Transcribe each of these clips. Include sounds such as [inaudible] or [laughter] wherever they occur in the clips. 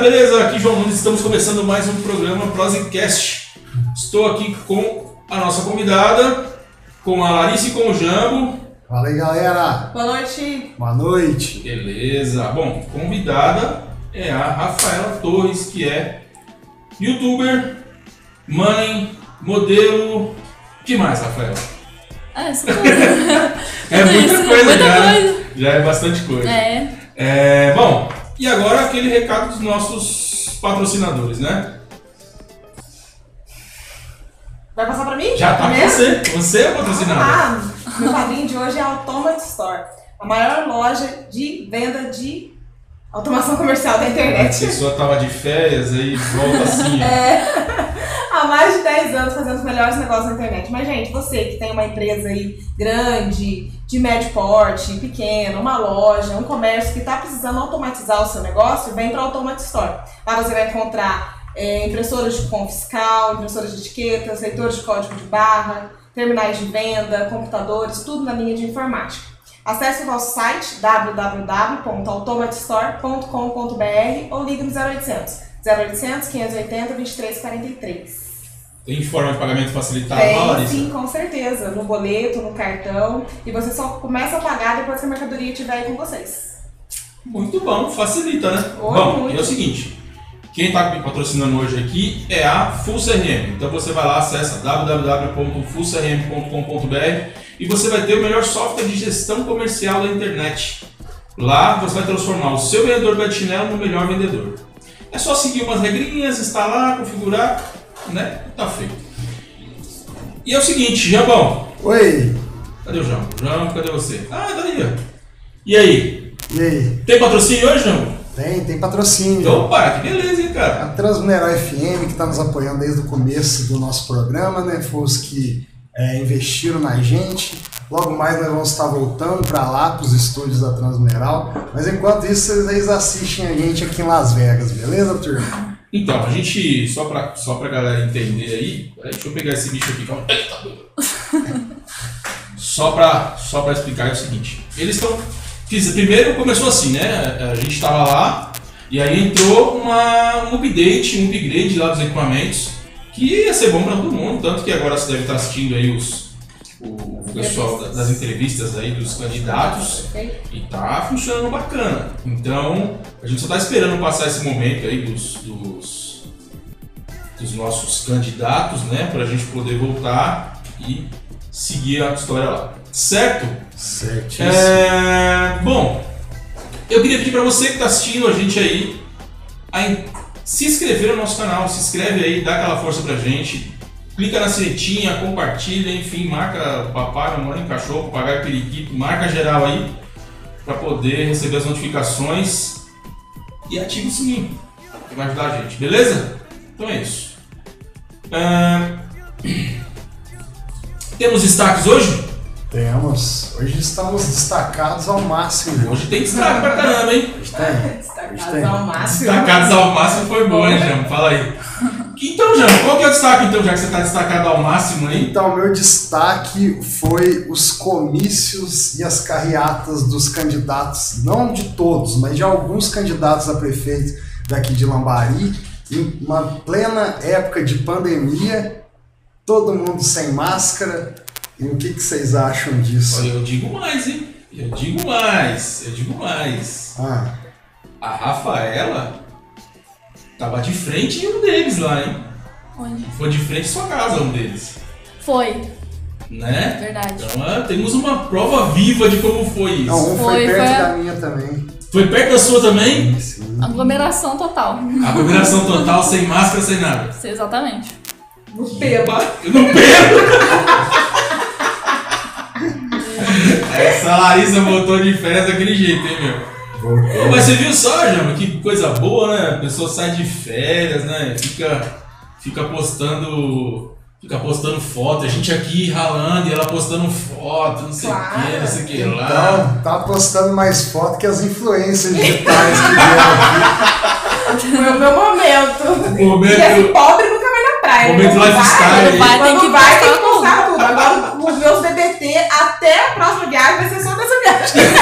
beleza? Aqui João Nunes, estamos começando mais um programa Prosecast. Estou aqui com a nossa convidada, com a Larissa e com o Jambo. Fala aí, galera. Boa noite. Boa noite. Beleza. Bom, convidada é a Rafaela Torres, que é youtuber, mãe, modelo. que mais, Rafaela? Ah, isso tudo. É Tudo muita isso, coisa muita já. né? coisa. Já é bastante coisa. [laughs] É. É, bom, e agora aquele recado dos nossos patrocinadores, né? Vai passar pra mim? Já tá com Mesmo? você. Você é o patrocinador. Ah, meu padrinho de hoje é a Automat Store, a maior loja de venda de automação comercial da A internet. pessoa tava de férias aí volta assim. É. ó. [laughs] Há mais de 10 anos fazendo os melhores negócios na internet. Mas, gente, você que tem uma empresa aí grande, de médio porte, pequena, uma loja, um comércio que tá precisando automatizar o seu negócio, vem pra Automat Store. Lá você vai encontrar é, impressoras de cupom fiscal, impressoras de etiquetas, leitores de código de barra, terminais de venda, computadores, tudo na linha de informática. Acesse o nosso site www.automatstore.com.br ou ligue no 0800 0800 580 2343. Tem forma de pagamento facilitada, Tem, Larissa? sim, com certeza. No boleto, no cartão. E você só começa a pagar depois que a mercadoria estiver aí com vocês. Muito bom, facilita, né? Oi, bom, muito. e é o seguinte, quem tá me patrocinando hoje aqui é a Full CRM. Então você vai lá, acessa www.fullcrm.com.br e você vai ter o melhor software de gestão comercial da internet. Lá você vai transformar o seu vendedor batinelo no melhor vendedor. É só seguir umas regrinhas, instalar, configurar, né? Tá feito. E é o seguinte, Jambão, Oi. cadê o Jambo? Jambo, cadê você? Ah, tá ali. ó. E aí, E aí? tem patrocínio hoje, Jambo? Tem, tem patrocínio. Opa, Então, que beleza, hein, cara? A Transmineral FM, que está nos apoiando desde o começo do nosso programa, né? Foi os que é, investiram na gente. Logo mais nós vamos estar voltando para lá, para os estúdios da Transmineral. Mas enquanto isso, vocês assistem a gente aqui em Las Vegas, beleza, turma? Então, a gente, só pra, só pra galera entender aí, peraí, deixa eu pegar esse bicho aqui, calma. Eita, doido. só, pra, só pra explicar é o seguinte, eles estão... Primeiro começou assim, né? A gente tava lá, e aí entrou uma, um update, um upgrade lá dos equipamentos, que ia ser bom pra todo mundo, tanto que agora você deve estar assistindo aí os... O o pessoal da- das entrevistas aí dos candidatos Ok? E tá funcionando bacana. Então, a gente só tá esperando passar esse momento aí dos, dos, dos nossos candidatos, né? Pra gente poder voltar e seguir a história lá. Certo? Certíssimo. É, bom, eu queria pedir pra você que tá assistindo a gente aí a in- se inscrever no nosso canal, se inscreve aí, dá aquela força pra gente. Clica na sinetinha, compartilha, enfim, marca o papai, mamãe, cachorro, papagaio, periquito, marca geral aí pra poder receber as notificações e ativa o sininho que vai ajudar a gente, beleza? Então é isso. Ah, [clears throat] Temos destaques hoje? Temos. Hoje estamos destacados ao máximo. tá Hoje tem destaque pra caramba, hein? Hoje tem. Destacados ao máximo. Destacados ao máximo foi bom, hein, Jamo? Fala aí. Então, Jamo, qual que é o destaque, então, já que você tá destacado ao máximo aí? Então, meu destaque foi os comícios e as carreatas dos candidatos, não de todos, mas de alguns candidatos a prefeito daqui de Lambari, em uma plena época de pandemia, todo mundo sem máscara. E o que, que vocês acham disso? Olha, eu digo mais, hein? Eu digo mais, eu digo mais. Ah, A Rafaela tava de frente em um deles lá, hein? Onde? Foi de frente à sua casa, um deles. Foi, Né? verdade. Então, ah, temos uma prova viva de como foi isso. não, um foi, Foi, perto foi a- da minha também. Foi perto da sua também? Sim. Aglomeração total. Aglomeração total, sem máscara, sem nada. Isso, Exatamente. No tempo. Eu não bebo! Essa Larissa voltou de férias daquele jeito, hein, meu? Pô, Voltei. mas você viu só, Jama, que coisa boa, né? A pessoa sai de férias, né? Fica, fica postando. Fica postando foto, a gente aqui ralando e ela postando foto, não sei o que, não sei o que lá. Então, tá postando mais foto que as influências digitais que vieram aqui. Foi o meu [laughs] momento. O E esse Um momento. pobre nunca vai na praia. né? Momento Quando lifestyle. Vai, Vai, tem quando que vai, tem que postar postar tudo. Agora, os meus DDT até a próxima viagem [laughs] vai ser só dessa viagem.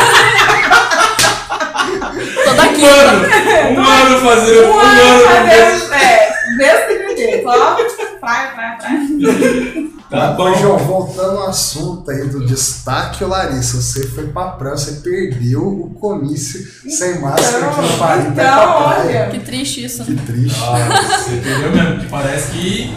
Tô daqui. Mano, um ano ano fazendo um ano. Uai, Deus, é, mesmo que ninguém, só praia, praia, praia. Tá bom. Mas, João, voltando ao assunto aí do destaque, Larissa, você foi pra praia, você perdeu o comício sem máscara que não né? vale até pra Então, praia. olha. Que triste isso. Que triste. Ah, você entendeu mesmo? Que parece que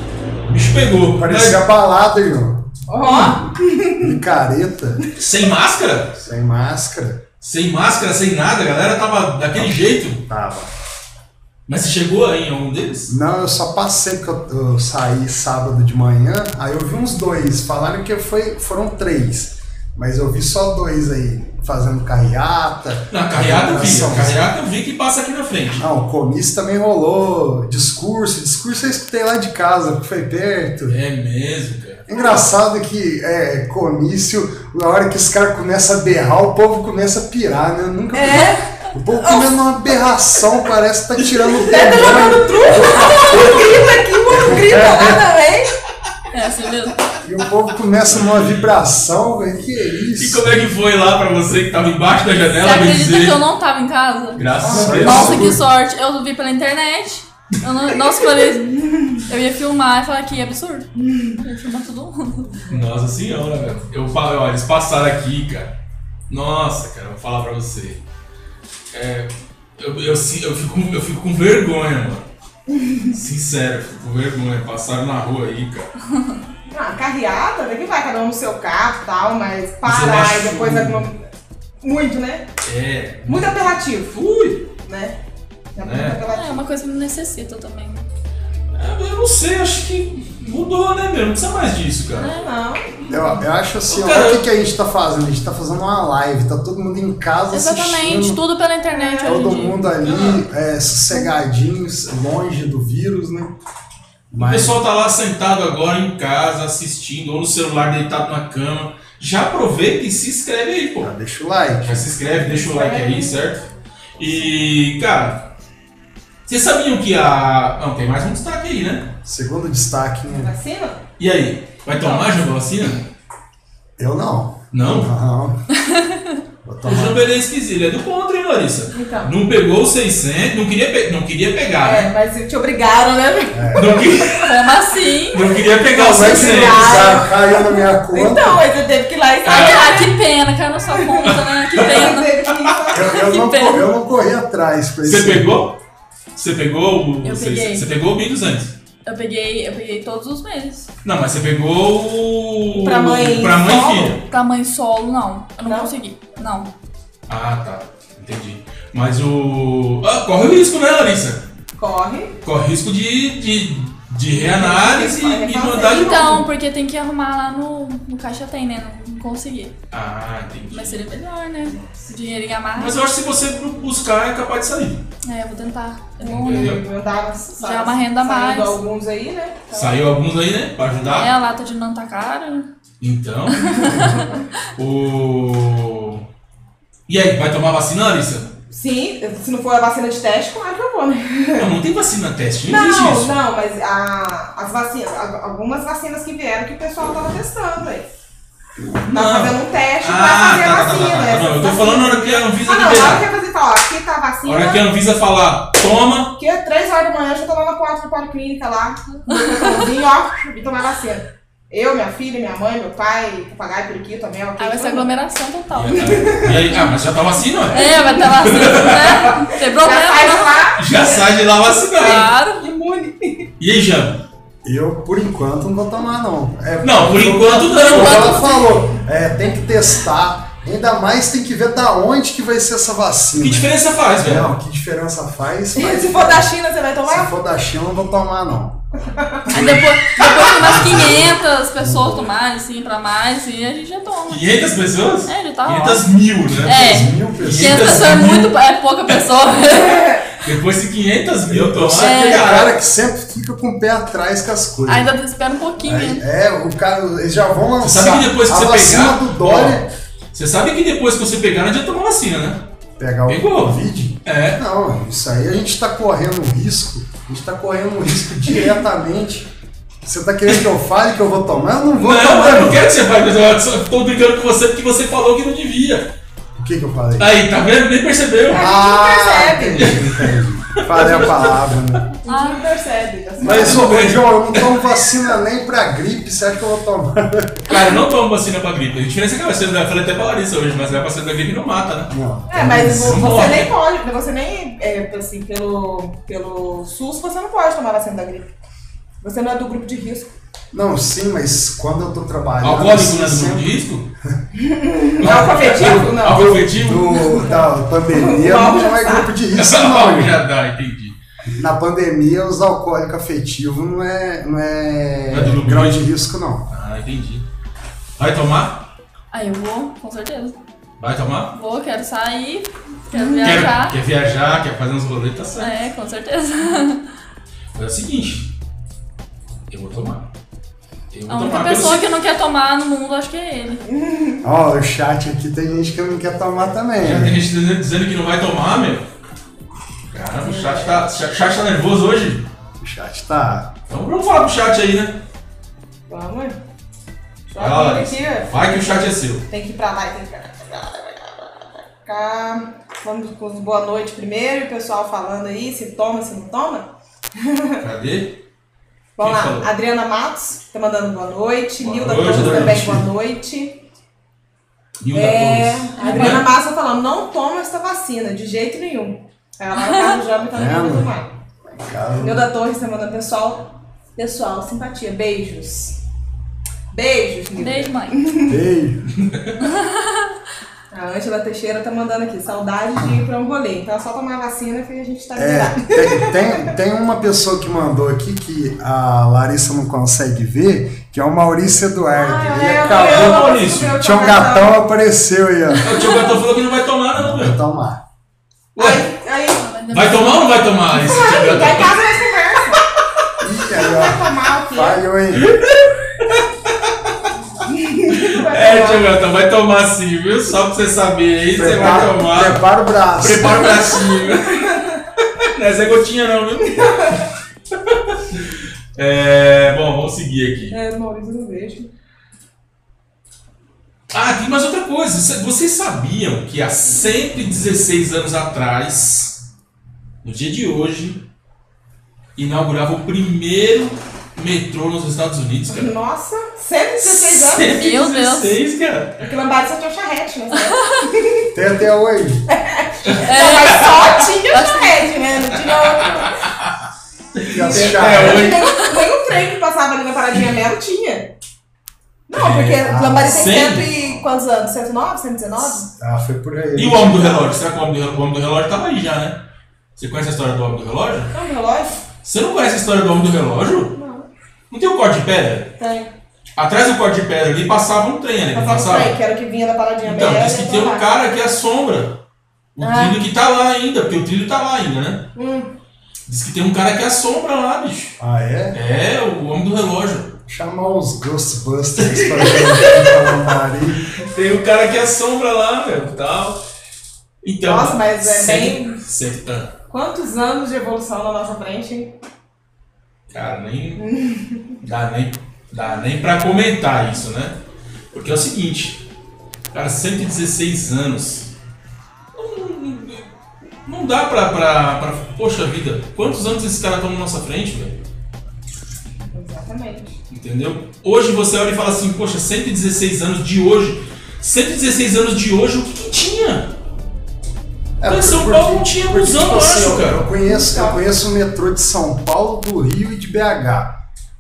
o bicho pegou. Parecia balada, João. Ó, Picareta, Sem máscara? sem máscara. Sem máscara, sem nada, a galera tava daquele jeito. Tava. Mas você chegou aí em algum deles? Não, eu só passei porque eu, eu saí sábado de manhã, aí eu vi uns dois. Falaram que foi, foram três. Mas eu vi só dois aí, fazendo carreata. Na carreata eu vi. aglomeração. A carreata eu vi que passa aqui na frente. Não, comício também rolou. Discurso, discurso eu escutei lá de casa, que foi perto. É mesmo, cara. Engraçado que é, comício, na hora que os caras começam a berrar, o povo começa a pirar, né? Eu nunca é, O povo comendo uma aberração, parece que tá tirando o tá demônio. levando truco, um grita aqui, um grita lá também. É, você viu? E o povo começa numa vibração, velho. Que E isso? como é que foi lá pra você que tava embaixo da Você janela, bem acredita dizer? que eu não tava em casa? Graças Nossa, a Deus. Nossa, Absurdo. que sorte. Eu vi pela internet. Eu não, nossa, eu falei. Eu ia filmar e falar que é absurdo. Eu ia filmar todo mundo. Nossa senhora, velho. Eu falo, olha, eles passaram aqui, cara. Nossa, cara, eu vou falar pra você. É, eu, eu, si- eu fico, eu fico com vergonha, mano. Sincero, eu fico com vergonha. Passaram na rua aí, cara. Ah, carreata, daqui vai cada um no seu carro e tal, mas machuca. parar e depois alguma. Muito, né? É. Muito apelativo, Fui. né? É muito É. É apelativo. uma coisa que não necessita também. É, Eu não sei, acho que mudou, né, meu? Não precisa mais disso, cara. Não, Eu, eu acho assim, ó, Cara, o que, que a gente tá fazendo? A gente tá fazendo uma live, tá todo mundo em casa Exatamente, assistindo. tudo pela internet hoje Todo em dia. é mundo ali, é, sossegadinhos, longe do vírus, né? O Mas pessoal tá lá sentado agora em casa, assistindo, ou no celular deitado na cama. Já aproveita e se inscreve aí, pô. já ah, deixa o like. Já se inscreve, deixa o like aí, certo? E, cara, vocês sabiam que a. Não, tem mais um destaque aí, né? Segundo destaque, né? vacina? E aí, vai tomar já a vacina? Eu não. Não? [laughs] Não. Vou O João tomar. Beleza Esquisito é do contra, hein, Larissa? Então. Não pegou os 600, não queria, pe- não queria pegar, né? É, mas te obrigaram, né? Não, que- Como assim? É. não queria pegar os Como é que 600. já caiu na minha conta? Então, aí você teve que ir lá e sair. Ah, que pena, caiu na sua conta, né? Que pena. Teve que ir lá. Então, Eu, eu Que não, pena. cor- eu não corri atrás pra Você isso. pegou? Você pegou o. Eu peguei. Você pegou o 1200? Eu peguei, eu peguei todos os meses. Não, mas você pegou o. Pra mãe Pra mãe e solo? filho. Pra mãe solo, não. Eu não, Não? consegui. Não. Ah, tá. Entendi. Mas o. Ah, corre o risco, né, Larissa? Corre. corre risco de, de, de reanálise Vai e refazer. mandar Tá de novo. Então, porque tem que arrumar lá no, no caixa tem, né? Não, não consegui. Ah, entendi. Mas seria melhor, né? Esse dinheirinho amarra. Mas eu acho que se você buscar é capaz de sair. É, eu vou tentar. Eu não- Bom, Entendeu? eu andava Já é uma renda a mais. alguns aí, né? Então, Saiu alguns aí, né? Pra ajudar. É, a lata de não tá cara. Então. [laughs] o. E aí, vai tomar vacina, Larissa? Sim, se não for a vacina de teste, claro que eu vou, né? Não, não tem vacina teste, não, existe Não, isso. não, mas a- as vacinas, a- algumas vacinas que vieram que o pessoal tava testando aí. Tá Não. fazendo um teste pra Ah, fazer tá, tá, a tá, vacina. tá, tá. essa Não, eu tô vacina. falando na hora que a Anvisa Ah, não, na hora que liberar. eu fazer falar, aqui tá a Na vacina, hora que a Anvisa falar, toma. que é três horas da manhã eu já tomava quatro para [laughs] clínica lá, no meu botãozinho, ó, e tomar vacina. Eu, minha filha, minha mãe, meu pai, papagaio, periquito, também, Aí vai ser aglomeração total. E aí, ah, mas já tá vacina, ué. É, vai estar vacina, né? Tem Já sai problema. de lá, [laughs] Já sai de lá vacinado. Claro. imune. E aí, Jean? Eu, por enquanto, não vou tomar, não. É, Não, por enquanto Como não. ela falou, é, tem que testar. Ainda mais tem que ver da onde que vai ser essa vacina. Que diferença faz, velho? Não, que diferença faz? E faz [laughs] se for da China, você vai Se tomar? for da China, eu não vou tomar, não. Aí depois, depois que umas 500 pessoas tomarem, assim, pra mais, e a gente já toma. 500 pessoas? É, já tá ótimo. 500 mil, né? É, Mil pessoas. 500 pessoas é muito é pouca pessoa. [laughs] É. Depois se 500 mil Eu sou tomar, aquele É. cara que sempre fica com o pé atrás com as coisas. Ainda espera um pouquinho. Aí, né? é, o cara, eles já vão Você lançar sabe que depois que a você vacina pegar. do Dória. Ó, Você sabe que depois que você pegar, não adianta tomar vacina, né? Pegar o Pegou. Covid. É. Não, isso aí a gente tá correndo um risco. A gente tá correndo [laughs] um risco diretamente. Você tá querendo que eu fale que eu vou tomar? Eu não vou não, tomar. eu não. não quero que você vá, mas eu só tô brincando com você porque você falou que não devia. O que que eu falei? Aí, tá vendo? Nem percebeu. Ah, Ah, percebe. entendi, entendi. Falei a palavra, né? A gente não percebe. assim. Mas, ô, ô, João, eu não tomo vacina nem pra gripe, você acha que eu vou tomar? Cara, eu não tomo vacina pra gripe. A diferença é que a vacina da. Eu falei até pra Larissa hoje, mas a vacina da gripe não mata, né? Não. É, mas Isso. vo- você Morre. nem pode, você nem, é, assim, pelo, pelo SUS, você não pode tomar vacina da gripe. Você não é do grupo de risco. Não, sim, mas quando eu tô trabalhando. Alcoólico assim, não é do grupo de sempre risco? é Alfabetivo? Não. Alfofetivo? do- da pandemia Mal não é já grupo de risco, Não, não. já dá, entendi. Na pandemia, os alcoólicos afetivos não é, não é, Não é do grupo de grau de risco, não. Ah, entendi. Vai tomar? Aí Ah, eu vou, com certeza. Vai tomar? Vou, quero sair, quero Quer, viajar. quer viajar, quer fazer uns rolês, tá certo. É, [laughs] com certeza. É o seguinte, eu vou tomar. Eu vou A única tomar pessoa Então tá, pelo... que não quer tomar no mundo, acho que é ele. Ó, o chat aqui tem gente que não quer tomar também. Já tem né? gente dizendo- dizendo que não vai tomar, meu. Caramba, o chat tá, o chat tá nervoso hoje. O chat tá. Então vamos falar pro chat aí, né? Vamos. Só Vai lá, tem Larissa. que ir. Vai que o chat é seu. Tem que ir pra lá e tem que ir pra lá. tem que ir pra lá, tem que ir pra lá, tem que ir pra cá. Vamos com os boa noite primeiro, e o pessoal falando aí se toma, se não toma. Cadê? Vamos Quem lá, falou? Adriana Matos, tá mandando boa noite. Boa Nilda noite, Torres boa também, noite. boa noite. Nilda É, Torres. a Adriana Matos tá falando, não toma essa vacina, de jeito nenhum. Ela lá no caso já me tá É, mandando mano. tomar. Cara, Nilda Torres tá mandando pessoal. Pessoal, simpatia. Beijos. Beijos, Nilda. Beijo, mãe. beijo. A Ângela Teixeira tá mandando aqui. Saudade de ir pra um rolê. Então é só tomar a vacina que a gente tá É, liberado. tem, tem, tem uma pessoa que mandou aqui que a Larissa não consegue ver, que é o Maurício Eduardo. ele acabou. Ah, eu- Tinha um gatão apareceu aí, ó. É, O tio Gatão falou que não vai tomar, não, meu. Vai tomar. Ué, [laughs] Aí, aí, vai tomar ou não vai tomar esse tio aí, vai em Gatão? casa nós conversa. Ih, aí, Tá mal ó. aqui. Falhou, hein? [laughs] É, tio Gatão, vai tomar sim, viu? Só pra você saber aí, você vai tomar. prepara o braço. Prepara o bracinho. [laughs] não é essa gotinha não, viu? [laughs] É, bom, vamos seguir aqui. É, Maurício, eu não vejo. Ah, tem mais outra coisa. C- Vocês sabiam que há 116 anos atrás, no dia de hoje, inaugurava o primeiro metrô nos Estados Unidos, cara? Nossa, [laughs] 116 anos. Meu Deus. 116, cara. Porque Lambada só tinha charrete, né? Tem até hoje. É, Não, mas [laughs] só tinha charrete, né? Não tinha outro. E as Tem chaves. até hoje. Nem- Nem o um trem que passava ali na paradinha mesmo tinha. Não, porque É, é, Lambada tem cem. cento e quantos anos? 109, 119? Ah, foi por aí. E o Homem do Relógio? Será que o Homem do Relógio, o homem do relógio tava aí já, né? Você conhece a história do Homem do Relógio? Não, um relógio? Você não conhece a história do Homem do Relógio? Não. Não tem o corte de pedra? Tem. Atrás do corte de pedra ali passava um trem, né? Não Passava o trem, Passava. que era o que vinha da paradinha Então, mesmo. diz que tem um cara que assombra. O Ah. trilho que tá lá ainda, porque o trilho tá lá ainda, né? Hum, Diz que tem um cara que assombra lá, bicho. Ah, é? É, o homem do relógio. Chamar os Ghostbusters pra jogar no Lambari. Tem um cara que assombra lá, velho, tal. Então. Nossa, mas é bem- cem- ah, quantos anos de evolução na nossa frente, hein? cara, nem. dá, nem dá nem pra comentar isso, né? Porque é o seguinte. Cara, 116 anos. Não, não- não dá pra, pra, pra. Poxa vida, quantos anos esses caras estão na nossa frente, velho? Exatamente. Entendeu? Hoje você olha e fala assim, poxa, 116 anos de hoje. 116 anos de hoje, o que, que tinha? Mas por- São É, por- Paulo não tinha busão, eu assim, acho, cara. Tá. Eu conheço, eu conheço o metrô de São Paulo, do Rio e de BH.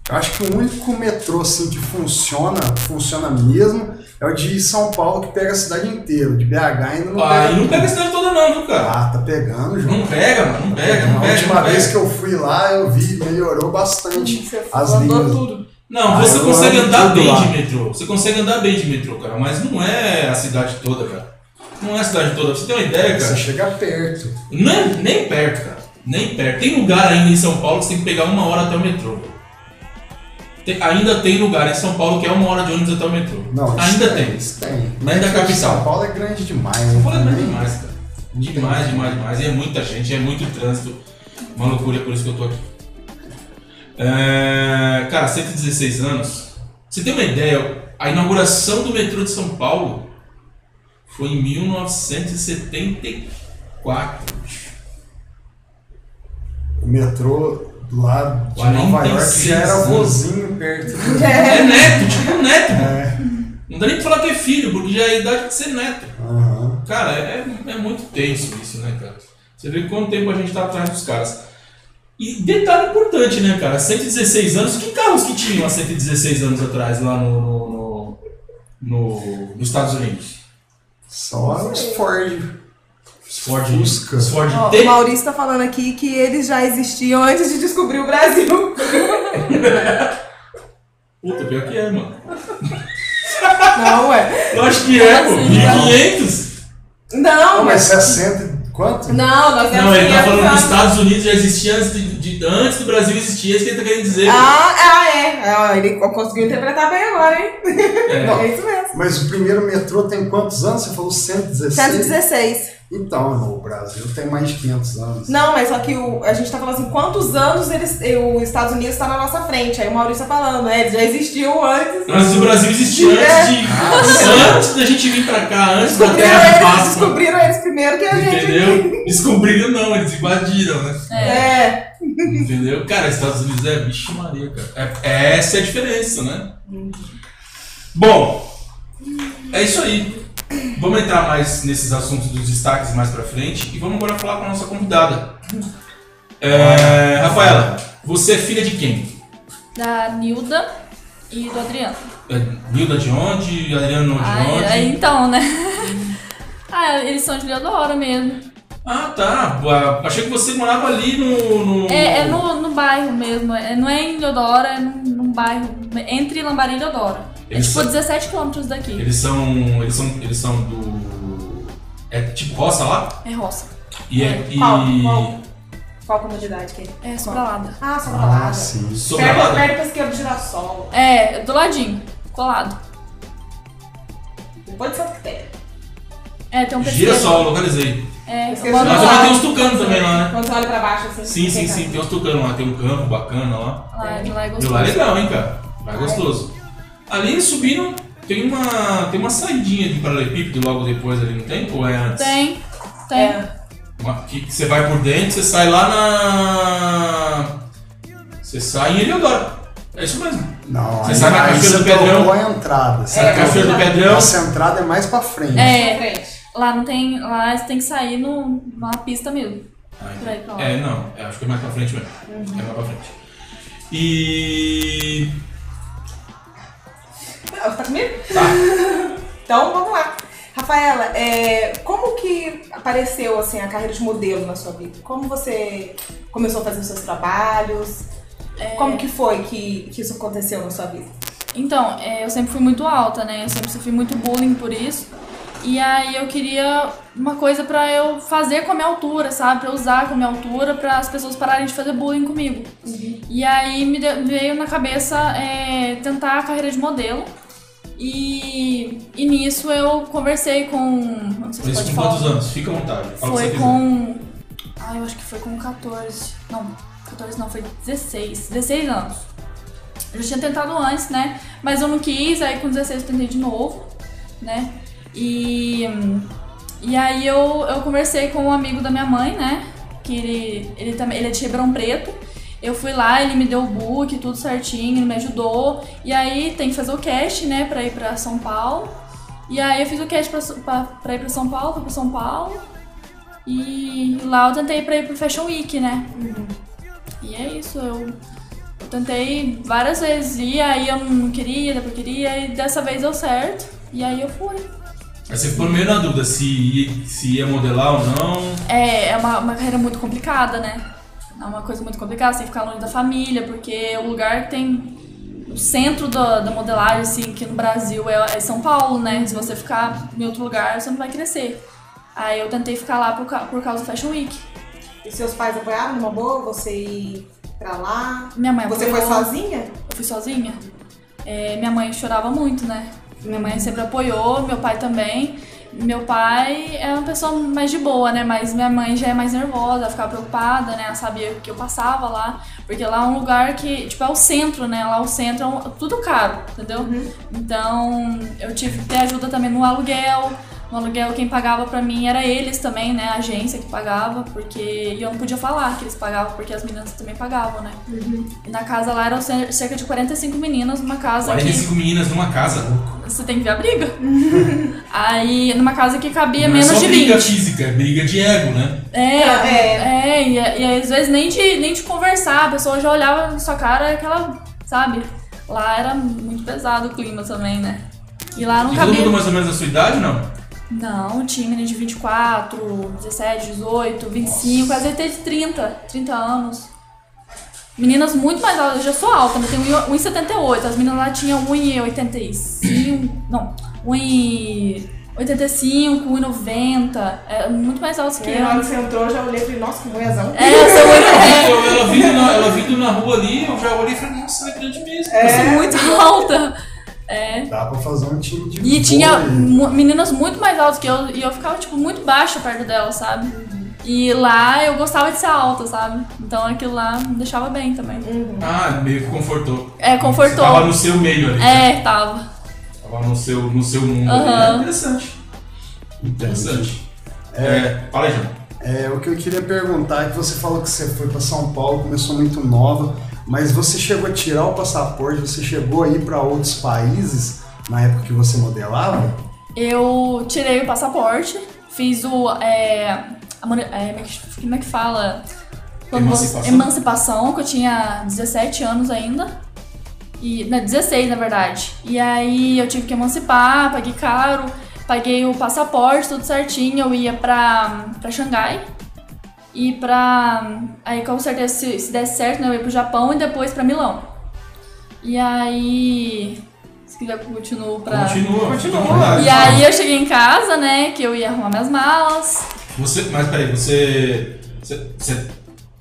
Eu acho que o único metrô assim, que funciona, funciona mesmo, é o de São Paulo que pega a cidade inteira. O de BH ainda não Ah, e não pega a pega. cidade toda não, viu, cara? Ah, tá pegando, João. Não pega, mano, não pega, não a pega. última não vez pega. que eu fui lá, eu vi, melhorou bastante. Você As mandou linhas. [laughs] tudo. Não, Ah, você eu consegue ando andar tudo bem lá. de metrô. Você consegue andar bem de metrô, cara, mas não é a cidade toda, cara. Não é a cidade toda. Pra você ter uma ideia, Você cara, chega perto. nem, nem perto, cara. Nem perto. Tem lugar ainda em São Paulo que você tem que pegar uma hora até o metrô. Tem- ainda tem lugar em São Paulo que é uma hora de ônibus até o metrô. Não, isso é ainda tem. Isso tem. Mas da Metrô de capital. São Paulo é grande demais. São Paulo é grande né? demais, cara. Demais, demais, demais. E é muita gente, é muito trânsito. Uma loucura, é por isso que eu tô aqui. É, Cara, 116 anos. Você tem uma ideia? A inauguração do metrô de São Paulo foi em 1974. bicho. O metrô lá de O Além Nova tem York seis, já era né? vozinho perto. É neto, tipo um neto. É. Não dá nem pra falar que é filho, porque já é a idade de ser neto. aham. Cara, é, é muito tenso isso, né, cara? Você vê quanto tempo a gente tá atrás dos caras. E detalhe importante, né, cara? 116 anos, que carros que tinham há 116 anos atrás lá no, no, no- no- nos Estados Unidos? Só os Ford. Os Ford, Fusca. os Ford Ó, T? o Maurício tá falando aqui que eles já existiam antes de descobrir o Brasil. Puta, pior que é, mano. Não, ué. Lógico que é, pô. Sim, 1500? Não, Não, Ah, mas mas. 60 e quanto? Não, é assim, nós Não, ele tá viemos falando que antes. os Estados Unidos já existia antes, de, de- antes do Brasil existir, é isso que ele tá querendo dizer. Ah, ah, é. Ah, ele conseguiu interpretar bem agora, hein? É. É isso mesmo. Mas o primeiro metrô tem quantos anos? Você falou 116? 116. Então, o Brasil tem mais de 500 anos. Não, mas só que o- a gente tá falando assim, quantos anos eles, os Estados Unidos tá na nossa frente? Aí o Maurício tá falando, né? Eles já existiam antes. Antes do Brasil existir, antes de. É. Antes da gente vir pra cá, antes da Descobriram Terra de eles, Páscoa. descobriram eles primeiro que a gente. Entendeu? Descobriram não, eles invadiram, né? É. Entendeu? Cara, Estados Unidos é bicho maria, cara. É- é- essa é a diferença, né? Bom, é isso aí. Vamos entrar mais nesses assuntos dos destaques mais pra frente e vamos agora falar com a nossa convidada. É, Rafaela, você é filha de quem? Da Nilda e do Adriano. É, Nilda de onde? Adriano de Ah, onde? é, então, né? [laughs] ah, eles são de Leodoro mesmo. Ah, tá. Ah, Achei que você morava ali no. no- É, é no, no bairro mesmo. É, não é em Leodoro, é num, num bairro entre Lambari e Leodoro. É Eles tipo são- 17 quilômetros daqui. Eles são. Eles são. Eles são do. É tipo roça lá? É roça. E é. E. Qual? Qual? Qual comunidade que é? É sobralada. Ah, só Ah, balada. sim. Perto, Sobralada? perto pra esquerda do girassol. É, do ladinho. Colado. Depois de Santo Quitéria. É, tem um pesqueiro. Girassol, localizei. É, Esqueci eu moro o Mas nome. lá. também tem uns tucanos também lá, né? Quando você olha pra baixo, assim. Sim, sim, tem sim. Tem uns tucanos lá, tem um campo bacana lá. Lá, de lá é E lá é gostoso. legal, hein, cara? Lá é gostoso. Ali subindo, tem uma. tem uma saidinha de paralelepípedo logo depois ali, não tem? Ou é antes? Tem, tem. É. Uma- que que você vai por dentro, você sai lá na. Você sai em Heliodoro. É isso mesmo. Não, Você aí- sabe a aí cachoeira do você Pedrão? colocou a entrada. Sai na É, Cachoeira do é. Pedrão. Essa entrada é mais pra frente. Na É, frente. lá não tem. Lá você tem que sair no, numa pista mesmo. Ah, Pra ir pra lá. É, não, é, acho que é mais pra frente mesmo. É mais pra frente. E. Ah, Tá comigo? Tá. [laughs] Então, vamos lá. Rafaela, é, como que apareceu assim, a carreira de modelo na sua vida? Como você começou a fazer os seus trabalhos? É. Como que foi que, que isso aconteceu na sua vida? Então, é, eu sempre fui muito alta, né? Eu sempre sofri muito bullying por isso. E aí eu queria uma coisa pra eu fazer com a minha altura, sabe? Pra eu usar com a minha altura, pra as pessoas pararem de fazer bullying comigo. E aí me deu- veio na cabeça é, tentar a carreira de modelo. E, e nisso eu conversei com. Não sei se Isso pode com falar. quantos anos? Fica à vontade. Fala o que Foi você com. Ah, eu acho que foi com 14. Não, 14 não, foi 16. 16 anos. Eu já tinha tentado antes, né? Mas eu não quis, aí com 16 eu tentei de novo, né? E. E aí eu, eu conversei com um amigo da minha mãe, né? Que ele, ele também. Ele é de Ribeirão Preto. Eu fui lá, ele me deu o book, tudo certinho, ele me ajudou. E aí tem que fazer o cast, né, pra ir pra São Paulo. E aí eu fiz o cast pra, pra, pra ir pra São Paulo, fui pra São Paulo. E lá eu tentei pra ir pro Fashion Week, né? E é isso, eu, eu tentei várias vezes ir, aí eu não queria, depois queria, e dessa vez deu certo. E aí eu fui. dizer. Aí você ficou meio na dúvida se ia, se ia modelar ou não. É, é uma, uma carreira muito complicada, né? É uma coisa muito complicada, você tem que ficar longe da família, porque o lugar que tem. O centro da, da modelagem, assim, que no Brasil é, é São Paulo, né? Se você ficar em outro lugar, você não vai crescer. Aí eu tentei ficar lá por, ca- por causa do Fashion Week. E seus pais apoiaram numa boa você ir pra lá? Minha mãe Você foi É, apoiou. sozinha? eu fui sozinha. É, minha mãe chorava muito, né? Minha mãe sempre apoiou, meu pai também. Meu pai é uma pessoa mais de boa, né? Mas minha mãe já é mais nervosa, ela ficava preocupada, né? Ela sabia o que eu passava lá. Porque lá é um lugar que, tipo, é o centro, né? Lá o centro é um- tudo caro, entendeu? Então eu tive que ter ajuda também no aluguel, No aluguel, quem pagava pra mim era eles também, né? A agência que pagava, porque. E eu não podia falar que eles pagavam, porque as meninas também pagavam, né? E na casa lá eram cer- cerca de 45 meninas, numa casa que. 45 meninas numa casa. Você tem que ver a briga. [laughs] Aí, numa casa que cabia não é menos só de 20. briga física, é briga de ego, né? É, Ah, é, e, e às vezes nem de, nem de conversar, a pessoa já olhava na sua cara aquela, sabe? Lá era muito pesado o clima também, né? E lá não E todo cabia. mundo mais ou menos da sua idade, não? Não, tinha menina de 24, 17, 18, 25, às vezes até de 30, 30 anos. Meninas muito mais altas, eu já sou alta, né? um mas tenho 1,78. As meninas lá tinham 1,85. não, 1,85, 1,90. É, muito mais altas que Que eu. na hora que você entrou, eu já olhei e falei, nossa, que mulherzão. É, eu sou muito, é, Eu- ela, vindo na, ela vindo na rua ali, eu já olhei e falei, nossa, ela é grande mesmo. eu sou muito alta. É. Dá pra fazer um time de E tinha um- vôlei. mu- meninas muito mais altas que eu e eu ficava, tipo, muito baixa perto delas, sabe? E lá eu gostava de ser alta, sabe? Então aquilo lá me deixava bem também. Ah, meio que confortou. É, Você Tava confortou. no seu meio ali. É, tava. Tava no seu, no seu mundo. ali, Aham. né? Interessante. Interessante. É. fala aí, João. É, o que eu queria perguntar é que você falou que você foi pra São Paulo, começou muito nova, mas você chegou a tirar o passaporte, você chegou a ir pra outros países na época que você modelava? Eu tirei o passaporte, fiz o. É, a mani- é, como, é que, como é que fala? Quando você- Emancipação? emancipação, que eu tinha 17 anos ainda. E, né, 16, na verdade. E aí eu tive que emancipar, paguei caro, paguei o passaporte, tudo certinho. Eu ia pra, pra Xangai. E pra. Aí com certeza, se, se desse certo, né, eu ia pro Japão e depois pra Milão. E aí. Se quiser, eu continuo pra. Continua. Continua. fica à vontade. E aí eu cheguei em casa, né, que eu ia arrumar minhas malas. Você, mas peraí, você, você. Você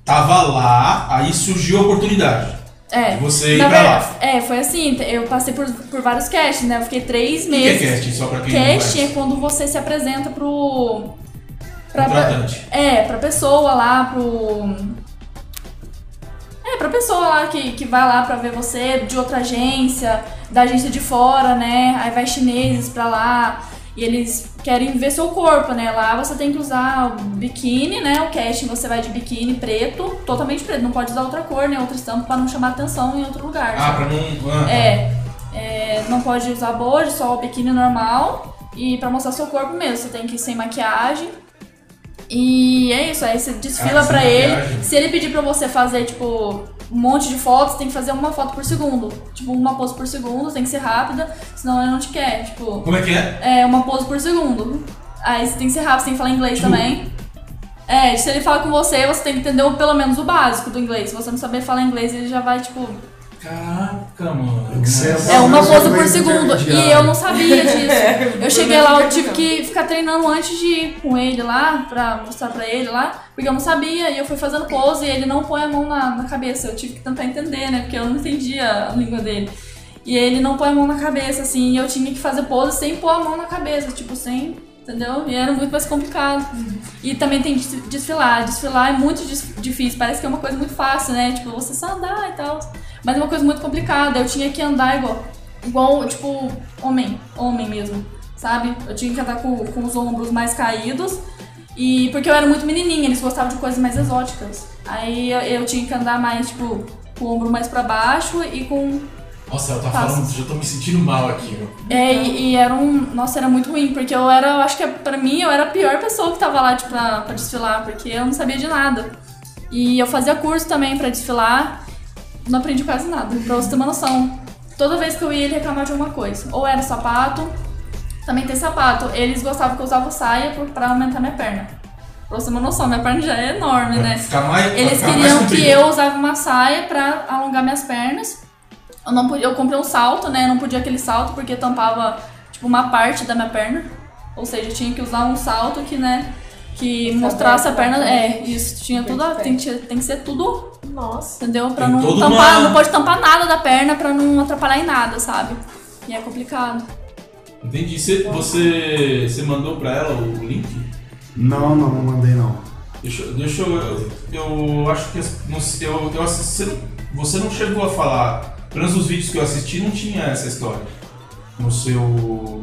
tava lá, aí surgiu a oportunidade. É. Você ir Na pra lá. verdade, é, foi assim, te- eu passei por, por vários castings, né? Eu fiquei três O que é meses. casting? Só pra quem Casting é não quando você se apresenta pro. pra- conhece? Contratante. é, pra pessoa lá, pro. É, pra pessoa lá que, que vai lá pra ver você, de outra agência, da agência de fora, né? Aí vai chineses pra lá e eles querem ver seu corpo, né? Lá você tem que usar o biquíni, né? O casting você vai de biquíni preto, totalmente preto, não pode usar outra cor, né? Outra estampa pra não chamar atenção em outro lugar. Ah, sabe? pra não. ah, É, é, não pode usar bojo, só o biquíni normal. E pra mostrar seu corpo mesmo, você tem que ir sem maquiagem. E é isso, aí você desfila Ah, sem pra maquiagem. ele. Se ele pedir pra você fazer, tipo, um monte de fotos, tem que fazer uma foto por segundo. Tipo, uma pose por segundo, tem que ser rápida, senão ele não te quer. Tipo, Como é que é? é uma pose por segundo. Aí você tem que ser rápido, você tem que falar inglês Tipo- também. É, se ele fala com você, você tem que entender o- pelo menos o básico do inglês. Se você não saber falar inglês, ele já vai, tipo, Caraca, mano. Que você Mas- é uma Mas pose também por não segundo. intermediário. E eu não sabia disso. Eu cheguei lá, eu tive Não. que ficar treinando antes de ir com ele lá, pra mostrar pra ele lá, porque eu não sabia. E eu fui fazendo pose e ele não põe a mão na, na cabeça. Eu tive que tentar entender, né? Porque eu não entendia a língua dele. E ele não põe a mão na cabeça, assim, e eu tinha que fazer pose sem pôr a mão na cabeça, tipo, sem. Entendeu? E era muito mais complicado. E também tem des- desfilar. Desfilar é muito dis- difícil, parece que é uma coisa muito fácil, né? Tipo, você só andar e tal. Mas é uma coisa muito complicada. Eu tinha que andar igual, igual tipo, homem, homem mesmo, sabe? Eu tinha que andar com, com os ombros mais caídos. E porque eu era muito menininha, eles gostavam de coisas mais exóticas. Aí eu, eu tinha que andar mais, tipo, com o ombro mais pra baixo e com É. Nossa, ela tá Passa. falando, já tô me sentindo mal aqui, meu. é, e, e era um. Nossa, era muito ruim, porque eu era, eu acho que é, pra mim eu era a pior pessoa que tava lá tipo, pra, pra desfilar, porque eu não sabia de nada. E eu fazia curso também pra desfilar, não aprendi quase nada, pra você ter uma noção. Toda vez que eu ia, ele reclamava de alguma coisa. Ou era sapato, também tem sapato. Eles gostavam que eu usava saia por- pra aumentar minha perna. Pra você ter uma noção, minha perna já é enorme, Vai [laughs] né? Ficar mais, vai Eles ficar mais queriam comprido. que eu usava uma saia pra alongar minhas pernas. Eu, não podia, eu comprei um salto, né? Eu não podia aquele salto porque tampava, tipo, uma parte da minha perna. Ou seja, eu tinha que usar um salto que, né? Que mostrasse a perna. É, isso. Tinha tudo. a- Tem que, tem que ser tudo, Nossa. entendeu? Pra Tem não toda tampar. uma- Não pode tampar nada da perna pra não atrapalhar em nada, sabe? E é complicado. Entendi. Você, você, você mandou pra ela o link? Não, não, não mandei não. Deixa, eu- deixa eu, eu. Eu acho que. as- Não, sei, eu, eu assisti, você não chegou a falar. Pelo menos os vídeos que eu assisti não tinha essa história. no seu,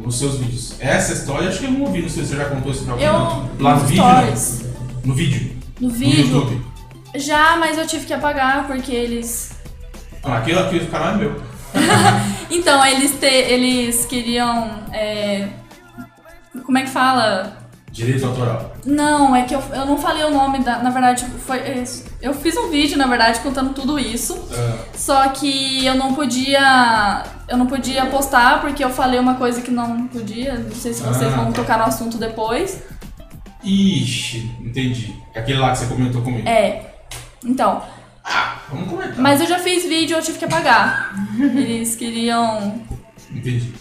nos seus vídeos. Essa história, acho que eu não ouvi, não sei se você já contou isso pra alguém. Eu, não. Lá no nos vídeo, stories, não. no vídeo, no no vídeo, YouTube. já, mas eu tive que apagar porque eles... Ah, aquilo aqui, o canal é meu. Então, eles, te, eles queriam, é, como é que fala? Direito autoral. Não, é que eu, eu não falei o nome da. Na verdade, foi. Eu fiz um vídeo, na verdade, contando tudo isso. Ah, Só que eu não podia. Eu não podia postar porque eu falei uma coisa que não podia. Não sei se vocês Ah, vão tá. tocar no assunto depois. ixi, entendi. Aquele lá que você comentou comigo. É. Então. Vamos comentar. Mas eu já fiz vídeo eu tive [laughs] que apagar. Eles queriam. Entendi.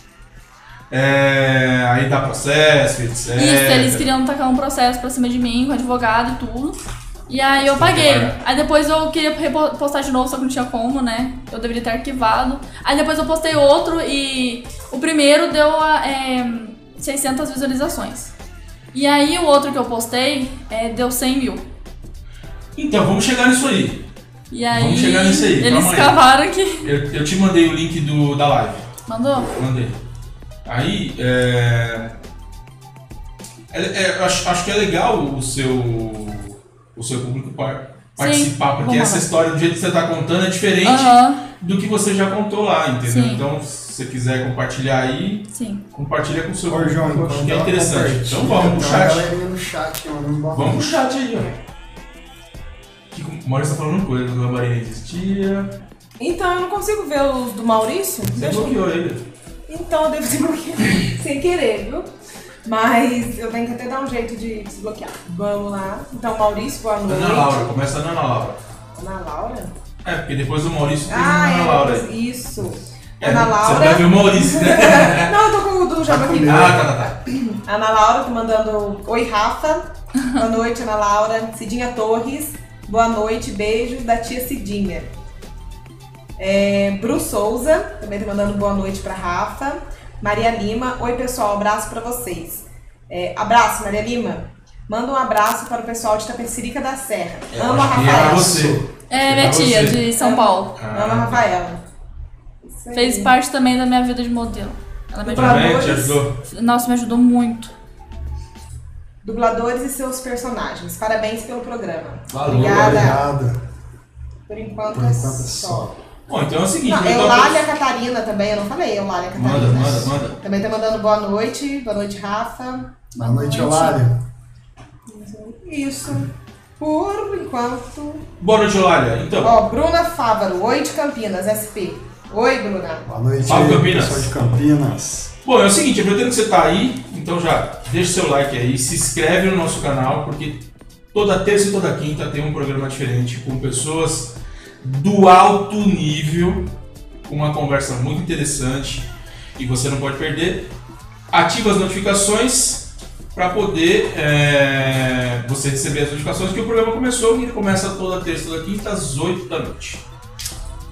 É, aí dá processo, etc. Isso, eles queriam tacar um processo pra cima de mim, com advogado e tudo. E aí eu Você tem que paguei. pagar. Aí depois eu queria repo- postar de novo, só que não tinha como, né? Eu deveria ter arquivado. Aí depois eu postei outro e o primeiro deu a, é, 600 visualizações. E aí o outro que eu postei é, deu 100 mil. Então, vamos chegar nisso aí. E aí, Vamos chegar nisso aí, eles calma aí. cavaram que... Eu, eu te mandei o link do, da live. Mandou? Mandei. Aí, é... é- é, eu acho, acho que é legal o seu, o seu público par- participar, porque vamos essa lá. história, do jeito que você está contando, é diferente Aham, do que você já contou lá, entendeu? Sim. Então, se você quiser compartilhar aí, sim. compartilha com o seu Ô, João, público, então acho que é dá uma interessante. Então vamos pro compartilha, tem uma chat. galerinha no chat, um mano. Vamos pro chat aí, ó. Que o Maurício tá falando coisa, o Lambarinha existia. Então eu não consigo ver os do Maurício. Você Deixa eu- bloqueou ele. Então eu devo desbloquear [laughs] sem querer, viu? Mas eu tenho que até dar um jeito de desbloquear. Vamos lá. Então, Maurício, boa noite. Ana Laura, começa na Ana Laura. Ana Laura? É, porque depois o Maurício fez Ah, uma Ana é. Laura aí. Isso. É, Ana Você vai ver Laura. o Maurício, né? [laughs] Não, eu tô com o do Java [laughs] aqui. ah, tá, tá, tá. Ana Laura tá mandando oi, Rafa. Boa noite, Ana Laura. Cidinha Torres. Boa noite, beijos da tia Cidinha. É, Bru Souza também tá mandando boa noite pra Rafa. Maria Lima, oi pessoal, abraço pra vocês. É, abraço, Maria Lima. Manda um abraço para o pessoal de Tapecerica da Serra. Eu Amo a acho que era Rafaela. você. É minha Pra você. tia, de São Paulo. Amo a Ah, Rafaela. Isso aí. Fez parte também da minha vida de modelo. Ela me ajudou. também te Dubladores. ajudou. Nossa, me ajudou muito. Dubladores e seus personagens. Parabéns pelo programa. Valeu, Obrigada. Obrigada. Por enquanto, Por enquanto é é só. só. Bom, então é o seguinte, Não, vou dar Eulália pra- Catarina também, eu não falei é Eulália Catarina. Manda, manda, manda. Também tá mandando boa noite, boa noite, Rafa. Boa noite, Olário. Isso. Por enquanto. Boa noite, Eulália. Então, Ó, Bruna Fávaro, oi de Campinas, SP. Oi, Bruna. Boa noite, Fala, Campinas. pessoal de Campinas. bom, é o seguinte, aproveitando que você tá aí, então já deixa o seu like aí, se inscreve no nosso canal, porque toda terça e toda quinta tem um programa diferente com pessoas do alto nível, com uma conversa muito interessante e você não pode perder. Ativa as notificações para poder é, você receber as notificações que o programa começou e ele começa toda terça, toda quinta às 8 da noite.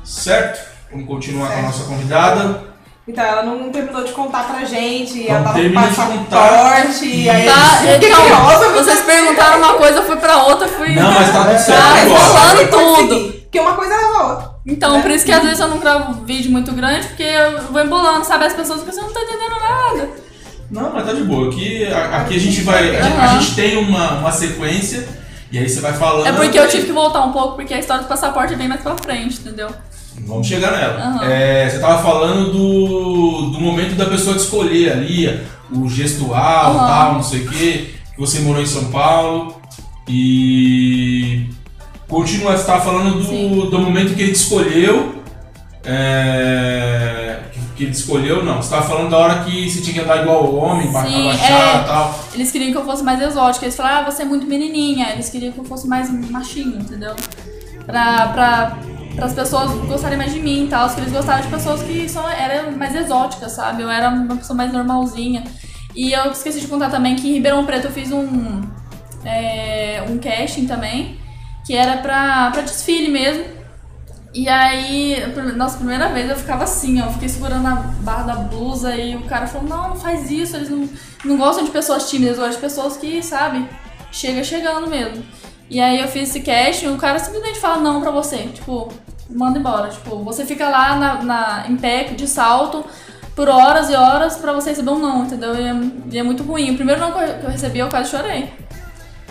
Certo? Vamos continuar com a Certo. nossa convidada. Então, ela não terminou de contar pra gente, ela Não tava com termina de passaporte, e aí Tá, eu fiquei curiosa, então, mas- vocês perguntaram uma coisa, eu fui pra outra, fui. Não, mas tá tudo certo. Tá, Mas vambora. tá falando eu consegui, tudo. Porque uma coisa leva a outra. Então, por isso que às vezes eu não gravo vídeo muito grande, porque eu vou embolando, sabe? As pessoas pensam, não tá entendendo nada. Não, mas tá de boa. Aqui a, aqui a gente vai. A, gente- a Aham. gente tem uma, uma sequência e aí você vai falando. É porque eu tive que voltar um pouco, porque a história do passaporte é bem mais pra frente, entendeu? Vamos chegar nela. Aham. É, você tava falando do, do momento da pessoa de escolher ali, o gestual, Aham. tal, não sei o quê. Que você morou em São Paulo e. Continua, você tava falando do, Sim. do momento que ele te escolheu. é, que- que ele te escolheu, não. Você tava falando da hora que você tinha que andar igual o homem, ba- Sim, abaixar é. e tal. Eles queriam que eu fosse mais exótica. Eles falaram, ah, você é muito menininha. Eles queriam que eu fosse mais machinho, entendeu? Pra, pra, as pessoas gostarem mais de mim e tal. Que eles gostavam de pessoas que só eram mais exóticas, sabe? Eu era uma pessoa mais normalzinha. E eu esqueci de contar também que em Ribeirão Preto eu fiz um, é, um casting também, que era pra, pra desfile mesmo. E aí, a prime- nossa, a primeira vez eu ficava assim, ó, eu fiquei segurando a barra da blusa e o cara falou, não, não faz isso, eles não, não gostam de pessoas tímidas, gostam de pessoas que, sabe, chega chegando mesmo. E aí eu fiz esse casting, o cara simplesmente fala não pra você, tipo, manda embora, tipo, você fica lá na, na- em pé, de salto, por horas e horas pra você receber um não, entendeu? E é, e é muito ruim. O primeiro não que eu que eu recebi, eu quase chorei.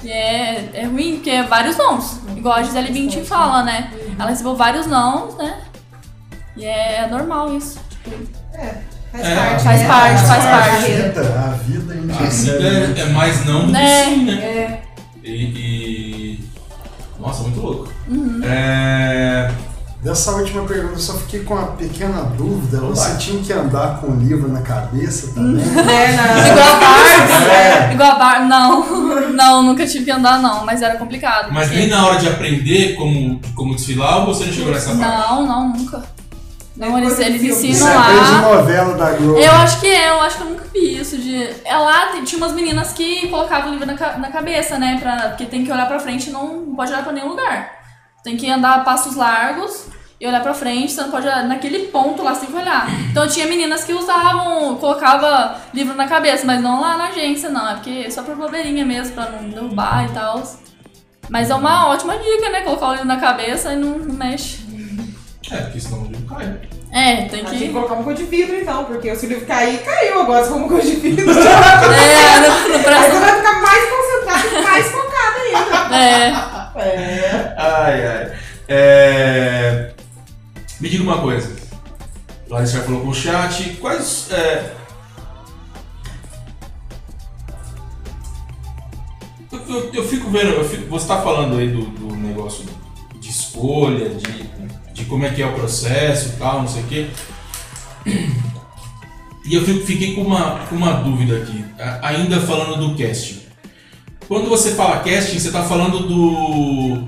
E é, é ruim, porque é vários nãos. Igual a Gisele Bündchen fala, né? Ela recebeu vários nãos, né? E é normal isso. É, faz É, parte. faz né? parte, faz A parte. vida, a vida a gente A vida é, é mais não do que É. sim, né? É. E, e- Nossa, muito louco. É... Dessa última pergunta, eu só fiquei com uma pequena dúvida. Vamos Você lá. tinha que andar com o livro na cabeça também? Hum, [laughs] É, na- Igual a Barbie. É. Igual a Barbie. Não, [laughs] não, nunca tive que andar, não. Mas era complicado. Mas porque- nem na hora de aprender como, como desfilar, ou você não chegou nessa parte? Não, não, nunca. Não, eles, eles Isso ensinam é coisa de lá. novela da Globo. Eu acho que é, eu acho que eu nunca vi isso de. É lá, tem- tinha umas meninas que colocavam o livro na, ca- na cabeça, né? Pra, porque tem que olhar pra frente e não pode olhar pra nenhum lugar. Tem que andar a passos largos e olhar pra frente, você não pode olhar naquele ponto lá, você tem que olhar. Então tinha meninas que usavam, colocava livro na cabeça, mas não lá na agência, não. É porque é só pra bobeirinha mesmo, pra não derrubar e tal. Mas é uma ótima dica, né? Colocar o livro na cabeça e não, não mexe. É, porque senão o livro cai. né? É, tem Ah, que. Tem que colocar um cor de vidro então, porque se o livro cair, caiu agora se for um cor de vidro. [laughs] É, no, no Aí você próximo. vai ficar mais concentrado e mais focado ainda. É. É. Ai, ai. É, Me diga uma coisa. Larissa já falou com o chat. Quais. é, Eu, eu- eu fico vendo, eu fico- você está falando aí do, do negócio de escolha, de, de como é que é o processo e tal, não sei o quê. E eu fico- fiquei com uma, com uma dúvida aqui, a- ainda falando do casting. Quando você fala casting, você está falando do.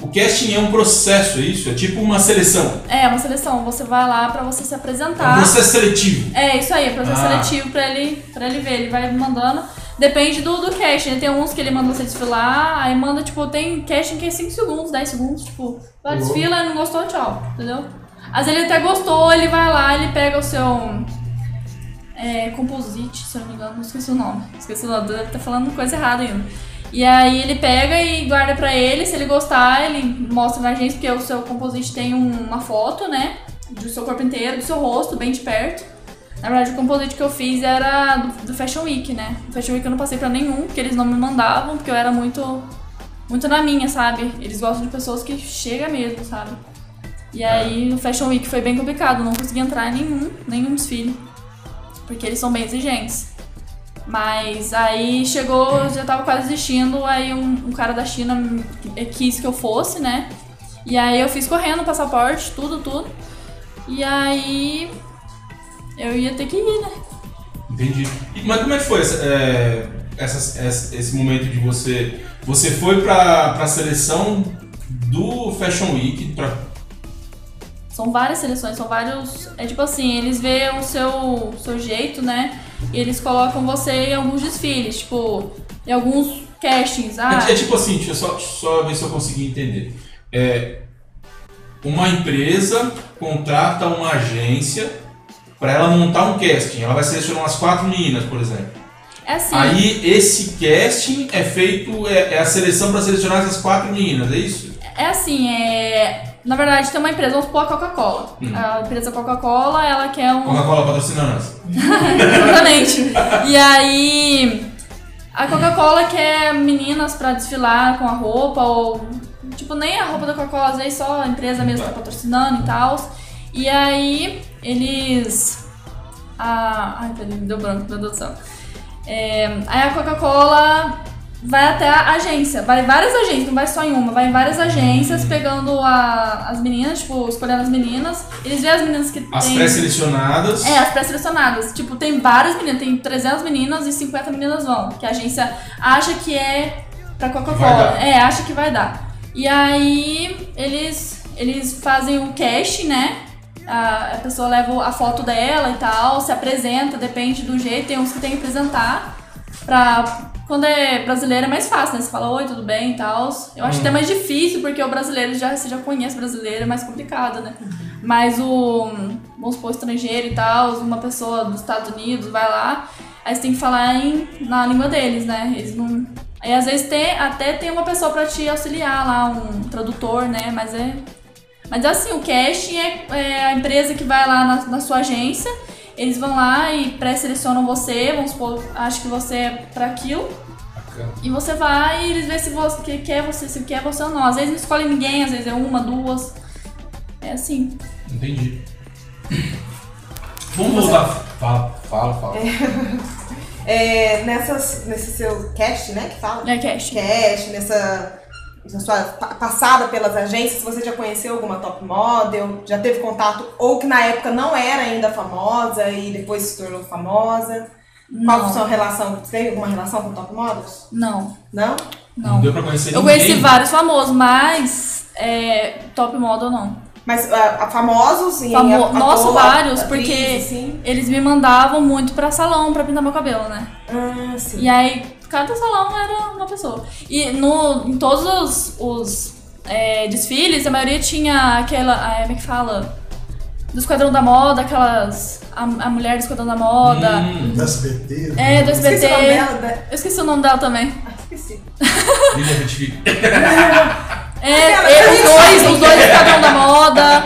O casting é um processo, é isso? É tipo uma seleção. É, uma seleção. Você vai lá pra você se É um apresentar. processo seletivo. É, isso aí, é processo Ah. seletivo pra ele, pra ele ver. Ele vai mandando. Depende do, do casting. né? Tem uns que ele manda você desfilar, aí manda, tipo, tem casting que é 5 segundos, 10 segundos, tipo, vai, Louco. desfila, não gostou, tchau. Entendeu? Às vezes ele até gostou, ele vai lá, ele pega o seu. É, composite, se eu não me engano, esqueci o nome. Esqueci o nome, deve estar falando coisa errada ainda. E aí ele pega e guarda pra ele, se ele gostar, ele mostra na agência, porque o seu composite tem um- uma foto, né? Do seu corpo inteiro, do seu rosto, bem de perto. Na verdade, o composite que eu fiz era do, do Fashion Week, né? O Fashion Week eu não passei pra nenhum, porque eles não me mandavam, porque eu era muito muito na minha, sabe? Eles gostam de pessoas que chega mesmo, sabe? E aí o Fashion Week foi bem complicado, eu não consegui entrar em nenhum, nenhum desfile. Porque eles são bem exigentes. Mas aí chegou, eu já tava quase desistindo, aí um, um cara da China me- eh, quis que eu fosse, né? E aí eu fiz correndo o passaporte, tudo, tudo. E aí eu ia ter que ir, né? Entendi. E- mas como é que foi essa- é, essas- essa- esse momento de você. Você foi pra, pra seleção do Fashion Week. Pra, São várias seleções, são vários. É tipo assim, eles veem o seu, seu jeito, né? E eles colocam você em alguns desfiles, tipo, em alguns castings. Ah, É, é tipo assim, deixa eu só, só ver se eu consegui entender. É, uma empresa contrata uma agência pra ela montar um casting. Ela vai selecionar umas quatro meninas, por exemplo. é assim. Aí esse casting é feito, é, é a seleção pra selecionar essas quatro meninas, é isso? É assim, é. Na verdade, tem uma empresa, vamos supor a Coca-Cola. Hum. A empresa Coca-Cola, ela quer um. Coca-Cola patrocinando nós. Exatamente. E aí, a Coca-Cola quer meninas pra desfilar com a roupa, ou tipo, nem a roupa da Coca-Cola, às vezes só a empresa mesmo tá patrocinando e tal. E aí, eles. A... Ai, peraí, me deu branco, meu Deus do céu. É, Aí a Coca-Cola vai até a agência, vai em várias agências, não vai só em uma, vai em várias agências pegando a- as meninas, tipo, escolhendo as meninas. Eles veem as meninas que As têm. pré-selecionadas. É, as pré-selecionadas. Tipo, tem várias meninas, tem 300 meninas e 50 meninas vão. Que a agência acha que é pra Vai Coca-Cola. dar. É, acha que vai dar. E aí, eles, eles fazem o cash, né? A, a pessoa leva a foto dela e tal, se apresenta, depende do jeito. Tem uns que tem que apresentar. Pra, quando é brasileiro é mais fácil, né? Você fala, oi, tudo bem e tal. Eu acho Hum. até mais difícil, porque o brasileiro já, você já conhece o brasileiro, é mais complicado, né? Mas o, vamos supor, estrangeiro e tal, uma pessoa dos Estados Unidos vai lá, aí você tem que falar em, na língua deles, né? Eles não. Aí às vezes tem, até tem uma pessoa pra te auxiliar lá, um tradutor, né? Mas é. Mas assim, o casting é, é a empresa que vai lá na, na sua agência Eles vão lá e pré-selecionam você, vamos supor, acho que você é pra aquilo. Bacana. E você vai e eles vê se você que quer você, se quer você ou não. Às vezes não escolhe ninguém, às vezes é uma, duas. É assim. Entendi. Vamos voltar. Fala, fala, fala. É, nessas, nesse seu cast, né, que fala? É cast. Cast, nessa, nessa sua pa- passada pelas agências, você já conheceu alguma top model, já teve contato, ou que na época não era ainda famosa e depois se tornou famosa. Qual foi a Não, sua relação? Você teve alguma relação com top models? não, Não? Não não. deu pra conhecer Eu ninguém. conheci vários famosos, mas é, top model não. Mas ah, a, a famosos e Famo- a, a nossa, ator, vários, atriz, porque- Assim. Eles me mandavam muito pra salão pra pintar meu cabelo, né? Ah, sim. E aí, cada salão era uma pessoa. E no, em todos os, os, é, desfiles, a maioria tinha aquela. É, como é que fala? Do Esquadrão da Moda, aquelas. A, a mulher do Esquadrão da Moda. Hum, Do SBT. É, do Esqueci SBT. o nome dela, da- Eu esqueci o nome dela também. Ah, esqueci. Lilian Retifica. É, Ela é, os fez dois, os dois Esquadrão da Moda.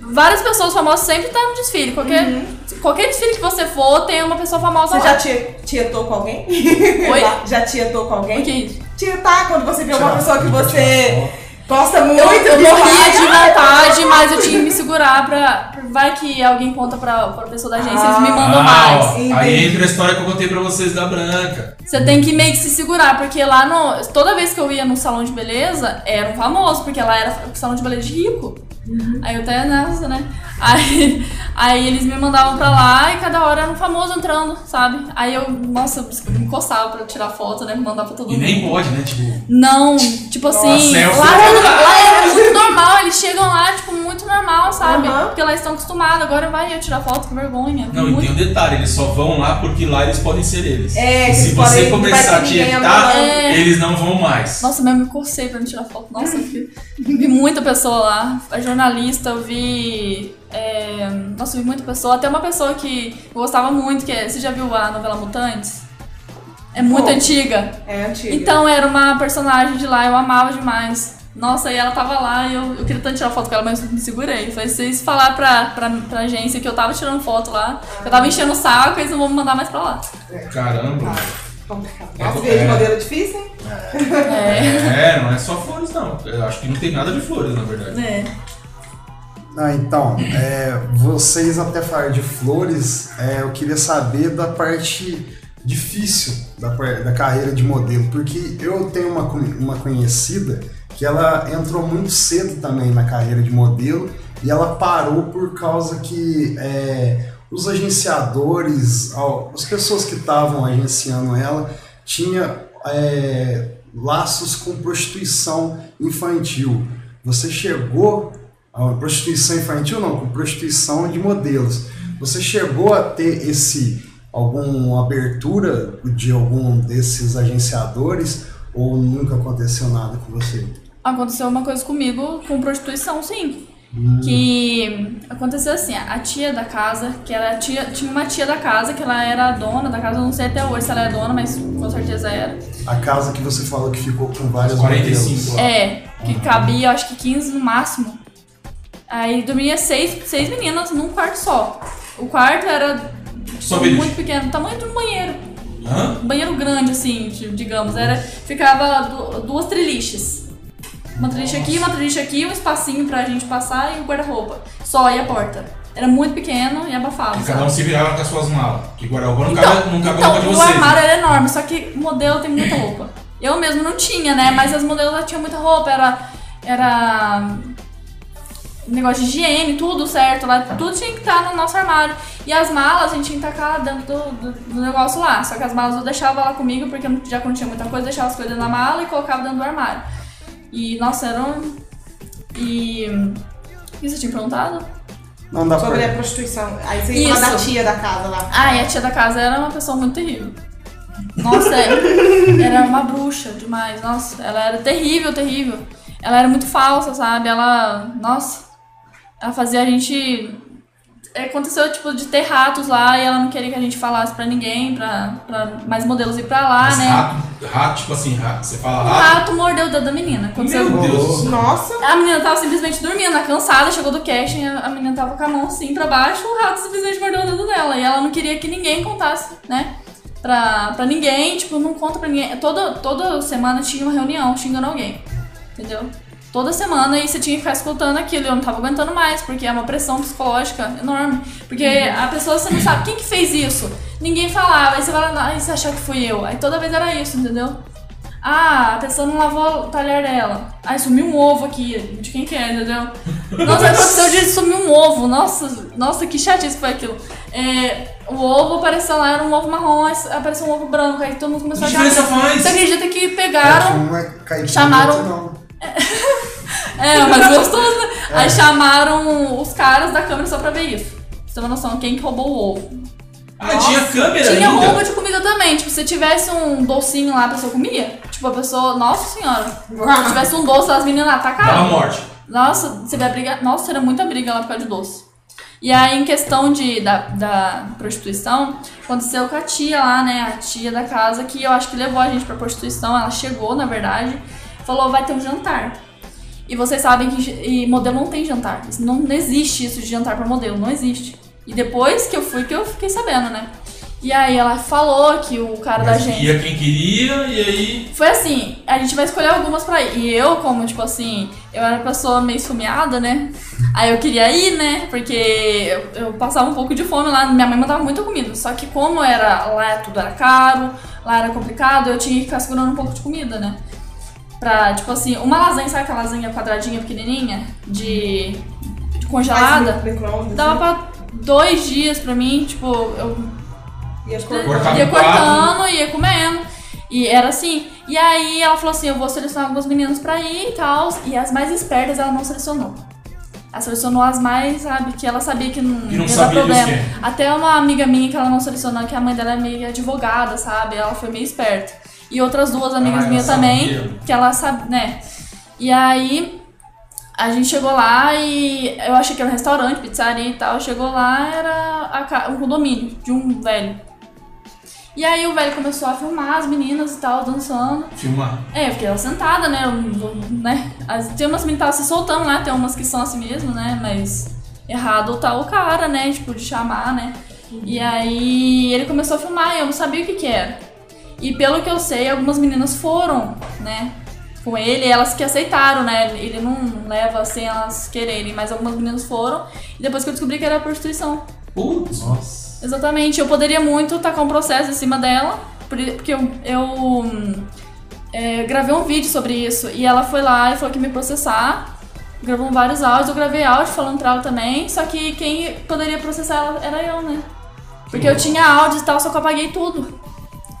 Várias pessoas famosas sempre tá no desfile. Qualquer, qualquer desfile que você for, tem uma pessoa famosa Você lá. Uhum. já tie- tietou com alguém? [laughs] Oi? já tietou com alguém? O que é isso? Tietar quando você vê Tirar uma pessoa que foto, tirar você foto. gosta muito. Eu, eu que morria vai- de vontade, mas eu tinha que me segurar pra. pra- Vai que alguém conta pra, pra pessoa da agência, eles me mandam Ah, mais. ó, Entendi. aí entra a história que eu contei pra vocês da Branca. Você tem que meio que se segurar, porque lá no. Toda vez que eu ia no salão de beleza, era um famoso, porque lá era o salão de beleza de rico. Aí eu até nessa, né? Aí, aí eles me mandavam pra lá e cada hora era um famoso entrando, sabe? Aí eu, nossa, eu me encostava pra tirar foto, né? Mandar pra todo E mundo. nem pode, né? Tipo, Não, tipo assim, selfie. lá, todo- lá é muito normal, eles chegam lá, tipo, muito normal, sabe? Aham. Porque lá estão acostumados, agora vai eu tirar foto, que vergonha. não, e muito tem um detalhe, eles só vão lá porque lá eles podem ser eles. É, e se eles você podem- começar a vai ter ninguém É. tietar, andando. eles não vão mais. Nossa, mas eu me cocei pra não tirar foto. Nossa, eu vi, vi muita pessoa lá. A jornalista, eu vi. é, nossa, eu vi muita pessoa. Até uma pessoa que eu gostava muito, que é, você já viu a novela Mutantes? É muito Não. antiga. É antiga. Então era uma personagem de lá, eu amava demais. Nossa, e ela tava lá e eu, eu queria tanto tirar foto com ela, mas me segurei. Falei, se vocês falar pra, pra, pra agência que eu tava tirando foto lá, que eu tava enchendo o saco, eles não vão me mandar mais pra lá. Caramba. Complicado. É Nossa, complicado. veio de modelo difícil, hein? É. É, não é só flores, não. Eu acho que não tem nada de flores, na verdade. É. Ah, então, é, vocês até falaram de flores, é, eu queria saber da parte difícil da, par- da carreira de modelo, porque eu tenho uma, co- uma conhecida que ela entrou muito cedo também na carreira de modelo e ela parou por causa que é, os agenciadores, ó, as pessoas que estavam agenciando ela, tinha é, laços com prostituição infantil. Você chegou a prostituição infantil não, com prostituição de modelos. Você chegou a ter esse alguma abertura de algum desses agenciadores ou nunca aconteceu nada com você? Aconteceu uma coisa comigo com prostituição, sim. Hum. Que aconteceu assim, a tia da casa, que era a tia, tinha uma tia da casa, que ela era a dona da casa, eu não sei até hoje se ela é dona, mas com certeza era. A casa que você falou que ficou com vários 45 modelos. lá. É, que cabia acho que 15 no máximo. Aí dormia seis, seis meninas num quarto só. O quarto era Só muito beliche. pequeno, do tamanho de um banheiro. Hã? Um banheiro grande, assim, de- digamos. Era, ficava du- duas treliches. Uma treliche aqui, uma treliche aqui, um espacinho pra gente passar e o guarda-roupa. Só e a porta. Era muito pequeno e abafado. E cada um sabe? se virava com as suas malas. Que guarda-roupa não Então, cabe, não cabe a então roupa de o vocês. né? armário era enorme, só que o modelo tem muita roupa. Eu mesmo não tinha, né? Mas as modelos já tinham muita roupa, era. Era. Negócio de higiene, tudo certo lá, tudo tinha que estar no nosso armário. E as malas a gente tinha que tacar dentro do, do- do negócio lá. Só que as malas eu deixava lá comigo, porque eu não- já que não tinha muita coisa, eu deixava as coisas na mala e colocava dentro do armário. E, nossa, era um. E. O que você tinha perguntado? Não dá Sobre a pra... prostituição. Aí você ia Isso. da tia da casa lá. Ah, e a tia da casa era uma pessoa muito terrível. Nossa, é- era uma bruxa demais. Nossa, ela era terrível, terrível. Ela era muito falsa, sabe? Ela. Nossa. Ela fazia a gente é, aconteceu, tipo, de ter ratos lá e ela não queria que a gente falasse pra ninguém, pra, pra mais modelos ir pra lá, Mas né? rato, rato, tipo assim, rato, você O fala rato. rato mordeu o dedo da menina. Aconteceu. Meu Deus do céu. Nossa, A menina tava simplesmente dormindo, ela cansada, chegou do casting, a a menina tava com a mão assim pra baixo, o rato simplesmente mordeu o dedo dela. E ela não queria que ninguém contasse, né? Pra, pra ninguém, tipo, não conta pra ninguém. Toda, toda semana tinha uma reunião xingando alguém, entendeu? Toda semana e você tinha que ficar escutando aquilo. Eu não tava aguentando mais, porque é uma pressão psicológica enorme. Porque a pessoa, você não sabe quem que fez isso. Ninguém falava, aí você vai lá e você achar que fui eu. Aí toda vez era isso, entendeu? Ah, a pessoa não lavou o talher dela. Ai, sumiu um ovo aqui. De quem que é, entendeu? Nossa, aconteceu de sumir um ovo. Nossa, nossa, que chatice foi aquilo. É, o ovo apareceu lá, era um ovo marrom, aí apareceu um ovo branco. Aí todo mundo Que começou a diferença faz? Você acredita que É que pegaram? um é caipira, chamaram- outro não. É, mas gostoso, né? Aí chamaram os caras da câmera só pra ver isso. Pra você ter uma noção, quem que roubou o ovo. Ah, tinha câmera Tinha ainda. roubo de comida também. Tipo, se tivesse um docinho lá, a pessoa comia. Tipo, a pessoa, nossa senhora. Se tivesse um doce, as meninas lá Dava atacaram. morte. Nossa, você vai brigar. Nossa, era muita briga lá por causa de doce. E aí, em questão de, da, da prostituição, aconteceu com a tia lá, né? A tia da casa que eu acho que levou a gente pra prostituição. Ela chegou, na verdade, falou: vai ter um jantar. E vocês sabem que j- e modelo não tem jantar. Isso Não, não existe isso de jantar pra modelo, não existe. E depois que eu fui, que eu fiquei sabendo, né? E aí ela falou que o cara da Mas gente. Ia quem queria e aí. Foi assim, a gente vai escolher algumas pra ir. E eu, como, tipo assim, eu era uma pessoa meio esfomeada, né? Aí eu queria ir, né? Porque eu, eu passava um pouco de fome lá. Minha mãe mandava muita comida. Só que como era lá tudo era caro, lá era complicado, eu tinha que ficar segurando um pouco de comida, né? Pra, tipo assim, uma lasanha, sabe aquela lasanha quadradinha, pequenininha? De, de congelada? Micro-ondas, Dava né? pra dois dias pra mim, tipo, eu E as cor- Cortava ia em quatro. cortando, ia comendo. E era assim. E aí ela falou assim: eu vou selecionar alguns meninos pra ir e tal. E as mais espertas ela não selecionou. Ela selecionou as mais, sabe, que ela sabia que não, E não ia dar sabia disso problema. quem. Até uma amiga minha que ela não selecionou, que a mãe dela é meio advogada, sabe? Ela foi meio esperta. E outras duas amigas Ah, ela minhas também, sabia. que ela sabe, né? E aí a gente chegou lá e eu achei que era um restaurante, pizzaria e tal. Chegou lá, era a ca- um condomínio de um velho. E aí o velho começou a filmar as meninas e tal, dançando. Filmar. É, eu fiquei ela sentada, né? Eu não vou- né? As- tem umas que estavam se soltando lá, tem umas que são assim mesmo, né? Mas errado tá o cara, né? Tipo, de chamar, né? E aí ele começou a filmar e eu não sabia o que que era. E pelo que eu sei, algumas meninas foram, né? Com ele, elas que aceitaram, né? Ele não leva sem elas quererem, mas algumas meninas foram. E depois que eu descobri que era prostituição. Putz. Nossa. Exatamente, eu poderia muito tacar um processo em cima dela, por- porque eu, eu, hum, é, gravei um vídeo sobre isso e ela foi lá e falou que ia me processar. Gravou vários áudios, eu gravei áudio falando pra ela também, só que quem poderia processar ela era eu, né? Porque eu tinha áudios e tal, só que eu apaguei tudo.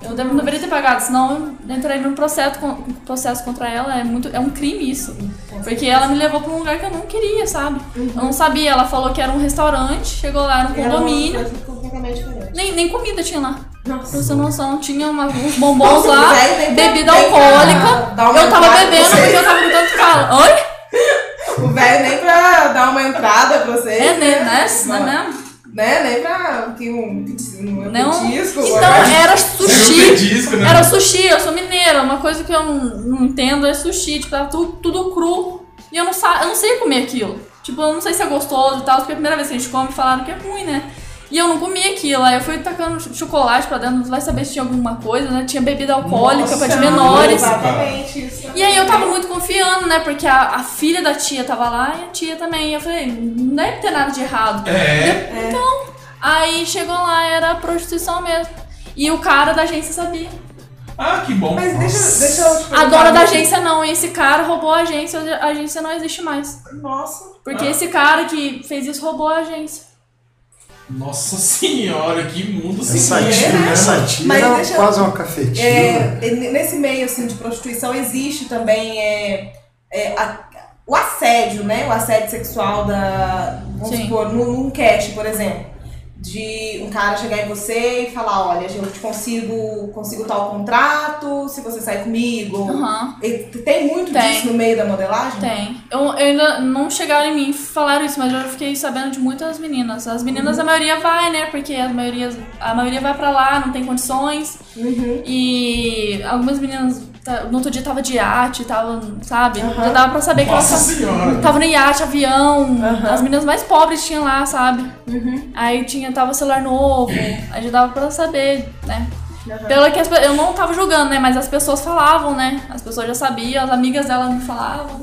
Eu deve- não deveria ter pagado, senão eu entraria num processo, con- processo contra ela, é, muito, é um crime isso. Porque ela me levou pra um lugar que eu não queria, sabe? Eu não sabia, ela falou que era um restaurante, chegou lá, Uhum. era um Era uma condomínio. coisa completamente diferente. Nem, nem comida tinha lá. Pra Nossa. você noção, tinha uma, uns bombons Nossa, lá, velho, tem- bebida tem- alcoólica. dá uma eu tava entrada bebendo pra porque você. eu tava com tanto calor. Oi? O velho nem pra dar uma entrada pra vocês. É, né? Né? Não é mesmo? Né? Nem pra que um, um Não. petisco. Então era Você não tem sushi. disco, né? Era sushi, eu sou mineira. Uma coisa que eu não, não entendo é sushi. Tipo, tava tudo, tudo cru. E eu não, sa eu não sei comer aquilo. Tipo, eu não sei se é gostoso e tal. Porque a primeira vez que a gente come, falaram que é ruim, né? E eu não comi aquilo. Aí eu fui tacando ch- chocolate pra dentro. Vai saber se tinha alguma coisa, né? Tinha bebida alcoólica pra de Nossa, menores. tá Exatamente isso. E aí eu tava muito confiando, né? Porque a, a filha da tia tava lá e a tia também. Eu falei, não deve ter nada de errado. É. Aí chegou lá, era prostituição mesmo. E o cara da agência sabia. Ah, que bom. Mas deixa, deixa eu te A dona perguntar da uma- agência não, e esse cara roubou a agência, a agência não existe mais. Nossa. Porque Ah. esse cara que fez isso roubou a agência. Nossa senhora, que mundo Essa sinistro, é, tia, né? essa tia Mas é deixa eu- quase uma cafetina. É, e n- nesse meio assim, de prostituição existe também é, é, a- o assédio, né? O assédio sexual da. Vamos Sim. supor, num, num cash, por exemplo. de um cara chegar em você e falar, olha, eu te consigo, consigo tal contrato, se você sair comigo. Aham, E Tem muito Tem. disso no meio da modelagem? tem. Eu, eu ainda não chegaram em mim e falaram isso, mas eu já fiquei sabendo de muitas meninas. As meninas, a maioria vai, né? Porque a maioria, a maioria vai pra lá, não tem condições. Uhum. E algumas meninas, tá- no outro dia tava de iate, tava, sabe? Aham. Já dava pra saber que Então, elas Nossa tavam- senhora! Tava no iate, avião, Aham. as meninas mais pobres tinham lá, sabe? Uhum. Aí tinha, tava celular novo, aí já dava pra saber, né? Aham. Pelo que as, pe- eu não tava julgando, né? Mas as pessoas falavam, né? As pessoas já sabiam, as amigas dela me falavam.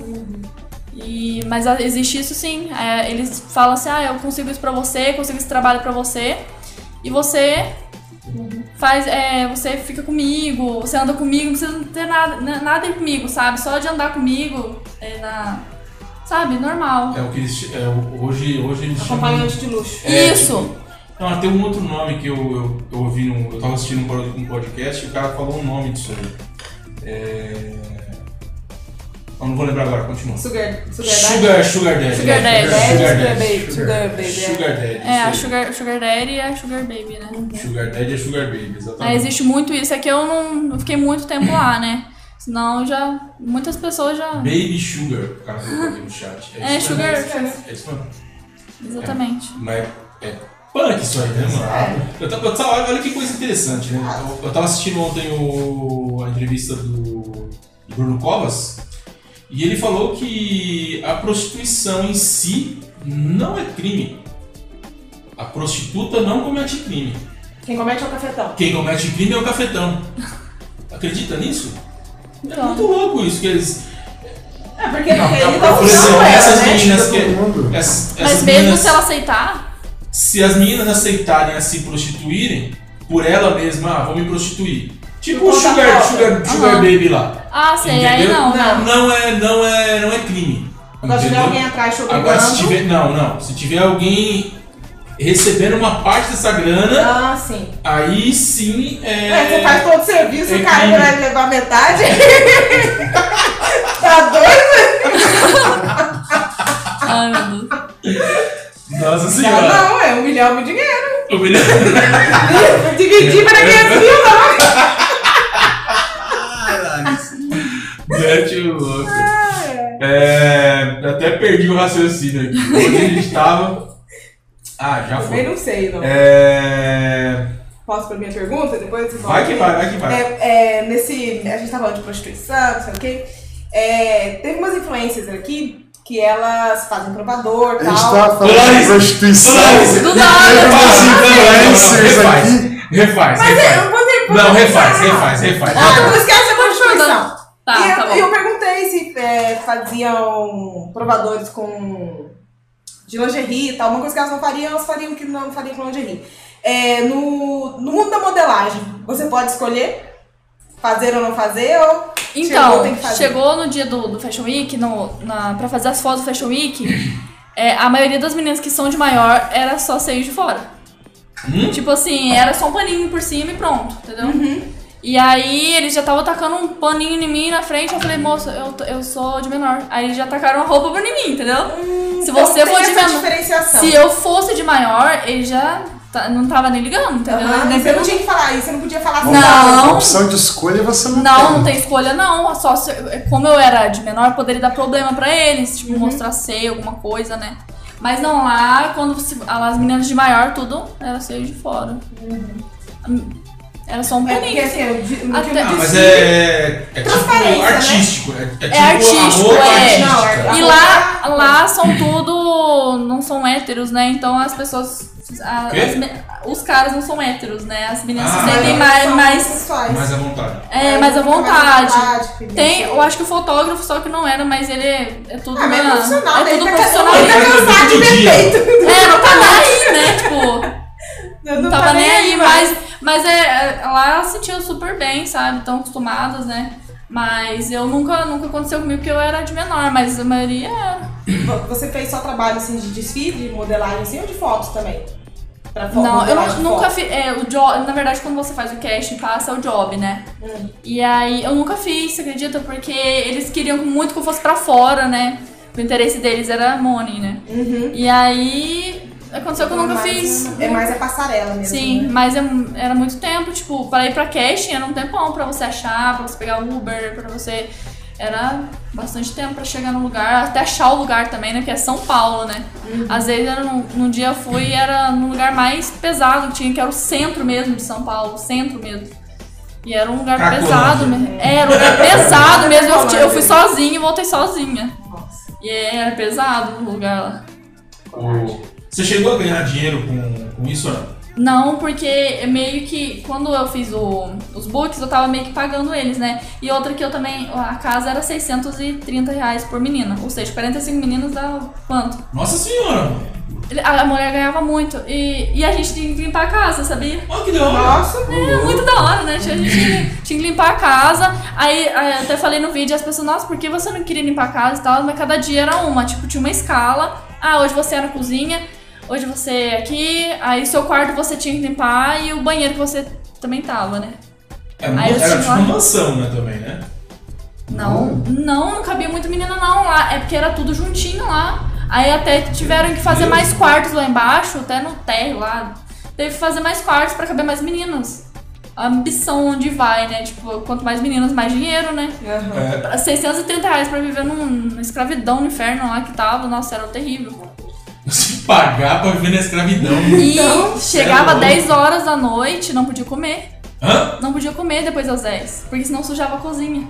E, mas a- existe isso sim. É, eles falam assim, ah, eu consigo isso pra você, consigo esse trabalho pra você. E você faz, é, você fica comigo, você anda comigo, não precisa ter nada, na- nada comigo, sabe? Só de andar comigo, é, na, sabe? Normal. É o que eles. ch- é o- hoje, hoje Tá eles chamam. Acompanhante de luxo. É, isso. Não, tem um outro nome que eu, eu, eu ouvi no. Eu tava assistindo um pod- um podcast e o cara falou um nome disso aí. É. Eu não vou lembrar agora, continua. Sugar, sugar, Sugar, daddy? sugar Daddy. Sugar é, daddy. Daddy, Sugar Daddy. sugar baby, sugar baby, é. Sugar Daddy. É, a isso aí. sugar, sugar Daddy e a Sugar Baby, né? Sugar Daddy é Sugar Baby, Aí exatamente. existe muito isso. É que eu não eu fiquei muito tempo lá, né? Senão já. Muitas pessoas já. Baby Sugar, o cara colocou aqui no chat. É, isso Sugar. mesmo, Sugar. É isso mesmo. Exatamente. Mas é punk isso aí, né, É. mano? Eu tava, eu tava- olha que coisa interessante, né? Eu, eu tava assistindo ontem o, a entrevista do Bruno Covas e ele falou que a prostituição em si não é crime. A prostituta não comete crime. Quem comete é o cafetão. Quem comete crime é o cafetão. Acredita nisso? É Então. muito louco isso que eles. É, porque não, a ele tá prostituição, usando é, essas ela, né? meninas que. Todo mundo. Essas, Mas essas mesmo meninas- se ela aceitar, se as meninas aceitarem a se prostituírem, por ela mesma, ah, vou me prostituir. Tipo Por o conta Sugar, própria. sugar, sugar Aham. Baby lá. ah, sei, aí Entendeu? não, né? Não é, não é, não é crime. Agora, se tiver entendeu? alguém atrás te Agora se obrigando... tiver, não, não, se tiver alguém recebendo uma parte dessa grana, Ah, sim. aí sim é, É, você faz todo o serviço, é o cara crime. vai [laughs] levar metade. tá doido? Ai, Ah, meu Deus. Nossa Não, senhora. não, é um milhão meu dinheiro. O melhor- Dividir [laughs] pra quem é mil, não. Mete o louco. É, eu até perdi o raciocínio aqui. Onde a gente tava. Ah, já Eu também foi. não sei, não. É. Posso pra minha pergunta? Depois você Vai que volta? vai, vai que vai. É, é, nesse, a gente tava falando de prostituição, não sei o quê. É, teve umas influências aqui que elas fazem provador A e gente tá- tal. tava falando Dólares. de prostituição. Dólares. Do Teve nada. umas então, influencers é, Refaz. aqui. Refaz, Mas é, eu refaz. não vou ter Não, refaz, refaz, tá refaz. Ah, não esquece a prostituição. Tá, e eu, tá eu bom. perguntei se é, faziam provadores com de lingerie e tal, uma coisa que elas não fariam, elas fariam que não fariam com lingerie. É, no, no mundo da modelagem, você pode escolher fazer ou não fazer, ou Então, Chegou, tem que fazer. chegou no dia do, do Fashion Week, no, na, pra fazer as fotos do Fashion Week, é, a maioria das meninas que são de maior era só seio de fora. Hum? Tipo assim, era só um paninho por cima e pronto, entendeu? Uhum. E aí eles já estavam tacando um paninho em mim na frente, eu falei, moça, eu, tô- eu sou de menor. Aí eles já tacaram a roupa pra mim, entendeu? se Então, você tem for de essa menor. diferenciação. Se eu fosse de maior, ele já tá- não tava nem ligando, entendeu? Aham, Nem Ah, você não perguntando. tinha que falar isso, você não podia falar assim. Não. A opção de escolha você não, Não, não tem escolha, não. É Só se- como eu era de menor, poderia dar problema pra eles, Uhum. tipo, mostrar seio, alguma coisa, né? Mas não lá, quando você- ah, as meninas de maior, tudo era seio de fora. Era só um É porque paninho. assim, eu di- no Até- que eu Ah, mas disse- é. É tipo Transparência, artístico. É, é tipo né? artístico, a roupa é. artística. Não, é- E lá, lá são tudo. não são héteros, né? Então as pessoas. a- Quê? as me- os caras não são héteros, né? As meninas Ah, se sentem tá. mais. São mais sexuais. Mais à vontade. é, mais à Fica vontade. filho. Tem, eu acho que o fotógrafo, só que não era, mas ele é, é tudo. Ah, mas é uma- profissional, é né? tudo Ele tá profissional. Ele tá Ele tá cansado de todo ver dia. peito. É, não tá nem aí, né? Tipo, Eu não tava nem aí, mas, mas é, é, lá elas se sentiam super bem, sabe? Tão acostumadas, né? Mas eu nunca, nunca aconteceu comigo que eu era de menor, mas a maioria era. Vo- Você fez só trabalho assim de desfile, de modelagem assim, ou de fotos também? Pra fo- Não, eu modelagem nu- de nunca foto. fiz. É, o job, na verdade, quando você faz o casting, passa o job, né? Hum. E aí eu nunca fiz, você acredita? Porque eles queriam muito que eu fosse pra fora, né? O interesse deles era money, né? Uhum. E aí Aconteceu que eu nunca fiz. É mais a passarela mesmo. Sim, né? mas é mu- era muito tempo, tipo, para ir pra casting era um tempão pra você achar, pra você pegar o Uber, pra você. Era bastante tempo pra chegar no lugar, até achar o lugar também, né? Porque é São Paulo, né? Uhum. Às vezes era num, num dia eu fui e era num lugar mais pesado que tinha, que era o centro mesmo de São Paulo, o centro mesmo. E era um lugar Cracolândia. pesado mesmo. Era um lugar pesado mesmo. Eu, ti- eu fui Cracolândia. sozinha e voltei sozinha. Nossa, E é, era pesado o lugar lá. coragem. Você chegou a ganhar dinheiro com, com isso ou não? Não, porque é meio que quando eu fiz o- os books, eu tava meio que pagando eles, né? E outra que eu também, a casa era 630 reais por menina. Ou seja, 45 meninas dá quanto? Nossa senhora! mano. Ele- A a mulher ganhava muito. E, e a gente tinha que limpar a casa, sabia? Olha que da hora! Nossa, É muito da hora, né? A gente tinha, tinha que limpar a casa. Aí, aí eu até falei no vídeo, as pessoas, nossa, por que você não queria limpar a casa e tal? Mas cada dia era uma, tipo, tinha uma escala. Ah, hoje você é na cozinha, hoje você é aqui, aí seu quarto você tinha que limpar e o banheiro que você também tava, né? É, uma- Aí eu era tinha tipo uma- uma mansão, né, também, né? Não, não, não cabia muito menina não lá. É porque era tudo juntinho lá. Aí até tiveram que fazer mais quartos lá embaixo, até no térreo lá. Teve que fazer mais quartos pra caber mais meninas. A ambição onde vai, né? Tipo, quanto mais meninas, mais dinheiro, né? Aham. É, Pra- 630 reais pra viver num- numa escravidão no inferno lá que tava. Nossa, era terrível. Se pagar pra viver na escravidão. E é chegava louco. 10 horas da noite, não podia comer. Hã? Não podia comer depois das 10, porque senão sujava a cozinha.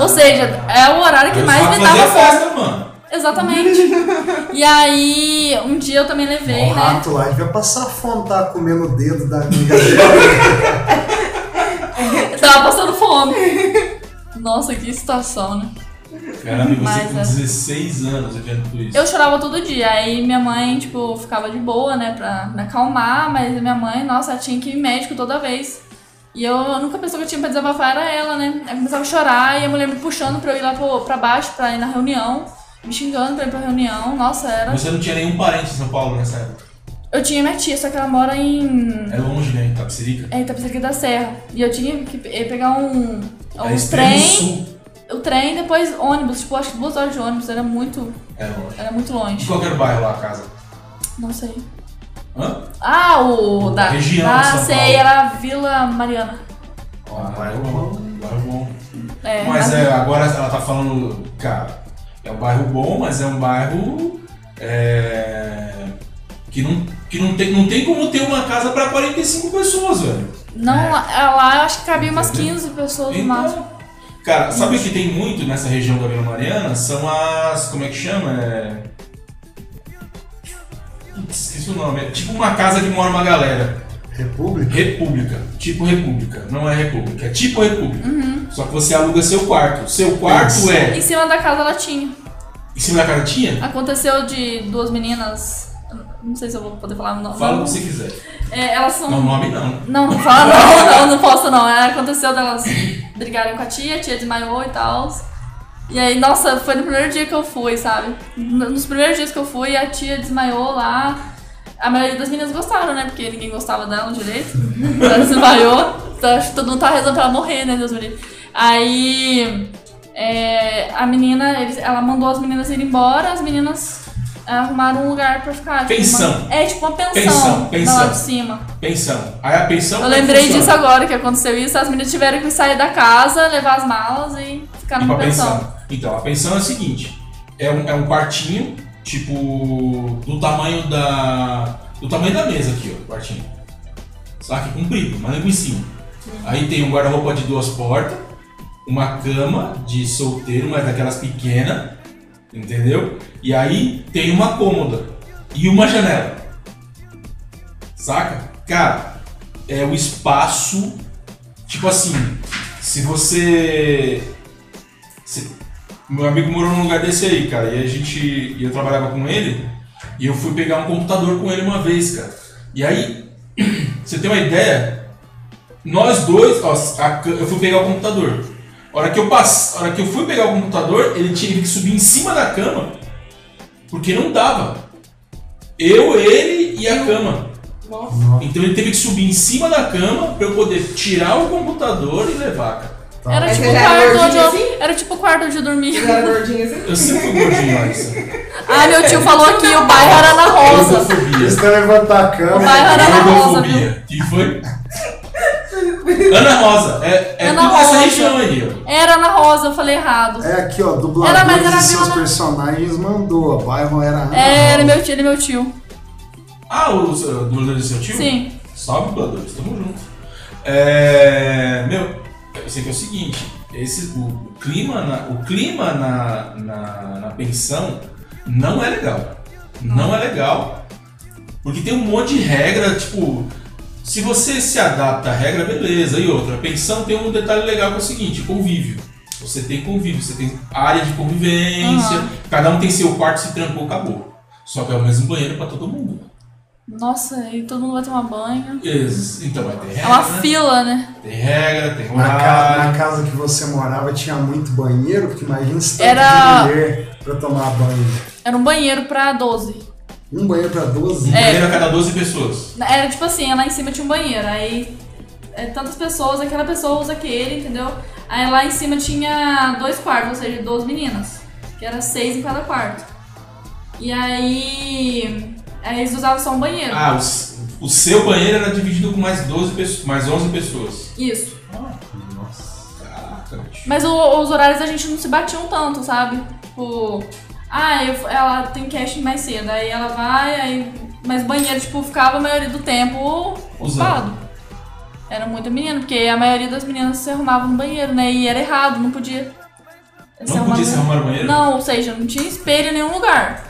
Ou seja, é o horário que Aí os mais caras me faziam dava fome. festa, mano. Exatamente. e aí, um dia eu também levei, o né? rato lá devia passar fome, tá comendo o dedo da amiga dela. [laughs] Eu tava passando fome. Nossa, que situação, né? Caramba, e você Mas, com é. 16 anos vivendo tudo isso. Eu chorava todo dia. Aí minha mãe, tipo, ficava de boa, né, pra me acalmar. Mas a minha mãe, nossa, ela tinha que ir médico toda vez. E eu, a única pessoa que eu tinha pra desabafar era ela, né? Aí começava a chorar e a mulher me puxando pra eu ir lá pro, pra baixo, pra ir na reunião. Me xingando pra ir pra reunião. Nossa, era. Você não tinha nenhum parente em São Paulo nessa época. Eu tinha minha tia, só que ela mora em. É longe, né? Em Tapsirica. É, Itapecerica da Serra. E eu tinha que pe- pegar um, é um extremo trem, sul. o trem, depois ônibus. Tipo, acho que duas horas de ônibus, era muito, É longe. era muito De longe. qualquer bairro lá, a casa. Não sei. Hã? Ah, o da... Região de ah, São sei, Paulo. era Vila Mariana. Ó, bairro bom. Bairro bom. É, Mas a- é, agora ela tá falando, cara, é um bairro bom, mas é um bairro é, que, não, que não, tem, não tem como ter uma casa pra 45 pessoas, velho. Não, é. lá- é. lá eu acho que cabia umas Entendeu? 15 pessoas no máximo. Então, cara, sabe o que tem muito nessa região da Vila Mariana? São as. Como é que chama? É... Putz, Esqueci o nome. É tipo uma casa que mora uma galera. República? República. Tipo República. Não é República. É tipo República. Uhum. Só que você aluga seu quarto. Seu quarto Isso. é. Em cima da casa ela tinha. Em cima da casa tinha? Aconteceu de duas meninas. Não sei se eu vou poder falar o nome. Fala o que você quiser. É, elas são. Não, nome não. Não, não fala não, não, não posso não. É, aconteceu delas brigarem com a tia, a tia desmaiou e tal. E aí, nossa, foi no primeiro dia que eu fui, sabe? N- Nos primeiros dias que eu fui, a tia desmaiou lá. A maioria das meninas gostaram, né? Porque ninguém gostava [laughs] dela direito. Ela desmaiou. Então, acho que todo mundo tava rezando pra ela morrer, né? Deus me livre. Aí, é, a menina, eles- ela mandou as meninas irem embora, as meninas arrumaram um lugar pra ficar. tipo, Pensão. uma- é, tipo uma pensão. Pensão, lá pensão. de cima. Pensão. Aí a pensão. Eu como é que lembrei funciona? disso agora que aconteceu isso. As meninas tiveram que sair da casa, levar as malas e ficar E numa pra pensão. pensão. Então, a pensão é o seguinte: é um, é um quartinho, tipo, do tamanho da. Do tamanho da mesa aqui, ó, o quartinho. Saca? Comprido, mas em cima. Uhum. Aí tem um guarda-roupa de duas portas, uma cama de solteiro, mas daquelas pequenas, entendeu? E aí tem uma cômoda e uma janela. Saca? Cara, é o espaço. Tipo assim, se você se- Meu amigo morou num lugar desse aí, cara, e a gente. e eu trabalhava com ele, e eu fui pegar um computador com ele uma vez, cara. E aí, [clears throat] você tem uma ideia? Nós dois, ó, a ca- eu fui pegar o computador. A hora que eu pass... a hora que eu fui pegar o computador, ele tinha que subir em cima da cama, porque não dava. Eu, ele e a cama. Nossa. Nossa, Então ele teve que subir em cima da cama pra eu poder tirar o computador e levar, cara. Tá. Era Mas tipo você o já era quarto onde gordinha eu. assim? Era tipo o quarto onde eu dormia. Vocês eram gordinhas assim? Eu sempre fui gordinho, Larissa. [laughs] Ah, meu tio falou aqui, o bairro era na Rosa. Gordofobia. Eles querem levantar a cama. Vai, vai, vai. Ana Rosa, Gordofobia. Que foi? Ana Rosa. É, é Ana tudo essa Rosa. região aí, ó. Era na Rosa, eu falei errado. É aqui, ó, Era, dublador mas era de seus Vila- personagens mandou. A Byron era Ana É, Rosa. Era meu tio, ele é meu tio. Ah, o seu- do dublador do seu tio? Sim. Salve, dubladores, tamo junto. É, meu, eu sei que é o seguinte, esse, o, o clima, na, o clima na, na, na pensão não é legal. Não é legal, porque tem um monte de regra, tipo, se você se adapta à regra, beleza. E outra, a pensão tem um detalhe legal que é o seguinte, convívio. Você tem convívio, você tem área de convivência, Aham. cada um tem seu quarto, se trancou, acabou. Só que é o mesmo banheiro pra todo mundo. Nossa, e todo mundo vai tomar banho. Ex- Então vai ter regra. É uma fila, né? Tem regra, tem Na, ca- horário. na casa que você morava tinha muito banheiro, porque imagina se tanto Era- de mulher pra tomar banho. Era um banheiro pra 12. Um banheiro pra 12? É. Primeiro a cada 12 pessoas. Era tipo assim, lá em cima tinha um banheiro. Aí é, tantas pessoas, aquela pessoa usa aquele, entendeu? Aí lá em cima tinha dois quartos, ou seja, 12 meninas. Que era seis em cada quarto. E aí. Aí eles usavam só um banheiro. Ah, o, s- o seu banheiro era dividido com mais 12 pessoas, mais 11 pessoas. Isso. Nossa. Caraca, bicho. Mas o- os horários a gente não se batiam tanto, sabe? Tipo, ah, eu- ela tem casting mais cedo, aí ela vai, aí. Mas banheiro, tipo, ficava a maioria do tempo ocupado. Era muita menina, porque a maioria das meninas se arrumava no banheiro, né? E era errado, não podia. Não podia se arrumar no banheiro? é Não, ou seja, não tinha espelho em nenhum lugar.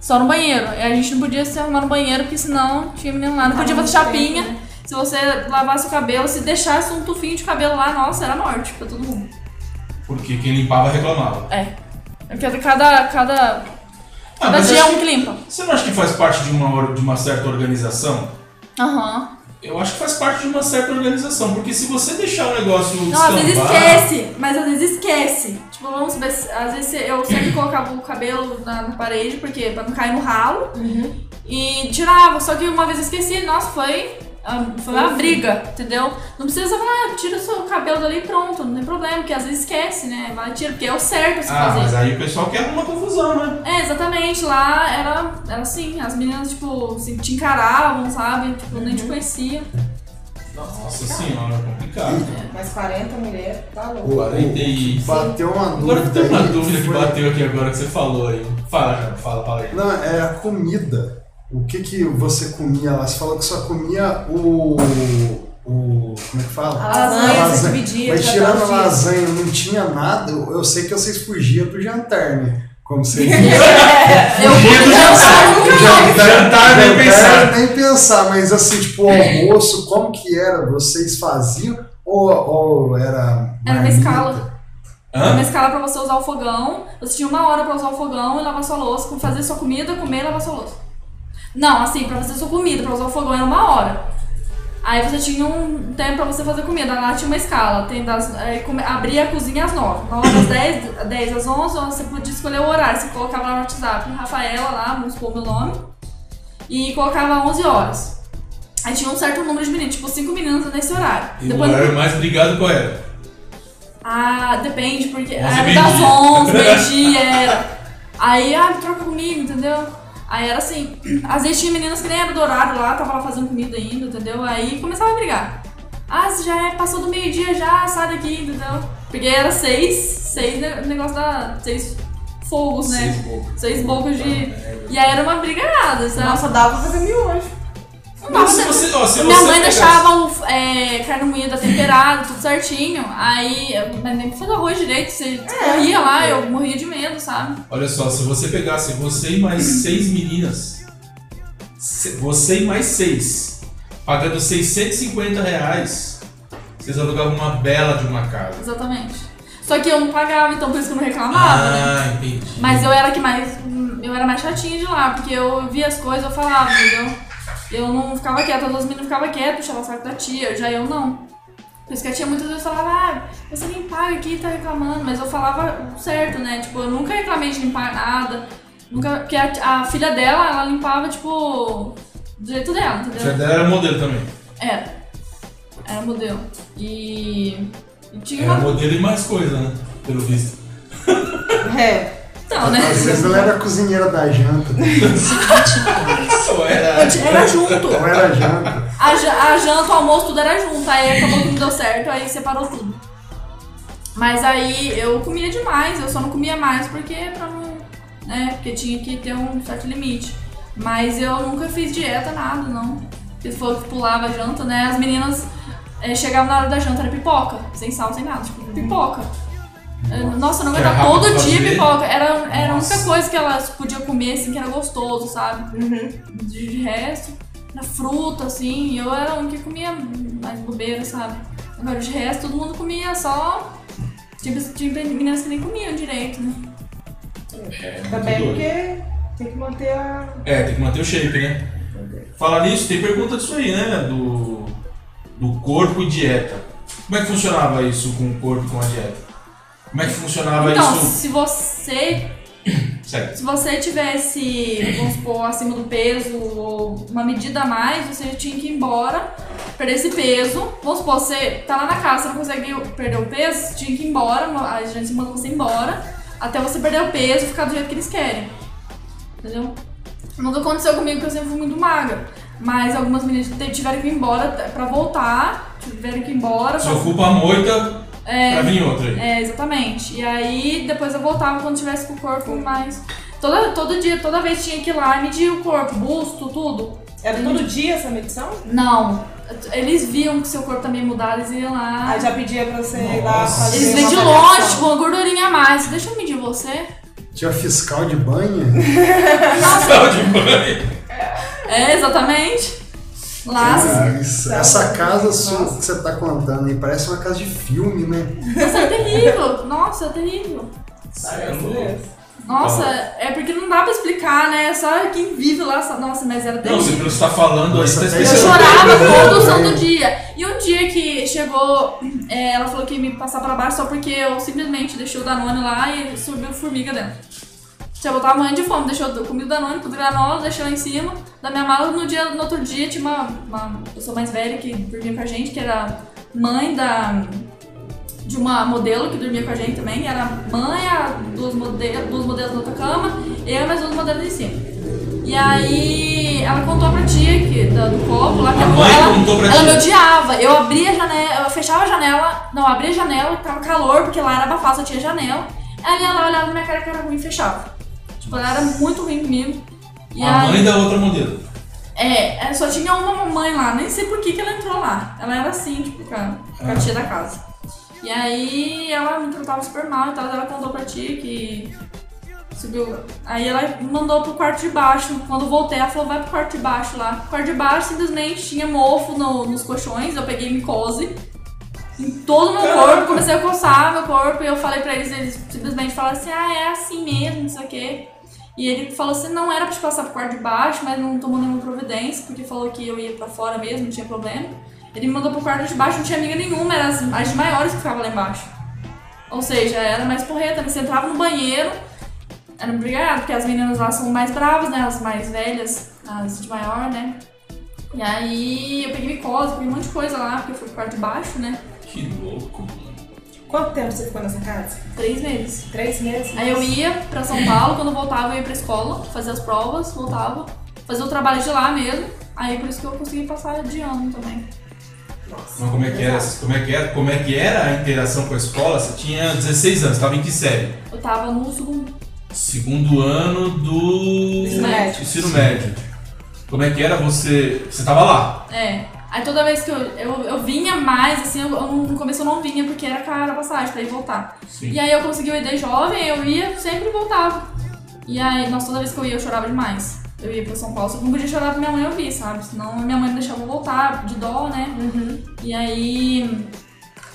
Só no banheiro. E a gente não podia se arrumar no banheiro, porque senão tinha menino lá. Não Ah, podia fazer muito chapinha. tempo, Se você lavasse o cabelo, se deixasse um tufinho de cabelo lá, nossa, era morte pra todo mundo. Porque quem limpava reclamava. É. Porque cada, cada, Ah, cada mas dia é acho um que- que limpa. Você não acha que faz parte de uma, or- de uma certa organização? Aham. Eu acho que faz parte de uma certa organização, porque se você deixar o negócio Não, às vezes descambar- esquece, mas às vezes esquece. Tipo, vamos ver, se- às vezes eu sempre colocava o cabelo na, na parede, porque pra não cair no ralo. Uhum. E tirava, só que uma vez eu esqueci, nossa, foi, ah, foi uma Foi. briga, entendeu? Não precisa falar, ah, tira o seu cabelo dali e pronto, não tem problema, porque às vezes esquece, né? Vai, tira, porque é o certo se Ah, fazer. mas aí o pessoal quer uma confusão, né? É, exatamente. Lá era, era assim, as meninas, tipo, assim, te encaravam, sabe? Tipo, nem te conhecia. Nossa senhora, é complicado. Mas 40 mulheres, tá louco. O, Quarenta e- o- bateu uma dúvida. Agora tem uma aí, dúvida que foi- bateu aqui agora que você falou aí. Fala, Jean, fala, fala aí. Não, é a comida. O que que você comia lá? Você falou que só comia o. o como é que A fala? lasanha, tá assim. A você lasanha. dividia. Mas pra tirando a todos os dias. lasanha, não tinha nada. Eu eu sei que vocês fugiam pro jantar, né? Como vocês dizem. Eu Fugido de eu- Jantar, Jantar, Ah, nem pensar. nem pensar, mas assim, tipo, o almoço, como que era? Vocês faziam? Ou, ou era. Era uma marmita? escala. Era Hã? uma escala pra você usar o fogão. Você tinha uma hora pra usar o fogão e lavar sua louça, fazer sua comida, comer e lavar sua louça. Não, assim, pra fazer sua comida, pra usar o fogão era uma hora. Aí você tinha um tempo pra você fazer comida. Lá tinha uma escala. Tem das, é, come- abria a cozinha às 9. Então, das 10, 10 às 11, você podia escolher o horário. Você colocava lá no WhatsApp, Rafaela lá, vamos supor meu nome. E colocava 11 horas. Aí tinha um certo número de meninos, tipo 5 meninas nesse horário. E o horário mais brigado qual era? né? Ah, depende, porque Onze, era meio-dia. das [laughs] 11, meio-dia, era. Aí, ah, troca comigo, entendeu? Aí era assim, às vezes tinha meninas que nem era do horário lá, tava lá fazendo comida ainda, entendeu? Aí começava a brigar. Ah, você já é, passou do meio-dia já, sai daqui, entendeu? Porque era seis, seis ne- negócio da. seis fogos, né? Seis bocas. Seis bocas de- É. E aí era uma brigada, sabe? Nossa, dava pra fazer miojo. Não dava Mas se tempo. você, ó, se Minha você mãe pegasse- deixava o, é, carne moída temperada, tudo certinho. Aí, eu- mas nem pra fazer arroz direito, você É. corria lá, eu morria de medo, sabe? Olha só, se você pegasse você e mais seis meninas, se- você e mais seis, pagando 650 reais, vocês alugavam uma bela de uma casa. Exatamente. Só que eu não pagava, então por isso que eu não reclamava, né? Ah, entendi. Mas eu era que mais. Eu era mais chatinha de lá, porque eu via as coisas, eu falava, entendeu? Eu não ficava quieta, as duas meninas ficavam quietas, puxava o saco da tia, já eu não. Por isso que a tia muitas vezes falava, ah, você nem paga aqui, tá reclamando, mas eu falava certo, né? Tipo, eu nunca reclamei de limpar nada. Nunca, porque a, a filha dela, ela limpava, tipo, do jeito dela, A tia entendeu? dela era modelo também. Era. Era modelo. E. e Tinha Era uma. modelo e mais coisa, né? Pelo visto. [laughs] É. Então, né? Às vezes ela era a cozinheira da janta. Ou era. Antes Era junto. Não era janta. A, ja- a janta, o almoço, tudo era junto. Aí acabou que não deu certo, aí separou tudo. Mas aí eu comia demais, eu só não comia mais porque pra não. né? Porque tinha que ter um certo limite. Mas eu nunca fiz dieta, nada, não. Porque se for que pulava a janta, né? As meninas eh, chegavam na hora da janta, era pipoca, sem sal, sem nada, tipo, pipoca. Eh, Nossa, eu não Que era aguentava rápido todo de dia fazer. pipoca. Era, era a única Nossa. coisa que elas podiam comer, assim, que era gostoso, sabe? Uhum. de de resto, na fruta, assim, e eu era um que comia mais bobeira, sabe? Agora de resto todo mundo comia só. Tinha, pe- tinha pe- meninas que nem comiam direito, né? É, muito Também doido. porque tem que manter a. É, tem que manter o shape, né? Falar nisso, tem pergunta disso aí, né? Do, do corpo e dieta. Como é que funcionava isso com o corpo e com a dieta? Como é que funcionava Então, isso? se você Certo. se você tivesse, vamos supor, acima do peso ou uma medida a mais, você tinha que ir embora, perder esse peso. Vamos supor, você tá lá na casa, você não consegue perder o peso, você tinha que ir embora, a gente manda você embora, até você perder o peso e ficar do jeito que eles querem. Entendeu? Nunca aconteceu comigo que eu sempre fui muito magra. Mas algumas meninas te- tiveram que ir embora t- pra voltar, tiveram que ir embora. Só ocupa a moita pra vir outra [laughs] aí. É, exatamente. E aí depois eu voltava quando tivesse com o corpo mais. Toda, todo dia, toda vez tinha que ir lá e medir o corpo, busto, tudo. Era todo dia essa medição? Não. Eles viam que seu corpo também mudava, eles iam lá. Aí já pedia pra você ir lá Nossa. fazer. Ah. Eles vêm uma de avaliação. longe, com uma gordurinha a mais. Deixa eu medir você. Tinha fiscal de banha. Sal de banho. É, exatamente. Lá, Cara, Ah, isso- essa casa sua Nossa. que você tá contando aí parece uma casa de filme, né? nossa, é terrível. Nossa, é terrível. Cê é louco. Nossa, é porque não dá pra explicar, né? Só quem vive lá. sa- Nossa, mas era Não, terrível. você pelo que você tá falando aí, você tá Nossa, Eu Esse é o especial. chorava problema, todo né? santo dia. E um dia que chegou, é, ela falou que ia me passar pra baixo só porque eu simplesmente deixei o Danone lá e subiu formiga dentro. Tinha botado amanhã de fome, deixou, eu comi o Danone, comi o granola, deixei lá em cima da minha mala. No, dia, no outro dia tinha uma, uma pessoa mais velha que dormia com a gente, que era mãe da, de uma modelo que dormia com a gente também. Era mãe, a- duas, modelos, duas modelos na outra cama, eu e mais duas modelos em cima. E aí ela contou pra tia que, da- do copo lá que A ela- mãe ela, contou pra ela tia? me odiava. Eu abria a janela, eu fechava a janela, não, abria a janela, tava calor, porque lá era abafado, só tinha janela. Ela ia lá, olhava na minha cara que era ruim e fechava. Tipo, ela era muito ruim comigo. E A aí- mãe da outra modelo. é, ela só tinha uma mamãe lá, nem sei por que, que ela entrou lá. Ela era assim, tipo, com a, com a Ah. tia da casa. E aí ela me tratava super mal e tal, ela contou pra tia que subiu. Aí ela mandou pro quarto de baixo. Quando eu voltei, ela falou, vai pro quarto de baixo lá. O quarto de baixo simplesmente tinha mofo no- nos colchões, eu peguei micose. Em todo o meu corpo, comecei a coçar meu corpo e eu falei pra eles, eles simplesmente falaram assim, ah, é assim mesmo, não sei o quê. E ele falou assim, não era pra te passar pro quarto de baixo, mas não tomou nenhuma providência, porque falou que eu ia pra fora mesmo, não tinha problema. Ele me mandou pro quarto de baixo, não tinha amiga nenhuma, eram as, as maiores que ficavam lá embaixo. Ou seja, era mais porreta, né? Você entrava no banheiro, era obrigado, porque as meninas lá são mais bravas, né? As mais velhas, as de maior, né? E aí eu peguei micose, peguei um monte de coisa lá, porque eu fui pro quarto de baixo, né? Que louco, mano. Quanto tempo você ficou nessa casa? Três meses. Três meses? Aí eu ia pra São Paulo, quando eu voltava eu ia pra escola, fazia as provas, voltava, fazia o trabalho de lá mesmo. Aí por isso que eu consegui passar de ano também. Nossa. Mas como é que era? Como é que era, como é que era a interação com a escola? Você tinha 16 anos, tava em que série? Eu tava no segundo. Segundo ano do Ensino médio. ensino médio. Como é que era você. Você tava lá. É. Aí toda vez que eu, eu, eu vinha mais, assim, eu, eu não- no começo eu não vinha porque era cara a passagem pra ir voltar. Sim. E aí eu consegui o ID jovem, eu ia, sempre voltava. E aí, nossa, toda vez que eu ia eu chorava demais. Eu ia pra São Paulo, só que não podia chorar pra minha mãe ouvir, sabe? Senão minha mãe não deixava eu voltar, de dó, né? Uhum. E aí.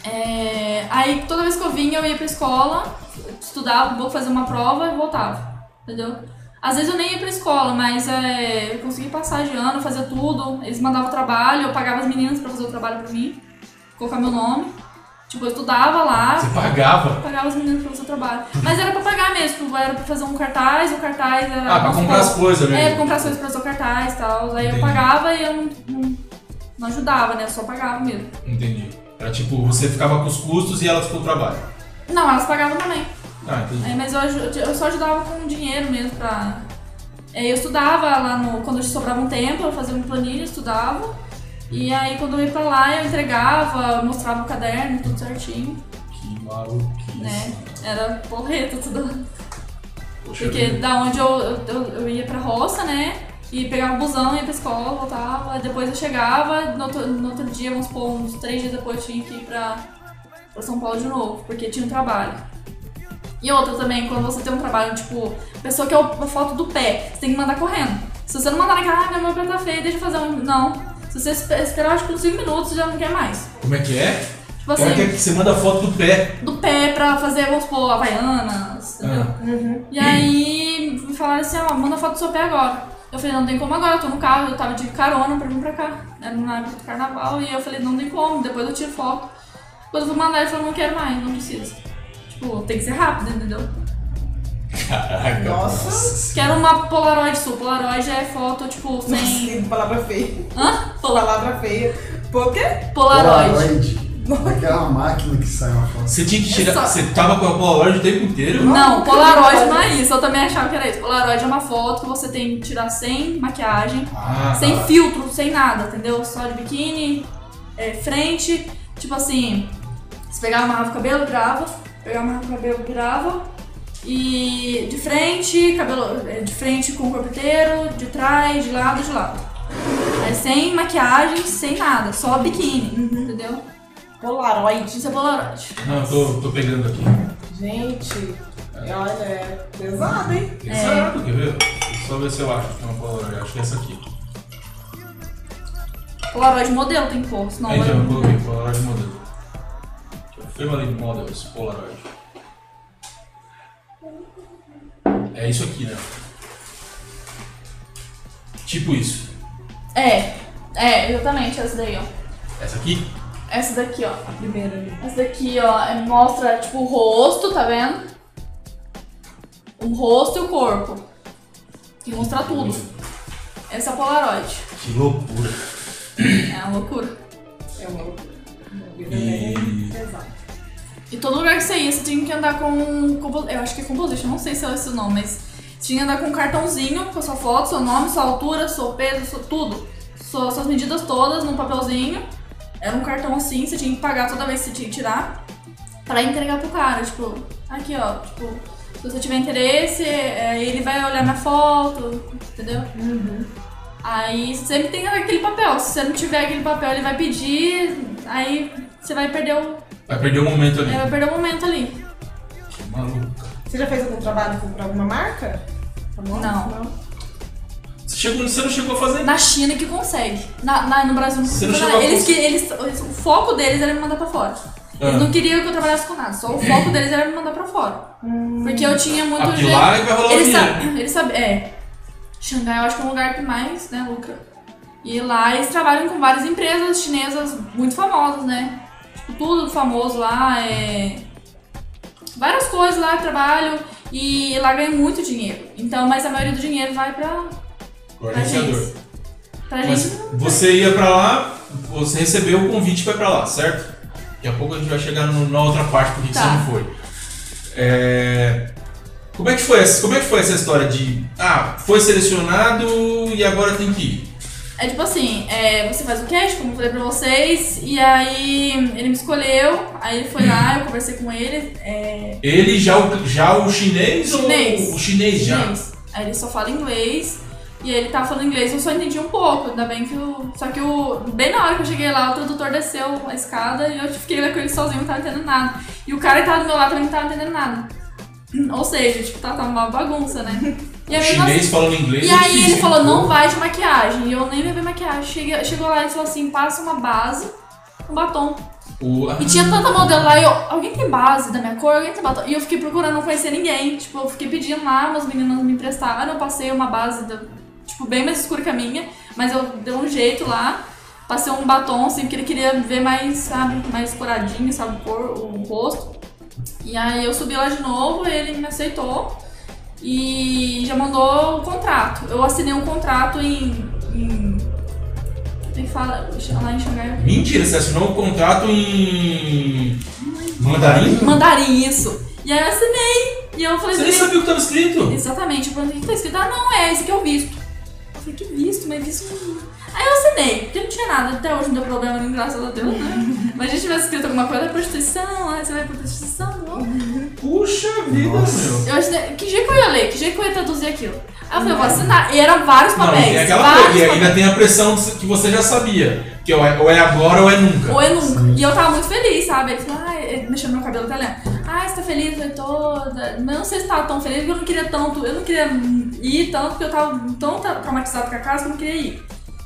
é, aí toda vez que eu vinha, eu ia pra escola, estudava, vou fazer uma prova e voltava. Entendeu? Às vezes eu nem ia pra escola, mas é, eu conseguia passar de ano, fazia tudo. Eles mandavam trabalho, eu pagava as meninas pra fazer o trabalho pra mim, colocar meu nome. Tipo, eu estudava lá, Você pagava? pagava as meninas pra fazer o trabalho. Mas era pra pagar mesmo, tipo, era pra fazer um cartaz, o cartaz era. Ah, pra comprar as coisas É, pra mesmo. comprar as coisas pra fazer o cartaz e tal. Aí eu Entendi. pagava e eu não, não, não ajudava, né? Eu só pagava mesmo. Entendi. Era tipo, você ficava com os custos e elas com o trabalho. Não, elas pagavam também. Ah, entendi. É, mas eu, aju- eu só ajudava com dinheiro mesmo pra. É, eu estudava lá no. Quando sobrava um tempo, eu fazia uma planilha, estudava. E aí quando eu ia pra lá, eu entregava, mostrava o caderno, tudo certinho, Que maluquice. né? Era porreta tudo. Poxa Porque vida. da onde eu, eu, eu- eu ia pra roça, né? E pegava o busão, ia pra escola, voltava. aí Depois eu chegava, no outro, no outro dia, vamos supor, uns três dias depois eu tinha que ir pra, pra São Paulo de novo, porque tinha um trabalho. E outra também, quando você tem um trabalho, tipo, pessoa que é o- a foto do pé, você tem que mandar correndo. Se você não mandar naquela, ah, meu pé tá feio, deixa eu fazer um. Não. Se você espe- esperar, acho que uns 5 minutos, já não quer mais. Como é que é? Como é Tipo que é assim, que você manda foto do pé? do pé pra fazer, vamos supor, Havaianas, entendeu? Ah, Uhum. E aí me falaram assim, ó, manda foto do seu pé agora. Eu falei, não tem como agora, eu tô no carro, eu tava de carona pra vir pra cá. Era na época do carnaval, e eu falei, não tem como, depois eu tiro foto. Quando eu fui mandar, ele falou, não quero mais, não precisa. Tipo, tem que ser rápido, entendeu? caraca. Nossa. Quero uma Polaroid sua. Polaroid é foto, tipo, Nossa, sem. que palavra feia. Hã? Pola- Palavra feia. Por quê? Polaroid. Polaroid. É uma máquina que sai uma foto. Você tinha que tirar. É só- Uhum. Você tava com a Polaroid o tempo inteiro? Não, Não, Polaroid Polaroid. não é isso. Eu também achava que era isso. Polaroid é uma foto que você tem que tirar sem maquiagem. Ah, sem tá. filtro, sem nada, entendeu? Só de biquíni, é, frente, tipo assim, se pegava uma rabo cabelo, virava, pegava uma rabo cabelo, virava, e de frente, cabelo é, de frente com o corpo inteiro, de trás, de lado, de lado. É, sem maquiagem, sem nada, só biquíni, entendeu? Polaroid. Isso é Polaroid. Não, eu tô, tô pegando aqui. Gente, olha, é pesado, hein? É. Exato, quer ver? Deixa eu Só ver se eu acho que é uma Polaroid. Acho que é essa aqui. Polaroid modelo tem que pôr, senão Aí então, eu vai... coloquei Polaroid modelo. Family Models Polaroid. É isso aqui, né? Tipo isso. É, é, exatamente, essa daí, ó. Essa aqui? Essa daqui, ó. A primeira né? ali. Essa daqui, ó, é- mostra, tipo, o rosto, tá vendo? O rosto e o corpo. Que mostra Tá tudo. Essa é a Polaroid. Que loucura. É uma loucura. É uma loucura. Uma vida E- bem pesada. E todo lugar que você ia, você tinha que andar com... compo- Eu acho que é composition, não sei se é esse o nome, mas... Tinha que andar com um cartãozinho com a sua foto, seu nome, sua altura, seu peso, seu, tudo. Sua- suas medidas todas num papelzinho. Era um cartão assim, você tinha que pagar toda vez que você tinha que tirar. Pra entregar pro cara, tipo... Aqui, ó, tipo... Se você tiver interesse, é, ele vai olhar minha foto, entendeu? Aí sempre tem aquele papel. Se você não tiver aquele papel, ele vai pedir, aí você vai perder o, Vai perder o momento ali. é, vai perder o momento ali. Que maluca. Você já fez algum trabalho com- pra alguma marca? Tá bom? Não. Não. Você, chegou, você não chegou a fazer Na China que consegue. Na, na- no Brasil não Você não consegue. chegou a eles, que, cons- eles, eles- o foco deles era me mandar pra fora. Ah. Eles não queriam que eu trabalhasse com nada, só o foco deles era me mandar pra fora. Porque eu tinha muito Ah, porque jeito- lá vai rolar o Eles dinheiro. sabem. Eles sabem. É. Xangai eu acho que é um lugar que mais, né, lucra. E lá eles trabalham com várias empresas chinesas muito famosas, né? Tipo, tudo famoso lá, é. Várias coisas lá, trabalho. E lá ganha muito dinheiro. Então, mas a maioria do dinheiro vai pra, O pra organizador. gente. Pra Mas gente. você ia pra lá, você recebeu o convite pra ir pra lá, certo? Daqui a pouco a gente vai chegar no- na outra parte porque que Tá. você não foi. É, Como, é que foi essa, como é que foi essa história de. Ah, foi selecionado e agora tem que ir? É tipo assim, é, você faz o cast, como eu falei pra vocês, e aí ele me escolheu, aí ele foi lá, eu conversei com ele, é, Ele já o, já o chinês, Chinês. ou o chinês já? chinês. Aí ele só fala inglês, e ele tava falando inglês, eu só entendi um pouco, ainda bem que o... Só que o... Bem na hora que eu cheguei lá, o tradutor desceu a escada e eu fiquei lá com ele sozinho, não tava entendendo nada. E o cara que tava do meu lado também não tava entendendo nada. Ou seja, tipo, tava uma bagunça, né? E O aí chinês falando inglês. E é aí ele difícil. falou, não vai de maquiagem. E eu nem levei maquiagem. Cheguei- chegou lá e falou assim, passa uma base, um batom. O- ah, E tinha tanta modelo lá, e eu, alguém tem base da minha cor, alguém tem batom. E eu fiquei procurando, não conhecia ninguém. Tipo, eu fiquei pedindo lá, umas meninas me emprestaram, eu passei uma base, da- tipo, bem mais escura que a minha. Mas eu dei um jeito lá, passei um batom, assim, porque ele queria ver mais, sabe, mais coradinho, sabe, o cor, o rosto. E aí eu subi lá de novo, ele me aceitou e já mandou o contrato. Eu assinei um contrato em. em- fala lá em Xangai. eu aprendi. Mentira, você assinou o contrato em. Mandarim? Mandarim, isso. E aí eu assinei. E eu falei, Você nem "Gente, sabia o que estava escrito? Exatamente, eu perguntei o que tá escrito. Ah, não, é esse que é o visto. Eu falei, que visto? Mas visto não. é." Aí eu assinei, porque não tinha nada, até hoje não deu problema nenhum, graças a Deus, [laughs] né? Mas a gente tivesse escrito alguma coisa, é prostituição, aí você vai pra prostituição, não. Puxa vida, Nossa. meu. Eu assinei, que jeito que eu ia ler, que jeito que eu ia traduzir aquilo. Aí eu falei, eu vou assinar. E eram vários Não, papéis. e é aquela vários coisa, e ainda papéis. tem a pressão de- que você já sabia. Que ou é, ou é agora ou é nunca. Ou eu nunca. E eu tava muito feliz, sabe? Ele falou, ai, ele mexendo no meu cabelo até lembra. Ai, você tá feliz? Eu falei, toda. Mas eu não sei se tava tão feliz, porque eu não queria tanto. Eu não queria ir tanto, porque eu tava tão tra- traumatizado com a casa que eu não queria ir.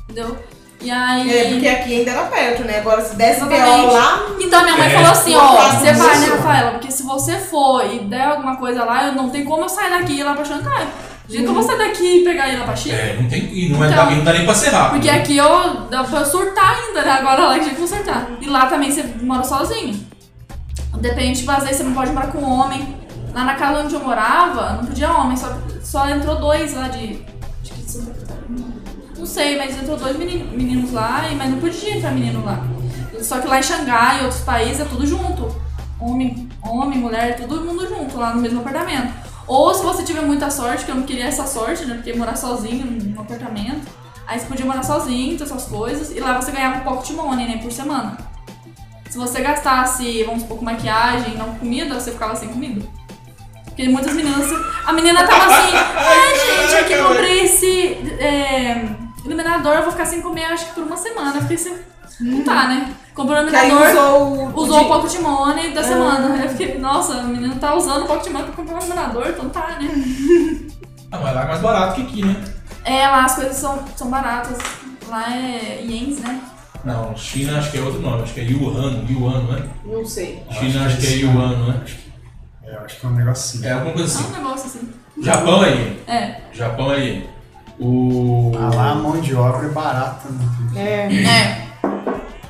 Entendeu? E aí. É, porque aqui ainda era perto, né? Agora se desse Exatamente. B.O. lá, Então minha mãe É. falou assim, Eu ó, faço você isso. vai, né, Rafaela? Porque se você for e der alguma coisa lá, eu não tem como eu sair daqui e ir lá pra Xangai. Do jeito que eu vou sair daqui e pegar ele lá pra China. É, não tem. E não, é, Então- e não dá nem pra ser rápido. né? Porque aqui eu dá pra eu surtar ainda, né? Agora lá que eu vou surtar. E lá também você mora sozinho. Depende, tipo, às vezes você não pode morar com homem. Lá na casa onde eu morava, não podia homem, só, só entrou dois lá de. Acho que de Santa Catarina. Não sei, mas entrou dois meni- meninos lá, e- mas não podia entrar menino lá. Só que lá em Xangai e outros países é tudo junto. Homem, homem, mulher, é todo mundo junto lá no mesmo apartamento. Ou se você tiver muita sorte, que eu não queria essa sorte, né? Porque morar sozinho num apartamento. Aí você podia morar sozinho, ter suas coisas, e lá você ganhava um pocket money, né, por semana. Se você gastasse, vamos supor, com maquiagem, não com comida, você ficava sem comida. Porque muitas meninas. A menina tava assim, ai gente, aqui Caraca, comprei esse é, iluminador, eu vou ficar sem comer acho que por uma semana. Eu fiquei sem. Não tá, né? Comprou o que aí iluminador, usou o. usou o de- pocket money da semana. [laughs] Eu fiquei, nossa, a menina tá usando o pocket money pra comprar um iluminador, então tá, né? Ah, mas lá é mais barato que aqui, né? É, lá as coisas são, são baratas. Lá é ienes, né? Não, China acho que é outro nome, acho que é Yuan, Yuan, não é? Não sei. China acho que é sim. Yuan, não é? É, eu acho que é um negócio assim. É alguma coisa É assim. um negócio assim. Japão aí, É, Japão aí. O. Ah, lá a mão de obra é barata, né? filho? É. é.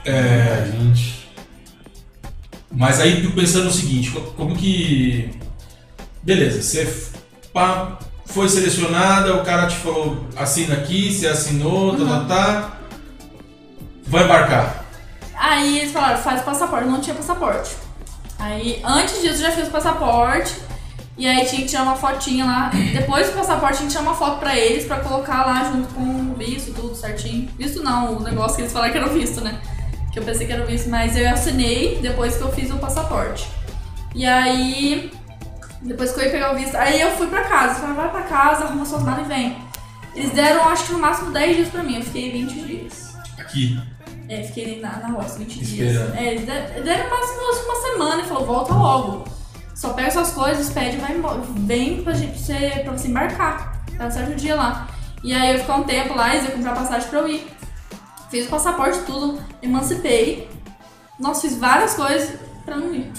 É, Pra gente. mas aí fico pensando no seguinte, co- como que. Beleza, você f- pá, foi selecionada, o cara te falou, assina aqui, você assinou, tá, Uhum. tá, tá. Vai embarcar. Aí eles falaram, faz o passaporte. Não tinha passaporte. Aí, antes disso, eu já fiz o passaporte. E aí tinha que tirar uma fotinha lá. Depois do passaporte, a gente tinha uma foto pra eles, pra colocar lá junto com o visto, tudo certinho. Visto não, o negócio que eles falaram que era o visto, né? Que eu pensei que era o visto, mas eu assinei depois que eu fiz o passaporte. E aí, depois que eu ia pegar o visto, aí eu fui pra casa. Falei, vai pra casa, arruma suas malas e vem. Eles deram, acho que no máximo 10 dias pra mim. Eu fiquei 20 dias. Aqui. É, fiquei na, na roça 20 Esperando. dias. É, eles de- deram quase uma- uma semana e falou, volta logo. Só pega suas coisas, pede e vai embora. Vem pra, gente, pra, você, pra você embarcar. Tá certo o dia lá. E aí eu fiquei um tempo lá, eles iam comprar passagem pra eu ir. Fiz o passaporte, tudo, emancipei. Nossa, fiz várias coisas pra não ir.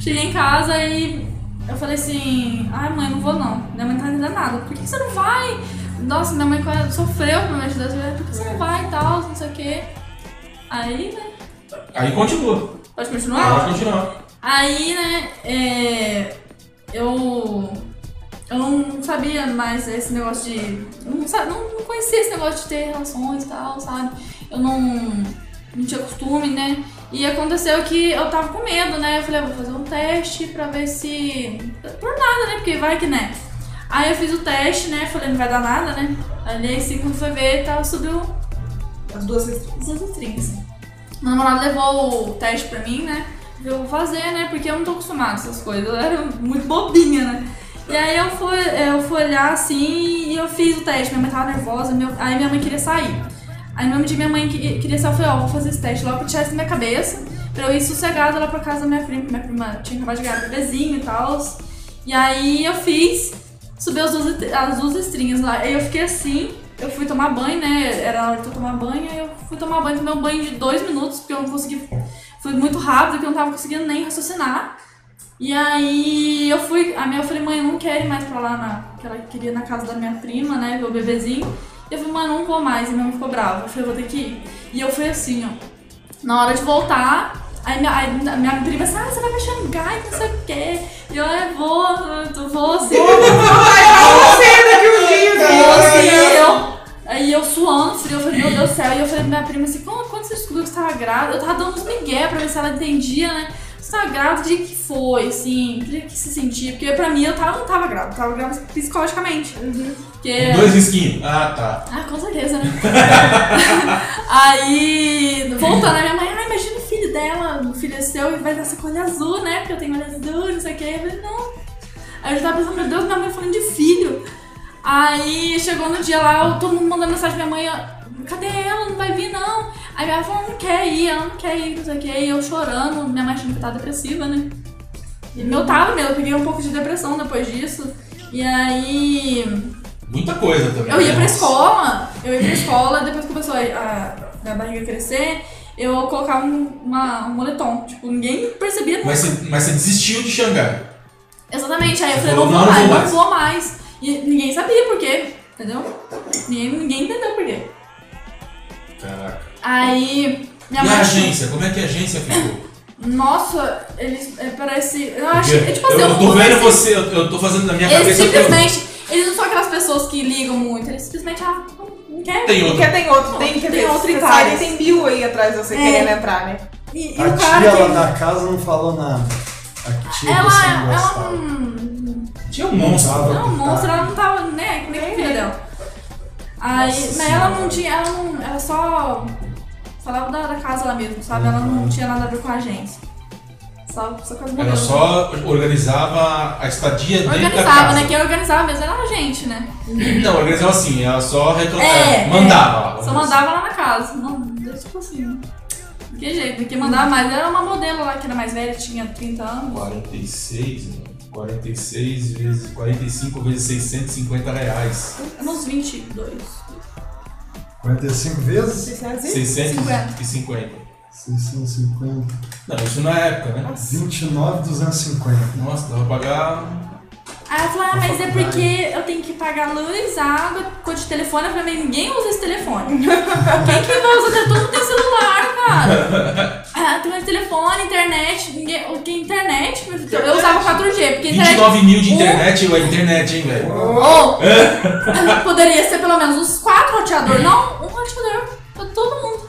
Cheguei em casa e eu falei assim, ai mãe, não vou não. Minha mãe tá enganada. Por que que você não vai? Nossa, minha mãe quase sofreu pra me ajudar. Eu falei, Por que você não vai e tal, não sei o quê. Aí, né? Aí continua. Pode Pode continuar? continuar. Aí, né, é, eu, eu não sabia mais esse negócio de. eu Não, sa- não, não conhecia esse negócio de ter relações e tal, sabe? Eu não, não tinha costume, né? E aconteceu que eu tava com medo, né? Eu falei, ah, vou fazer um teste pra ver se. Por nada, né? Porque vai que né. Aí eu fiz o teste, né? Falei, não vai dar nada, né? Olhei assim, quando foi ver, tá, subiu As duas vezes. essas estrinhas. Meu namorado levou o teste pra mim, né? Eu vou fazer, né? Porque eu não tô acostumada a essas coisas. Eu era muito bobinha, né? E aí eu fui, eu fui olhar assim e eu fiz o teste. Minha mãe tava nervosa, meu- aí minha mãe queria sair. Aí no mesmo dia minha mãe que- queria sair, eu falei, ó, vou fazer esse teste logo pra tirar isso da minha cabeça. Pra eu ir sossegada lá pra casa da minha prima. Minha prima tinha acabado de ganhar um bebezinho e tal. E aí eu fiz, subi as duas, as duas estrinhas lá. Aí eu fiquei assim, eu fui tomar banho, né? Era a hora de eu tomar banho, aí eu fui tomar banho, tomei um banho de dois minutos, porque eu não consegui. Foi muito rápido, porque eu não tava conseguindo nem raciocinar. E aí eu fui, a minha eu falei, mãe, eu não quero ir mais pra lá, na, que ela queria ir na casa da minha prima, né? Ver o bebezinho. E eu falei, mãe, eu não vou mais, e minha mãe ficou brava. Eu falei, eu vou ter que ir. E eu fui assim, ó. Na hora de voltar, aí minha, aí minha prima assim, ah, você vai pra Xangai, não sei o quê. E eu, é, vou, eu vou assim. Vai pra você daqui um dia, Aí filho. eu, aí eu eu suando frio, eu falei, meu Deus do céu. E eu falei pra minha prima assim, quando, quando você descobriu que você tava grávida? Eu tava dando uns migué pra ver se ela entendia, né? Você tava grávida, de que foi, assim, o que que se sentia? Porque pra mim eu tava, não tava grávida, eu tava grávida psicologicamente. Porque... É. Dois risquinhos. Ah, tá. Ah, com certeza, né? [laughs] aí, voltando, a minha mãe, ah, imagina o filho dela, o filho é seu, e vai dar essa cor azul, né? Porque eu tenho olho azul, não sei o que. Eu falei, não. Aí eu já tava pensando, meu Deus, minha mãe falando de filho. Aí chegou no dia lá, eu- todo mundo mandando mensagem pra minha mãe, "Ah, cadê ela? Não vai vir, não. Aí minha mãe falou, não quer ir, ela não quer ir, não sei o que. E eu chorando, minha mãe achando que eu tava depressiva, né? E eu tava mesmo, eu peguei um pouco de depressão depois disso. E aí. Muita coisa também. né? Eu ia pra Nossa. escola, eu ia pra escola, depois que começou a, a minha barriga crescer, eu colocava um, uma- um moletom. Tipo, ninguém percebia. Mas você, mas você desistiu de Xangai. Exatamente, aí eu Você falei, falou, não vou não, não mais, vou não mais. vou mais. E ninguém sabia por quê, entendeu? Ninguém, ninguém entendeu por quê. Caraca. Aí, minha e mãe... a agência? Como é que a agência ficou? Nossa, eles é, parece... Eu acho Porque é tipo assim, eu, eu não tô vou- vendo você, eu, eu tô fazendo na minha Eles cabeça. tá eu tô- simplesmente... Eles não são aquelas pessoas que ligam muito, eles simplesmente... Ah, não não quer. Tem Porque outra. tem outro, tem, Tem quer dizer, outro você cara. sai e tem mil aí atrás de você É. querendo entrar, né? E, e A o cara tia tá lá que... da casa não falou nada. A tia você não Ela, ela gostava. não... Tinha um monstro. Tava Não, com monstro, cara. ela não tava, né? Que nem a filha dela. Aí, Nossa mas ela não Senhora. tinha, ela não, ela só falava da, da casa lá mesmo, sabe? Ela não tinha nada a ver com a agência. Só, só com as Ela mulheres. só organizava a estadia dentro da Organizava, casa. né? Quem organizava mesmo era a gente, né? Não, organizava assim, ela só recla- É, é, mandava lá. Só mandava lá na casa. Não, tipo assim. De que jeito? Quem mandava mais era uma modelo lá que era mais velha, tinha 30 anos. 46, mano. 46 vezes 45 vezes 650 reais. Era uns 22. 45 vezes? 600 e- 650. 650. Não, isso na época, né? 29, 250. Nossa, dava pra pagar. Aí ela falou, ah, mas é porque eu tenho que pagar luz, água, conta de telefone. Eu falei, mas ninguém usa esse telefone. [laughs] Quem que vai usar? Tá Todo mundo tem celular, cara. Ah, tem mais telefone, internet. Ninguém... O que é internet? meu filho? Eu usava 4G, porque internet... 29 mil de internet, ou é internet, hein, velho? Ou, [laughs] poderia ser pelo menos uns 4 roteadores. Não, um roteador pra todo mundo.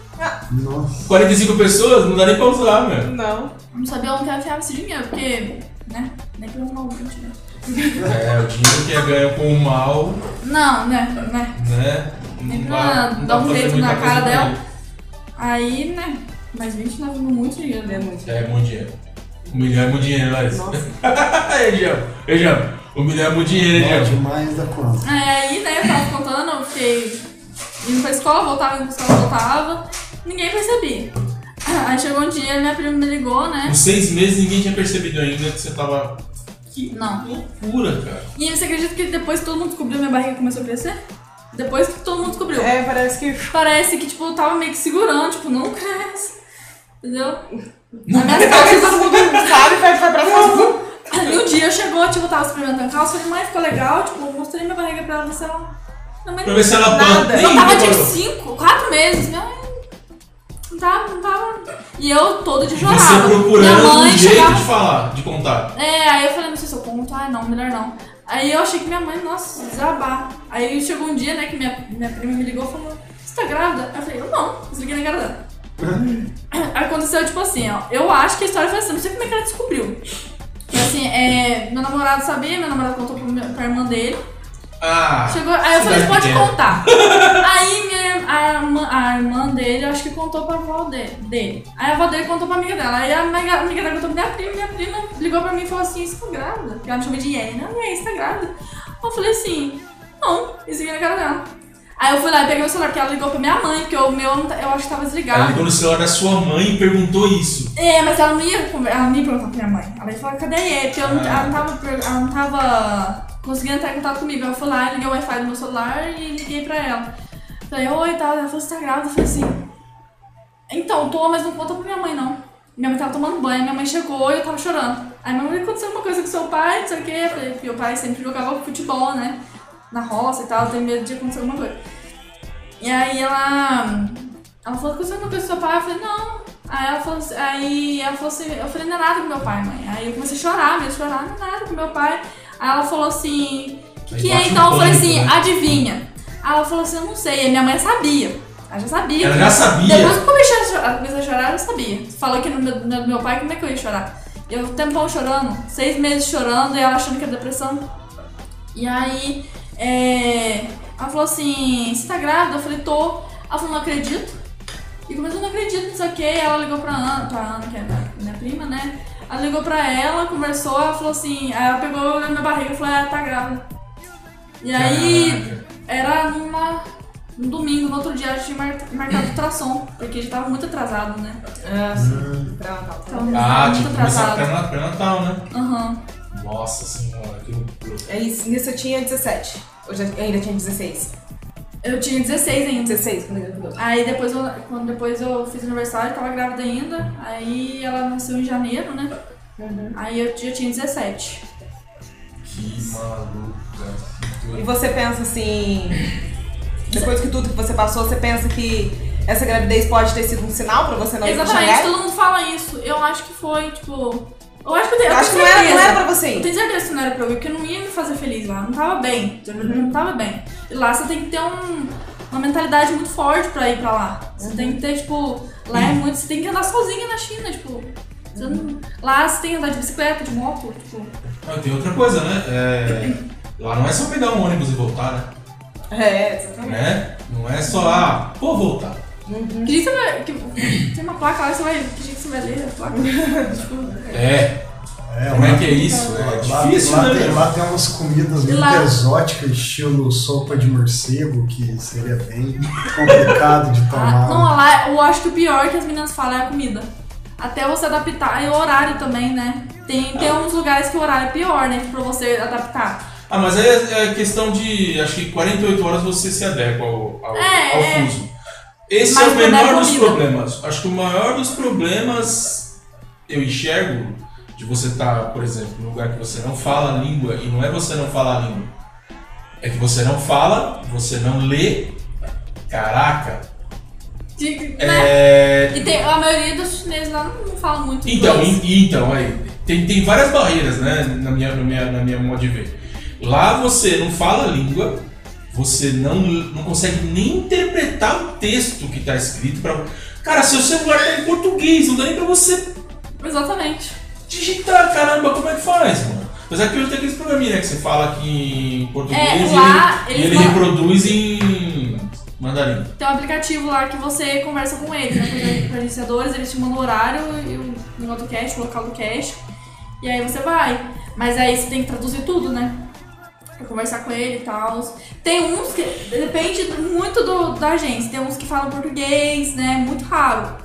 Nossa. 45 pessoas, não dá nem pra usar, meu. Não. Não sabia onde que ela enfiava esse dinheiro, porque... Né? Nem pra arrumar um roteador. É, o dinheiro que é ganho com o mal, Não, né? né. né? Nem não pra não dar um pra fazer jeito muita na coisa cara com dela. Aí, né? Mas 29 é muito dinheiro, né? ele. É bom dinheiro. Um milhão é muito dinheiro, Larissa. [laughs] Nossa. Ei, Jean, ei, Jean. Um milhão é muito dinheiro, hein, É Jean? demais da conta. Aí, né, eu tava contando, eu fiquei indo pra escola, voltava, indo pra escola, voltava. Ninguém percebia. Aí chegou um dia, minha prima me ligou, né? Com seis meses ninguém tinha percebido ainda que você tava. Que Não. loucura, cara. E você acredita que depois que todo mundo descobriu, minha barriga começou a crescer? Depois que todo mundo descobriu. É, parece que. Parece que, tipo, eu tava meio que segurando, tipo, não cresce. Entendeu? Na minha calça todo mundo Sabe, vai vai pra cima. Aí um dia chegou, tipo, eu tava experimentando calça, falei, mãe, ficou legal, tipo, eu mostrei minha barriga pra ela, mas ela... Minha mãe Pra ver se ela Nada. banda. Eu Nem tava de reparou. 5, 4 meses, minha mãe não tava, não tava... E eu toda de jornada. Você minha procurando mãe um jeito de falar, de contar. É, aí eu falei, não sei se eu conto, ai não, melhor não. Aí eu achei que minha mãe, nossa, desabar. Aí chegou um dia, né, que minha, minha prima me ligou e falou, você tá grávida? Eu falei, eu não, desliguei na cara dela. [laughs] Aconteceu tipo assim, ó. Eu acho que a história foi assim, não sei como é que ela descobriu. Que assim, é, meu namorado sabia, meu namorado contou pro meu- pra irmã dele. Ah, Chegou, aí eu falei, cidade pode pequena. contar. [laughs] aí minha, a, irmã, a irmã dele, eu acho que contou pra avó dele, dele. Aí a avó dele contou pra amiga dela. Aí a amiga, a amiga dela contou pra minha prima, minha prima ligou pra mim e falou assim, você tá grávida? Porque ela me chama de Yé, né? Yé, você tá grávida? Eu falei assim, não, isso aqui na cara dela. Aí eu fui lá e peguei o celular, porque ela ligou pra minha mãe, porque o meu, não tá- eu acho que tava desligado. ela ligou no celular da sua mãe e perguntou isso. É, mas ela não ia, conver- ela não ia perguntar pra minha mãe. Ela ia falar, cadê a Yê? Porque eu não- ela, não tava, per- ela não tava conseguindo entrar em contato comigo. "Ah, Eu fui lá, liguei o Wi-Fi do meu celular e liguei pra ela. Falei, oi e tal. Ela falou, você tá grávida? Eu falei assim, então, tô, mas não conta pra minha mãe, não. Minha mãe tava tomando banho, minha mãe chegou e eu tava chorando. Aí minha mãe, aconteceu alguma coisa com seu pai, não sei o quê. Eu falei, meu pai sempre jogava futebol, né? Na roça e tal, eu tenho medo de acontecer alguma coisa. E aí ela. Ela falou, aconteceu alguma coisa com seu pai? Eu falei, não. Aí ela falou assim- aí ela falou assim, eu falei, não é nada com meu pai, mãe. Aí eu comecei a chorar, mesmo chorar, não é nada com meu pai. Aí ela falou assim, o que, Aí que é bate um então? Eu falei pânico, assim, né? adivinha. Aí ela falou assim, eu não sei. E minha mãe sabia. Ela já sabia. Ela que- já sabia. Depois que eu comecei a chorar, comecei a chorar, eu sabia. Falou que no meu, no meu pai, como é que eu ia chorar? Eu um tempão chorando, seis meses chorando e ela achando que era depressão. E aí, é, ela falou assim, você tá grávida? Eu falei, tô. Ela falou, não acredito. E começou, não acredito, não sei o que. Ela ligou pra Ana, pra Ana, que é minha, minha prima, né? Ela ligou pra ela, conversou, ela falou assim, aí ela pegou na minha barriga e falou, ah, tá grávida. E aí, Caraca. era numa, num domingo, no outro dia eu tinha mar, marcado ultrassom, porque já tava muito atrasado, né? Ah, sim. Pra Natal. Tava muito, Ah, muito tipo, começar atrasado. pré- pré-natal, né? Aham. Nossa senhora, que loucura. É isso, nisso eu tinha 17. Hoje eu ainda tinha 16. Eu tinha 16 ainda. 16, quando eu engravidou. Aí depois eu, quando depois eu fiz aniversário, tava grávida ainda. Aí ela nasceu em janeiro, né? Aí eu, eu tinha 17. Que E maluca. você pensa assim, depois que tudo que você passou, você pensa que essa gravidez pode ter sido um sinal pra você não ir pro Exatamente, Xangai? todo mundo fala isso. Eu acho que foi, tipo. Eu acho que eu tenho. Eu eu acho que tenho não era, não certeza. era pra você Eu ir. tenho certeza que não era pra eu ir, porque eu não ia me fazer feliz lá. Eu Não tava bem. Eu Não tava bem. E lá você tem que ter um- uma mentalidade muito forte pra ir pra lá. Você tem que ter, tipo, lá é muito. Você tem que andar sozinha na China, tipo. você não- lá você tem que andar de bicicleta, de moto, tipo. Mas tem outra coisa, né? É, lá não é só pegar um ônibus e voltar, né? É, exatamente. né? Não é só, ah, vou voltar. Que dia você vai. que- tem uma placa lá, você vai. Que dia que você vai ler a placa? tipo, É, É, como lá- é que é isso? É lá, difícil, lá, né? tem, meu? lá tem umas comidas muito Lá- exóticas, estilo sopa de morcego, que seria bem complicado de Ah, tomar. não, lá eu acho que o pior que as meninas falam é a comida. Até você adaptar, e o horário também, né? Tem, tem uns lugares que o horário é pior, né? Pra você adaptar. Ah, mas aí é é questão de, acho que 48 horas você se adequa ao, ao, É, ao é. fuso. Esse Mas é o não é menor dos comida. problemas. Acho que o maior dos problemas eu enxergo de você estar, por exemplo, num lugar que você não fala a língua, e não é você não falar a língua, é que você não fala, você não lê. Caraca! De- né? É, E tem, a maioria dos chineses lá não, não fala muito Então, inglês. e- então aí, tem, tem várias barreiras, né, na minha, na, minha, na minha modo de ver. Lá você não fala a língua, você não, não consegue nem interpretar o texto que tá escrito para Cara, seu celular tá em português, não dá nem pra você Exatamente. digitar, caramba, como é que faz, mano? Apesar que hoje tem aqueles programinha né, que você fala aqui em português É, e lá ele, e eles ele falam- reproduz em mandarim. Tem um aplicativo lá que você conversa com eles, né? Com os agenciadores, eles te mandam o horário e o negócio do cash, o local do cash. E aí você vai. Mas aí você tem que traduzir tudo, né? Pra conversar com ele e tal. Tem uns que. Depende muito do, da agência. Tem uns que falam português, né? Muito raro.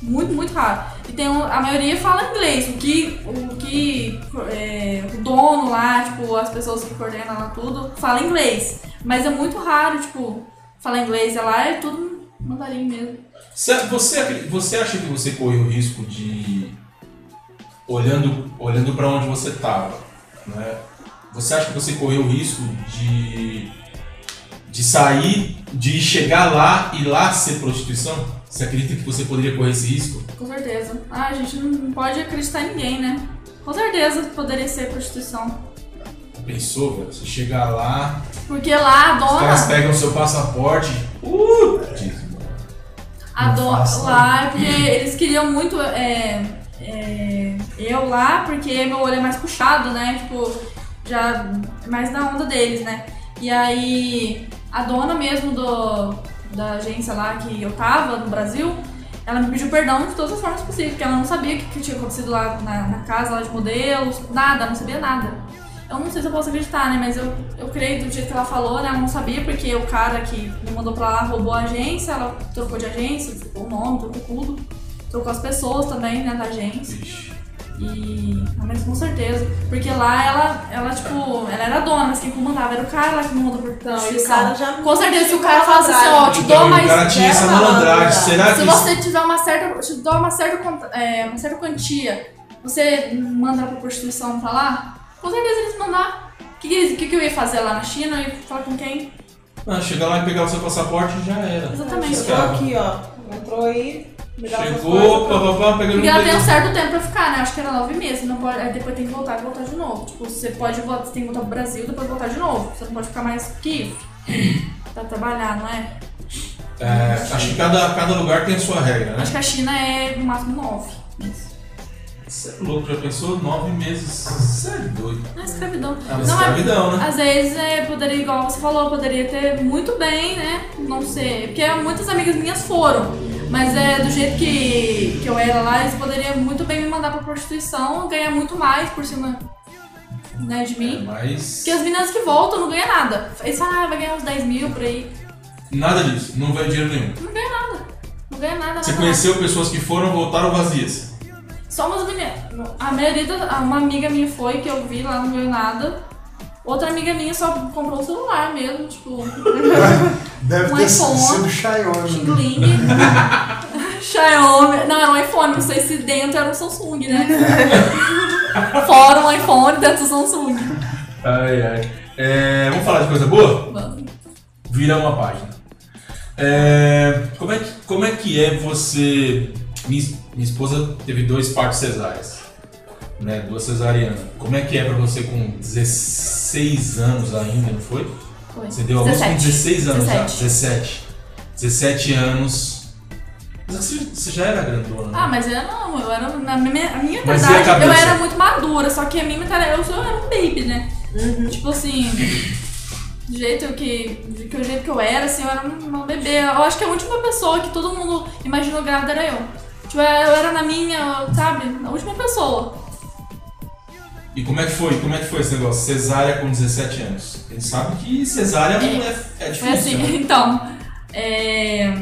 Muito, muito raro. E tem um- a maioria fala inglês. O que, o que é, o dono lá, tipo, as pessoas que coordenam lá tudo, fala inglês. Mas é muito raro, tipo, falar inglês. É lá é tudo mandarim mesmo. Você, você acre- você acha que você corre o risco de olhando olhando para onde você estava, né? Você acha que você correu o risco de de sair, de chegar lá e lá ser prostituição? Você acredita que você poderia correr esse risco? Com certeza. Ah, a gente não pode acreditar em ninguém, né? Com certeza poderia ser prostituição. Pensou, velho? Você chegar lá, Porque lá a os dona. caras né? pegam seu passaporte. Uh! diz, mano. A Não do- faço, né? não. lá, porque eles queriam muito é, é, eu lá, porque meu olho é mais puxado, né? Tipo, já é mais na onda deles, né? E aí, a dona mesmo do, da agência lá que eu tava, no Brasil, ela me pediu perdão de todas as formas possíveis, porque ela não sabia o que, que tinha acontecido lá na, na casa lá de modelos, nada, não sabia nada. Eu não sei se eu posso acreditar, né? Mas eu, eu creio do jeito que ela falou, né? Ela não sabia porque o cara que me mandou pra lá roubou a agência, ela trocou de agência, trocou o nome, trocou tudo. Trocou as pessoas também, né, da agência. Vixe. E. ah, Mas com certeza. Porque lá ela, ela, tipo, ela era dona, mas quem comandava era o cara lá que me mandou por Então, e o prostituição. cara já. Com certeza, se o cara falasse assim, ó, te dou Então, mais. o cara tinha essa dela, malandragem. Será que Se isso- você tiver uma certa. Te dou uma certa, quant- é, uma certa quantia, você manda pra prostituição pra lá? Com certeza eles mandar. O que, que eles- que, que eu ia fazer lá na China? Eu ia falar com quem? Ah, chegar lá e pegar o seu passaporte já era. Exatamente. Chegou aqui, ó. Entrou aí. ligava as Chegou, coisas. papapá, pegando Porque ela tem um certo tempo pra ficar, né? Acho que era nove meses. Não pode, aí depois tem que voltar e voltar de novo. Tipo, você pode voltar, você tem que voltar pro Brasil, depois voltar de novo. Você não pode ficar mais que isso. pra trabalhar, não é? É, acho que cada, cada lugar tem a sua regra, né? Acho que a China é no máximo nove. meses. Você é louco, já pensou? Nove meses. Você é doido. Não é escravidão. É uma Não é- escravidão, né? Às vezes, é, poderia, igual você falou, poderia ter muito bem, né? Não sei. Porque muitas amigas minhas foram. Mas é do jeito que, que eu era lá, eles poderiam muito bem me mandar pra prostituição, ganhar muito mais por cima né, de É, mim. mas. Porque as meninas que voltam não ganham nada. Eles falam, ah, vai ganhar uns 10 mil por aí. Nada disso, não vai dinheiro nenhum. Não ganha nada. Você nada, conheceu pessoas que foram voltaram vazias. nada. Só umas meninas. A maioria, da- uma amiga minha foi, que eu vi lá, não ganhou nada. Outra amiga minha só comprou um celular mesmo, tipo, Deve Um ter iPhone. sido Xiaomi. né? Xingling. [laughs] Xiaomi. Não, era um iPhone, não sei se dentro era um [laughs] Samsung, né? Fora um iPhone, dentro do Samsung. Ai, ai. É, vamos falar de coisa boa? Mano, Vira uma página. É, como, é que, como é que é você. Minha, es- minha esposa teve dois partos cesáreas, né? Duas cesarianas. Como é que é pra você com 16 anos ainda, não foi? foi. Você deu a luz com 16 anos já. 17. 17. 17 anos. Mas é você, você já era grandona, né? Ah, mas eu não, eu era. Na minha, a minha Mas e a verdade, eu cabeça? era muito madura, só que a minha mentalidade. Eu, sou- eu era um baby, né? Uhum. Tipo assim. Do jeito que, do que, o jeito que eu era, assim, eu era um- uma bebê. Eu acho que a última pessoa que todo mundo imaginou grávida era eu. Tipo, eu era na minha, sabe? A última pessoa. E como é que foi? Como é que foi esse negócio? Cesárea com 17 anos. A gente sabe que cesárea não é, é Foi assim, difícil. né? [laughs] então. é,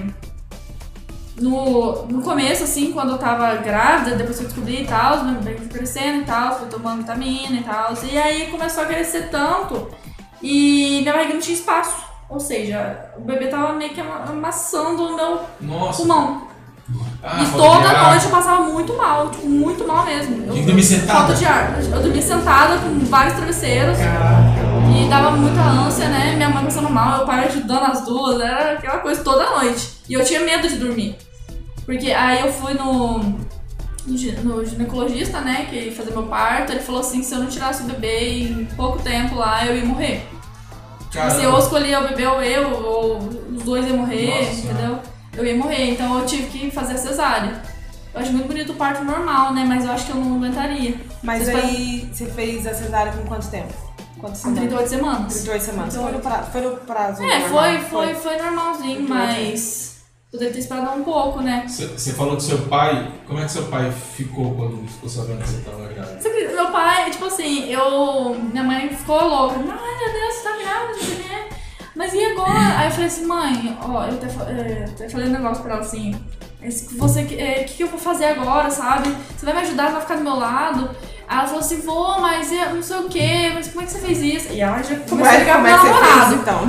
No, no começo, assim, quando eu tava grávida, depois que eu descobri e tal, meu bebê foi crescendo e tal, fui tomando vitamina e tal. E aí começou a crescer tanto e minha barriga não tinha espaço. Ou seja, o bebê tava meio que ama- amassando o meu Nossa. pulmão. Ah, e falta toda de ar. noite eu passava muito mal, tipo, muito mal mesmo. Tinha que dormir sentada? Falta de ar. Eu dormia sentada com vários travesseiros. Caraca. E dava muita ânsia, né? Minha mãe passando mal, meu pai ajudando as duas, era aquela coisa toda noite. E eu tinha medo de dormir. Porque aí eu fui no, no gi- no ginecologista, né? Que ia fazer meu parto. Ele falou assim: que se eu não tirasse o bebê em pouco tempo lá, eu ia morrer. Caramba. Assim, ou escolhia o bebê ou eu, ou os dois iam morrer, Nossa Senhora. entendeu? Eu ia morrer, então eu tive que fazer a cesárea. Eu acho muito bonito o parto normal, né? Mas eu acho que eu não aguentaria. Mas Vocês aí você fez a cesárea com quanto tempo? Quantas Tá. São semanas? 38 semanas. 38 semanas. Então, Foi no prazo. Foi no prazo É, normal? foi, foi, foi normalzinho, Entendi. mas poderia ter esperado um pouco, né? Você você falou que seu pai. Como é que seu pai ficou quando ficou sabendo que você tava grávida? Você acredita? Meu pai, tipo assim, eu. Minha mãe ficou louca. Ai, meu Deus, você tá grávida, você né? Mas e agora? Aí eu falei assim, mãe, ó, eu até, fa- é, até falei um negócio pra ela assim. esse que Você, é, o que, que eu vou fazer agora, sabe? Você vai me ajudar, você vai ficar do meu lado. Aí ela falou assim, vou, mas eu não sei o quê, mas como é que você fez isso? E ela já Como começou a é, ligar pro como é que você fez, namorado. então?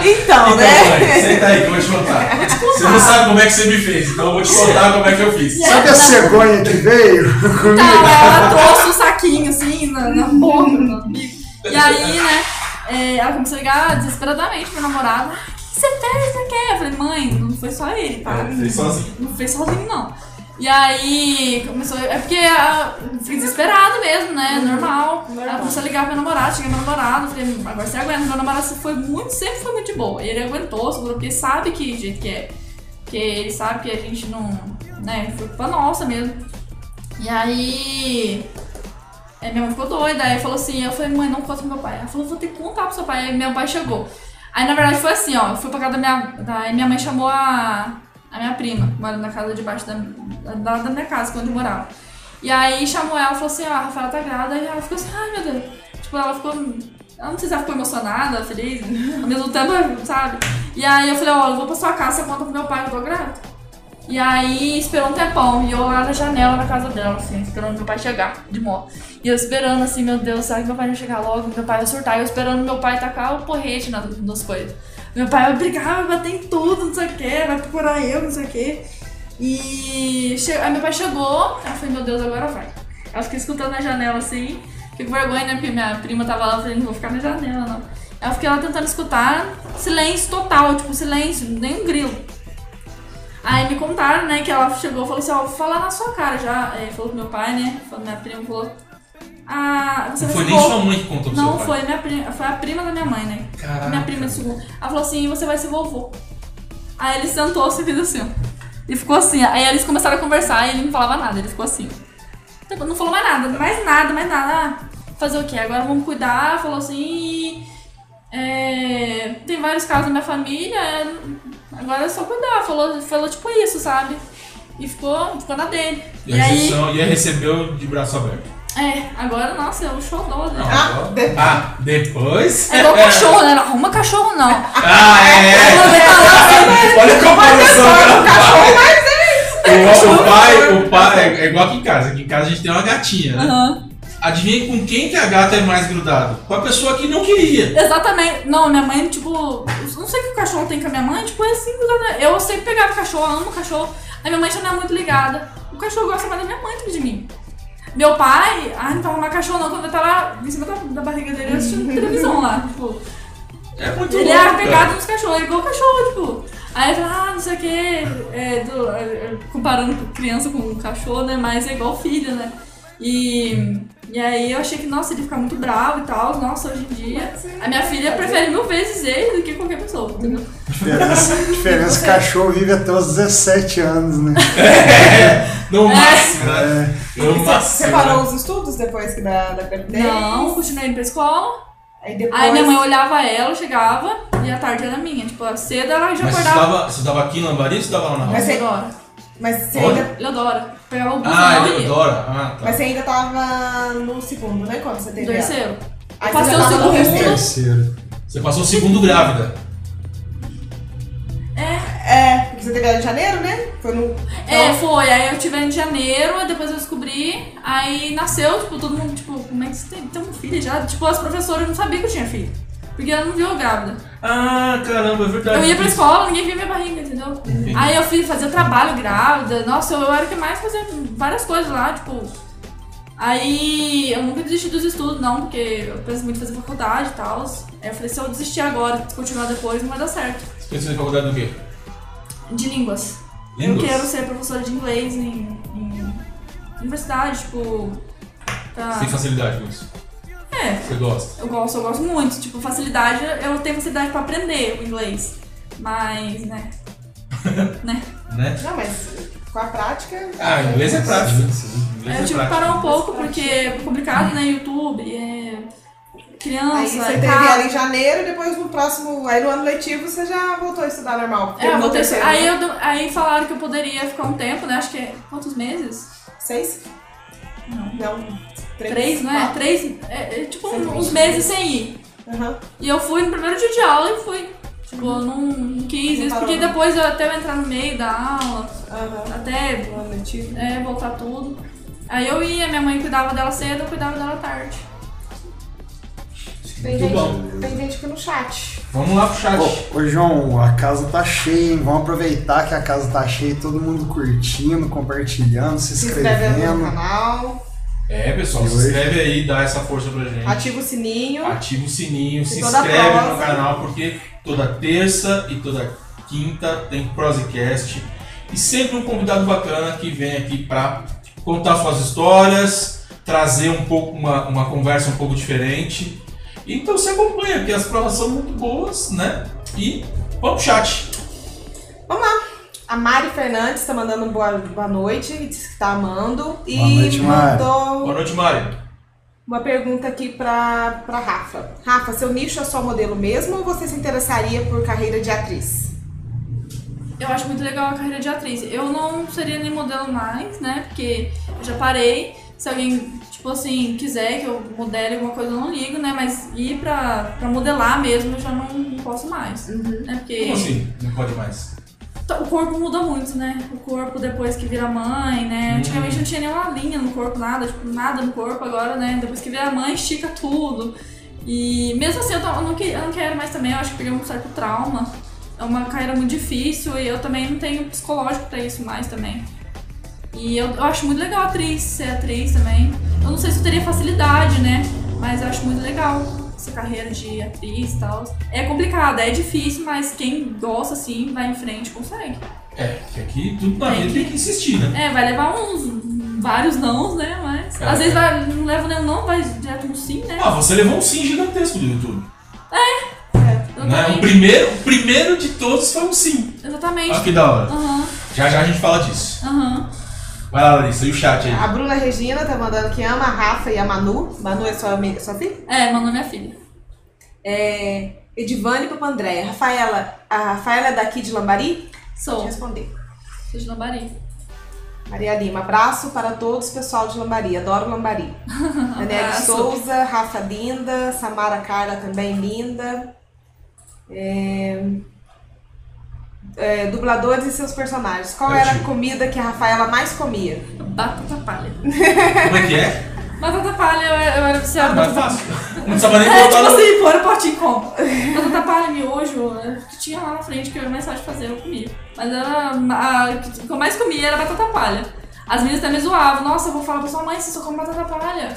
[laughs] Então, então, [laughs] né? mãe, senta aí que eu vou te contar. Você não sabe como é que você me fez, então eu vou te contar como é que eu fiz. Sabe [laughs] a cegonha que veio? Então, ela trouxe o saquinho assim na, na boca, no bico. E aí, né, é, ela começou a ligar desesperadamente pro namorado. "Ah, O que você fez? Você quer? Eu falei, mãe, não foi só ele, tá? Eu fiz sozinho. Não fez sozinho, não. E aí, começou. É porque ah, fiquei desesperada mesmo, né? Normal. normal. Ela começou a ligar pro meu namorado, cheguei meu namorado, falei, agora você aguenta. Meu namorado foi muito, sempre foi muito de boa. Ele aguentou, segurou, porque sabe que jeito que é. Porque ele sabe que a gente não. né? Foi culpa nossa mesmo. E aí. é, minha mãe ficou doida, aí falou assim, eu falei, mãe, não conta pro meu pai. Ela falou, vou ter que contar pro seu pai. Aí meu pai chegou. Aí na verdade foi assim, ó, eu fui pra casa da minha. Daí minha mãe chamou a, a minha prima, que mora na casa debaixo da, da, da minha casa, quando eu morava. E aí chamou ela e falou assim, ó, a Rafaela tá grávida, e ela ficou assim, ai meu Deus. Tipo, ela ficou. Ela não sei se ela ficou emocionada, feliz, [laughs] ao mesmo tempo, sabe? E aí eu falei, ó, eu vou pra sua casa, você conta pro meu pai que eu tô grávida. E aí esperou um tempão, e eu lá na janela da casa dela, assim, esperando meu pai chegar de moto. E eu esperando assim, meu Deus, será que meu pai não chegar logo? Meu pai vai surtar. E eu esperando meu pai tacar o porrete nas, nas coisas. Meu pai vai brigar, vai bater em tudo, não sei o que, vai procurar eu, não sei o que. E che... aí meu pai chegou, eu falei, meu Deus, agora vai. Aí eu fiquei escutando na janela assim, fiquei com vergonha, né? Porque minha prima tava lá, eu falei, não vou ficar na janela, não. Aí eu fiquei lá tentando escutar, silêncio total, tipo, silêncio, nem um grilo. Aí me contaram, né, que ela chegou e falou assim, ó, vou falar na sua cara já. É, falou pro meu pai, né? Falou, minha prima falou. a. Você Não foi nem ficou- sua mãe que contou pro seu Não, pai. foi, minha prima, foi a prima da minha mãe, né? Caraca. Minha prima de segundo. Ela falou assim, você vai ser vovô. Aí ele sentou-se e fez assim, ó. E ficou assim. Aí eles começaram a conversar e ele não falava nada, ele ficou assim. Tipo, Não falou mais nada, mais nada, mais nada. Ah, fazer o quê? Agora vamos cuidar, falou assim. "E, é, tem vários casos na minha família, é, agora é só cuidar. Falou, falou tipo isso, sabe? E ficou, ficou na dele. E a recepção, e a recebeu de braço aberto. É, agora, nossa, é o show dó, né? Ah, de- ah, depois? [laughs] É igual cachorro, né? Não arruma cachorro, não. Ah, é! Ela vai falar assim, Olha a comparação Só um cachorro, mas O, o pai, o pai é, é igual aqui em casa. Aqui em casa a gente tem uma gatinha, né? aham. Adivinha com quem que a gata é mais grudada? Com a pessoa que não queria. Exatamente. Não, minha mãe, tipo, eu não sei o que o cachorro tem com a minha mãe, tipo, é assim, né? eu sempre pegava o cachorro, eu amo o cachorro. A minha mãe já não é muito ligada. O cachorro gosta mais da minha mãe do que de mim. Meu pai, ah, não tava mais cachorro não, quando eu tava em cima da, da barriga dele, eu assistindo televisão lá, tipo. É muito Ele louco, era cara. pegado nos cachorros, é igual cachorro, tipo. Aí ele fala, ah, não sei o que, é, do- é, é, comparando com criança com cachorro, né? Mas é igual filho, né? E, e aí eu achei que, nossa, ele fica muito bravo e tal. Nossa, hoje em dia. Então. A minha filha prefere mil vezes ele do que qualquer pessoa, entendeu? Diferença, diferença que cachorro vive até os 17 anos, né? É, No máximo, né? No Você máximo. parou os estudos depois que da, da gravidez? Não, continuei indo pra escola. Aí depois. Aí minha mãe olhava ela, eu chegava, e a tarde era minha. Tipo, a cedo ela já Mas você acordava. estudava, você estudava aqui em Lambari ou você estudava lá na roça? Mas você- Mas Leodora. você Olha. ainda. Leodora. Pegava o bus Ah, e não ele ia. adora. Ah, tá. Mas você ainda tava no segundo, né? Quando você teve. ela? Terceiro. Aí Eu passei você já o tava no segundo. terceiro. é Terceiro. Você passou o segundo grávida. É, porque você teve ela em janeiro, né? Foi no. É, foi. Aí eu tive em janeiro, aí depois eu descobri. Aí nasceu, tipo, todo mundo, tipo, como é que você tem, tem um filho já? Tipo, as professoras não sabiam que eu tinha filho. Porque ela não viu eu grávida. Ah, caramba, é verdade. Eu ia pra escola, ninguém via minha barriga, entendeu? Entendi. Aí eu fiz fazer trabalho grávida. Nossa, eu era o que mais fazia várias coisas lá, tipo. Aí eu nunca desisti dos estudos, não, porque eu penso muito em fazer faculdade e tal. Aí eu falei, se eu desistir agora, continuar depois, não vai dar certo. Você pensou em faculdade do quê? De línguas. Eu Línguas? quero ser professora de inglês em, em universidade, tipo. pra- Sem facilidade com isso. É, Você gosta. eu gosto, eu gosto muito. Tipo, facilidade, eu tenho facilidade pra aprender o inglês. Mas, né? Né? Não, mas com a prática. Ah, inglês é prático. Inglês eu é tive que prático. parar um pouco, porque é complicado, né? YouTube, é. Aí Criança, você é teve ela caro. em janeiro, depois no próximo. Aí no ano letivo você já voltou a estudar normal. É, eu Terminou vou o ter- terceiro, aí, né? eu, dou- aí falaram que eu poderia ficar um tempo, né? Acho que é. Quantos meses? Seis? Não. Não. Três, Três, não é? quatro. Três. É, é, tipo, Seis meses. uns meses sem ir. Aham. E eu fui no primeiro dia de aula e fui. Tipo, eu não, não quis Não isso, parou, porque né? depois eu até eu entrar no meio da aula, Aham. até No ano letivo. é, voltar tudo. Aí eu ia, minha mãe cuidava dela cedo, eu cuidava dela tarde. Tem Muito bom. gente, tem gente aqui no chat. Vamos lá pro chat. Ô, ô, João, a casa tá cheia, hein? Vamos aproveitar que a casa tá cheia, e todo mundo curtindo, compartilhando, se Se inscreve no inscrevendo. canal. É, pessoal, E se hoje? inscreve aí, dá essa força pra gente. Ativa o sininho. Ativa o sininho, se toda inscreve no prosa. canal, porque toda terça e toda quinta tem Prosecast. E sempre um convidado bacana que vem aqui para contar suas histórias, trazer um pouco uma, uma conversa um pouco diferente. Então se acompanha, porque as provas são muito boas, né? E vamos pro chat. A Mari Fernandes tá mandando um boa, boa noite, e disse que tá amando. E Boa noite, Mari. mandou Boa noite, Mário. uma pergunta aqui pra, pra Rafa. Rafa, seu nicho é só modelo mesmo ou você se interessaria por carreira de atriz? Eu acho muito legal a carreira de atriz. Eu não seria nem modelo mais, né? Porque eu já parei. Se alguém, tipo assim, quiser que eu modele alguma coisa, eu não ligo, né? Mas ir pra, pra modelar mesmo, eu já não, não posso mais. Né? Porque... Como assim? Não pode mais. Tá, O corpo muda muito, né? O corpo depois que vira mãe, né? Antigamente não tinha nenhuma linha no corpo, nada, tipo, nada no corpo agora, né? Depois que vira mãe, estica tudo. E mesmo assim, eu, tô- eu não, que- eu não quero mais também, eu acho que peguei um certo trauma. É uma carreira muito difícil e eu também não tenho psicológico pra isso mais também. E eu, eu acho muito legal atriz, ser atriz também. Eu não sei se eu teria facilidade, né? Mas eu acho muito legal essa carreira de atriz e tal. É complicada, é difícil, mas quem gosta assim, vai em frente, consegue. É, porque aqui tudo na Tem vida que- tem que insistir, né? É, vai levar uns vários nãos, né? Mas. Cara, às vezes vai, não leva nenhum não, vai direto no sim, né? Ah, você levou um sim gigantesco do YouTube. Né? O Exatamente. primeiro, o primeiro de todos foi um sim. Olha Exatamente. que da hora. Aham, Já já a gente fala disso. aham. Vai lá, Larissa, e o chat aí? A Bruna Regina tá mandando que ama a Rafa e a Manu. Manu é sua, amiga, sua filha? É, mandou minha filha. É, Edivane Papandréia. Rafaela, a Rafaela é daqui de Lambari? Vou te Sou, responder. sou de Lambari. Maria Lima, abraço para todos, pessoal de Lambari. Adoro Lambari. Daniela Abraço. é Souza, Rafa linda, Samara Cara também linda. É, é, dubladores e seus personagens. Qual Eu era a digo. comida que a Rafaela mais comia? Batata palha. Como é que é? Batata palha, eu, eu era viciada. Ah, em mas é batata palha. fácil. Não precisava nem É, botar tipo no... assim, pôr o potinho e compra. Batata palha, miojo, né, que tinha lá na frente, que eu era mais fácil de fazer, eu comia. Mas era, a, o que eu mais comia era batata palha. As meninas até me zoavam, nossa, eu vou falar pra sua mãe, você só come batata [laughs] palha.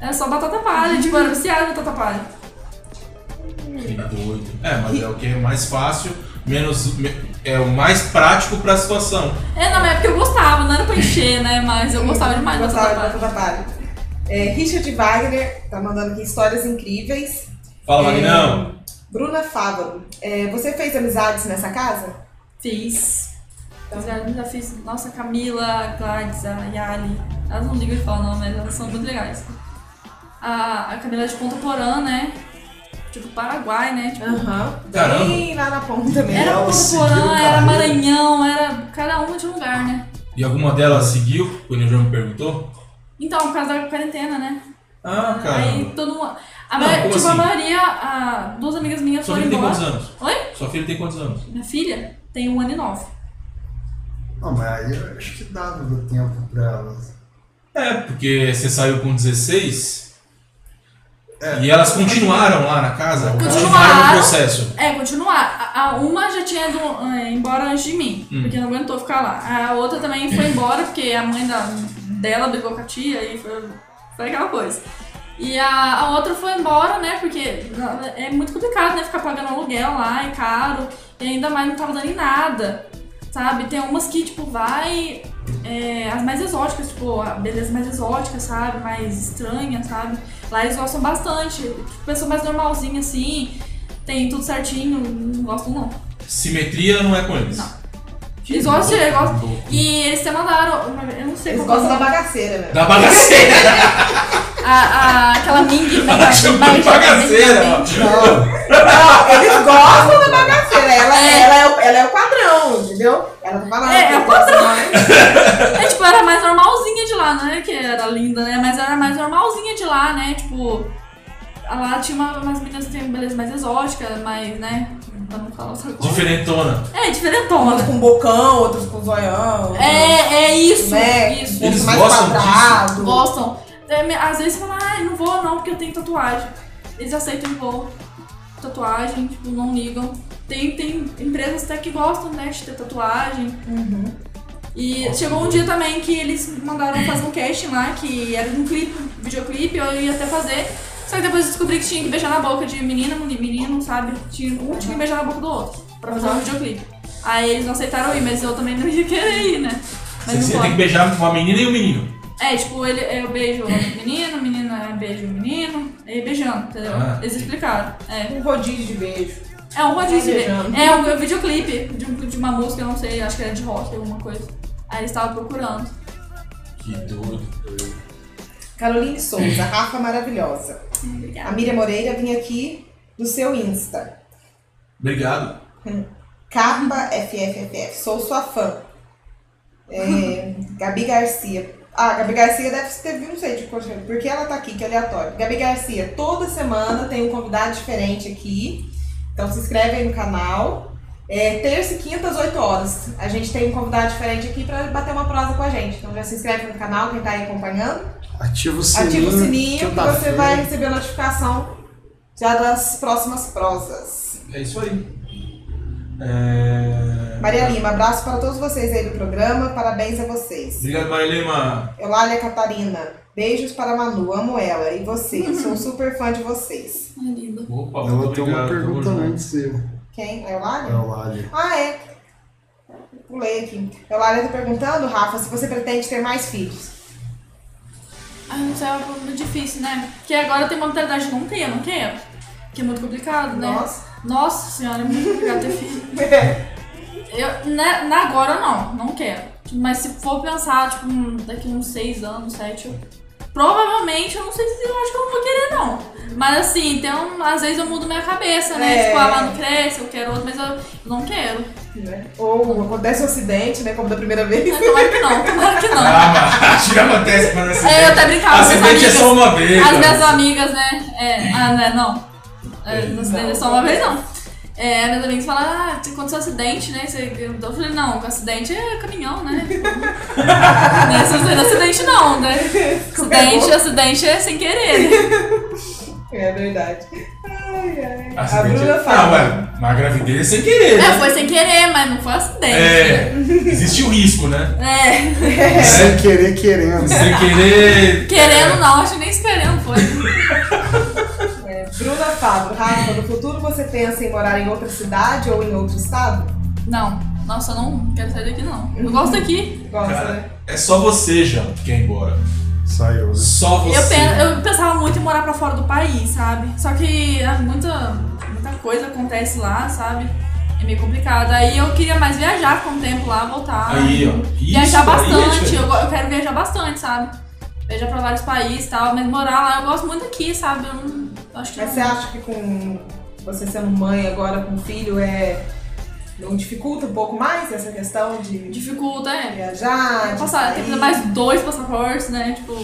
Era só batata palha, tipo, eu era viciada em batata palha. tipo Que doido. É, mas é o que é mais fácil, menos. me- É o mais prático pra situação. É, não, mas é porque eu gostava, não era pra encher, né, mas eu gostava demais de batata Gostava palha. do trabalho. É, Richard Wagner tá mandando aqui histórias incríveis. Fala, É. Magnão. Bruna Fávaro, é, você fez amizades nessa casa? Fiz. Então, eu já fiz, nossa, a Camila, a Gladys, a Yali. Elas não ligam de falar não, mas elas são muito legais. A, a Camila é de Ponta Porã, né? Tipo, Paraguai, né? Tipo, Aham. Caramba. Bem lá na ponta mesmo. era ela Ponta seguiu o Porã, era caminho. Maranhão, era cada uma de um lugar, né? E alguma delas seguiu? O Nilson me perguntou. Então, por causa da quarentena, né? Ah, Aí caramba. todo mundo. A Não, maio- como tipo, a assim? maioria, a- duas amigas minhas Sua foram filha tem quantos embora. anos? Oi? Sua filha tem quantos anos? Minha filha tem um ano e nove. Não, mas aí eu acho que dava do tempo pra elas. É, porque você saiu com 16. E elas continuaram lá na casa? É. Continuaram. o processo. É, continuar. A, a uma já tinha ido é, embora antes de mim, Hum. porque não aguentou ficar lá. A outra também foi embora, porque a mãe da, dela brigou com a tia e foi, foi aquela coisa. E a, a outra foi embora, né? Porque na- é muito complicado, né? Ficar pagando aluguel lá, é caro. E ainda mais não tava dando em nada. Sabe? Tem umas que, tipo, vai. é, as mais exóticas, tipo, a beleza mais exótica, sabe? Mais estranha, sabe? Lá eles gostam bastante. Tipo, pessoa mais normalzinha, assim tem tudo certinho, não gosto não. Simetria não é com eles. Não. Eles gostam, eles gostam. Louco. E eles até mandaram, uma vez- eu não sei Eles qual gostam da foi. bagaceira, né? Da bagaceira! a, a, aquela Ming, né? Ela chamou de bagaceira, ó. Não, Não, eles gostam da bagaceira. Ela É. é, ela é, o, ela é o padrão, entendeu? Ela tá falando. É, é o que gosta mais. É, tipo, era mais normalzinha de lá, não é que era linda, né? Mas era mais normalzinha de lá, né? Tipo, lá tinha uma- umas meninas que tem beleza mais exótica, mais, né? Pra não falar outra coisa. Diferentona. É, Uns diferentona. com bocão, outros com zoião. É, é isso, Né? isso. Eles Outros mais gostam disso? quadrado. gostam. É, me- Às vezes falam, ah, não vou não, porque eu tenho tatuagem. Eles aceitam e vou. Tatuagem, tipo, não ligam. Tem, tem empresas até que gostam, né, de ter tatuagem. Uhum. E chegou um dia também que eles mandaram fazer um casting lá, que era um clipe, um videoclipe, eu ia até fazer. Só que depois eu descobri que tinha que beijar na boca de menina, de menino, sabe? Tinha, um tinha que beijar na boca do outro pra fazer um videoclipe. Aí eles não aceitaram ir, mas eu também não ia querer ir, né? Mas Você não tem que beijar uma menina e um menino. é, tipo, ele, eu beijo o menino, menina beija o menino, e beijando, entendeu? Ah. Eles explicaram. É, Um rodízio de beijo. é um rodízio. Tá Beijando. É um videoclipe de, um- de uma música, eu não sei, acho que era de rock, alguma coisa. Aí eles estavam procurando. Que doido. Caroline Souza, Rafa maravilhosa. A Obrigada. Miriam Moreira vinha aqui do seu Insta. Obrigado. Carpa FFFF, sou sua fã. É, [laughs] Gabi Garcia. Ah, Gabi Garcia deve ter vindo, não sei de coisa, porque ela tá aqui, que aleatório. Gabi Garcia, toda semana tem um convidado diferente aqui. Então se inscreve aí no canal. É, terça e quinta às 8 horas. A gente tem um convidado diferente aqui pra bater uma prosa com a gente. Então já se inscreve no canal, quem tá aí acompanhando. ativa o sininho. tá Ativa o sininho que você quinta-feira. vai receber a notificação já das próximas prosas. É isso aí. É... Maria Lima, abraço para todos vocês aí do programa, parabéns a vocês. Obrigado, Maria Lima. Eulália Catarina, beijos para a Manu, amo ela. E você, Uhum. sou super fã de vocês. Ai, linda. Opa, Ela muito tem uma obrigado, tamo pergunta né? junto. antes, eu. Quem? A É Eulália? o Lali. Ah, é. Pulei aqui. Eulália tá perguntando, Rafa, se você pretende ter mais filhos. Ai, não sei, é algo muito difícil, né? Porque agora tem uma mentalidade de não ter, não quero. Que é muito complicado, né? Nossa. Nossa senhora, é muito complicado ter filho. Eu, né, na agora não, não quero. Mas se for pensar, tipo, hum, daqui uns seis anos, sete, eu- provavelmente eu não sei se eu acho que eu não vou querer, não. Mas assim, tem um, às vezes eu mudo minha cabeça, né? É. Tipo, ah, lá não cresce, eu quero outro, mas eu, eu não quero. Né? Ou acontece um acidente, né? Como da primeira [laughs] vez. Mas tomara que não, tomara que não. Ah, mas acho que acontece quando acidente. É, eu até brincava com as Acidente é amigas. só uma vez. As cara. minhas amigas, né? É, ah, né? Não. É, não acidente é só uma vez, não. É, minhas amigas falam, ah, aconteceu um acidente, né? Você- Eu falei, não, acidente é caminhão, né? [laughs] né? Você não tem acidente, não, né? Acidente, acidente é sem querer. É verdade. Ai, ai. A Acidente Bruna é- Não, fala. ué, mas a gravidez é sem querer. É, né? foi sem querer, mas não foi um acidente. É, existe o risco, né? É, Sem querer, querendo. Sem querer. querendo não, acho que nem esperando foi. É, Bruna Fábio, Rafa, no futuro você pensa em morar em outra cidade ou em outro estado? Não, nossa, eu não quero sair daqui, não. Eu gosto daqui. Gosta, Cara, né? É só você, Jean, que quer ir embora. Só eu, né? Só você. Eu, pe- eu pensava muito em morar pra fora do país, sabe? Só que ah, muita, muita coisa acontece lá, sabe? É meio complicado. Aí eu queria mais viajar com um tempo lá, voltar. Aí, ó. Ah, Viajar Isso, aí é bastante. diferente. eu, go- eu quero viajar bastante, sabe? Viajar pra vários países e tal. Mas morar lá, eu gosto muito aqui, sabe? Eu não. eu Acho que Mas não- você acha que com você sendo mãe agora com filho é. não dificulta um pouco mais essa questão de Dificulta, é. viajar? de sair? Passar, tem que fazer mais dois passaportes, né? Tipo,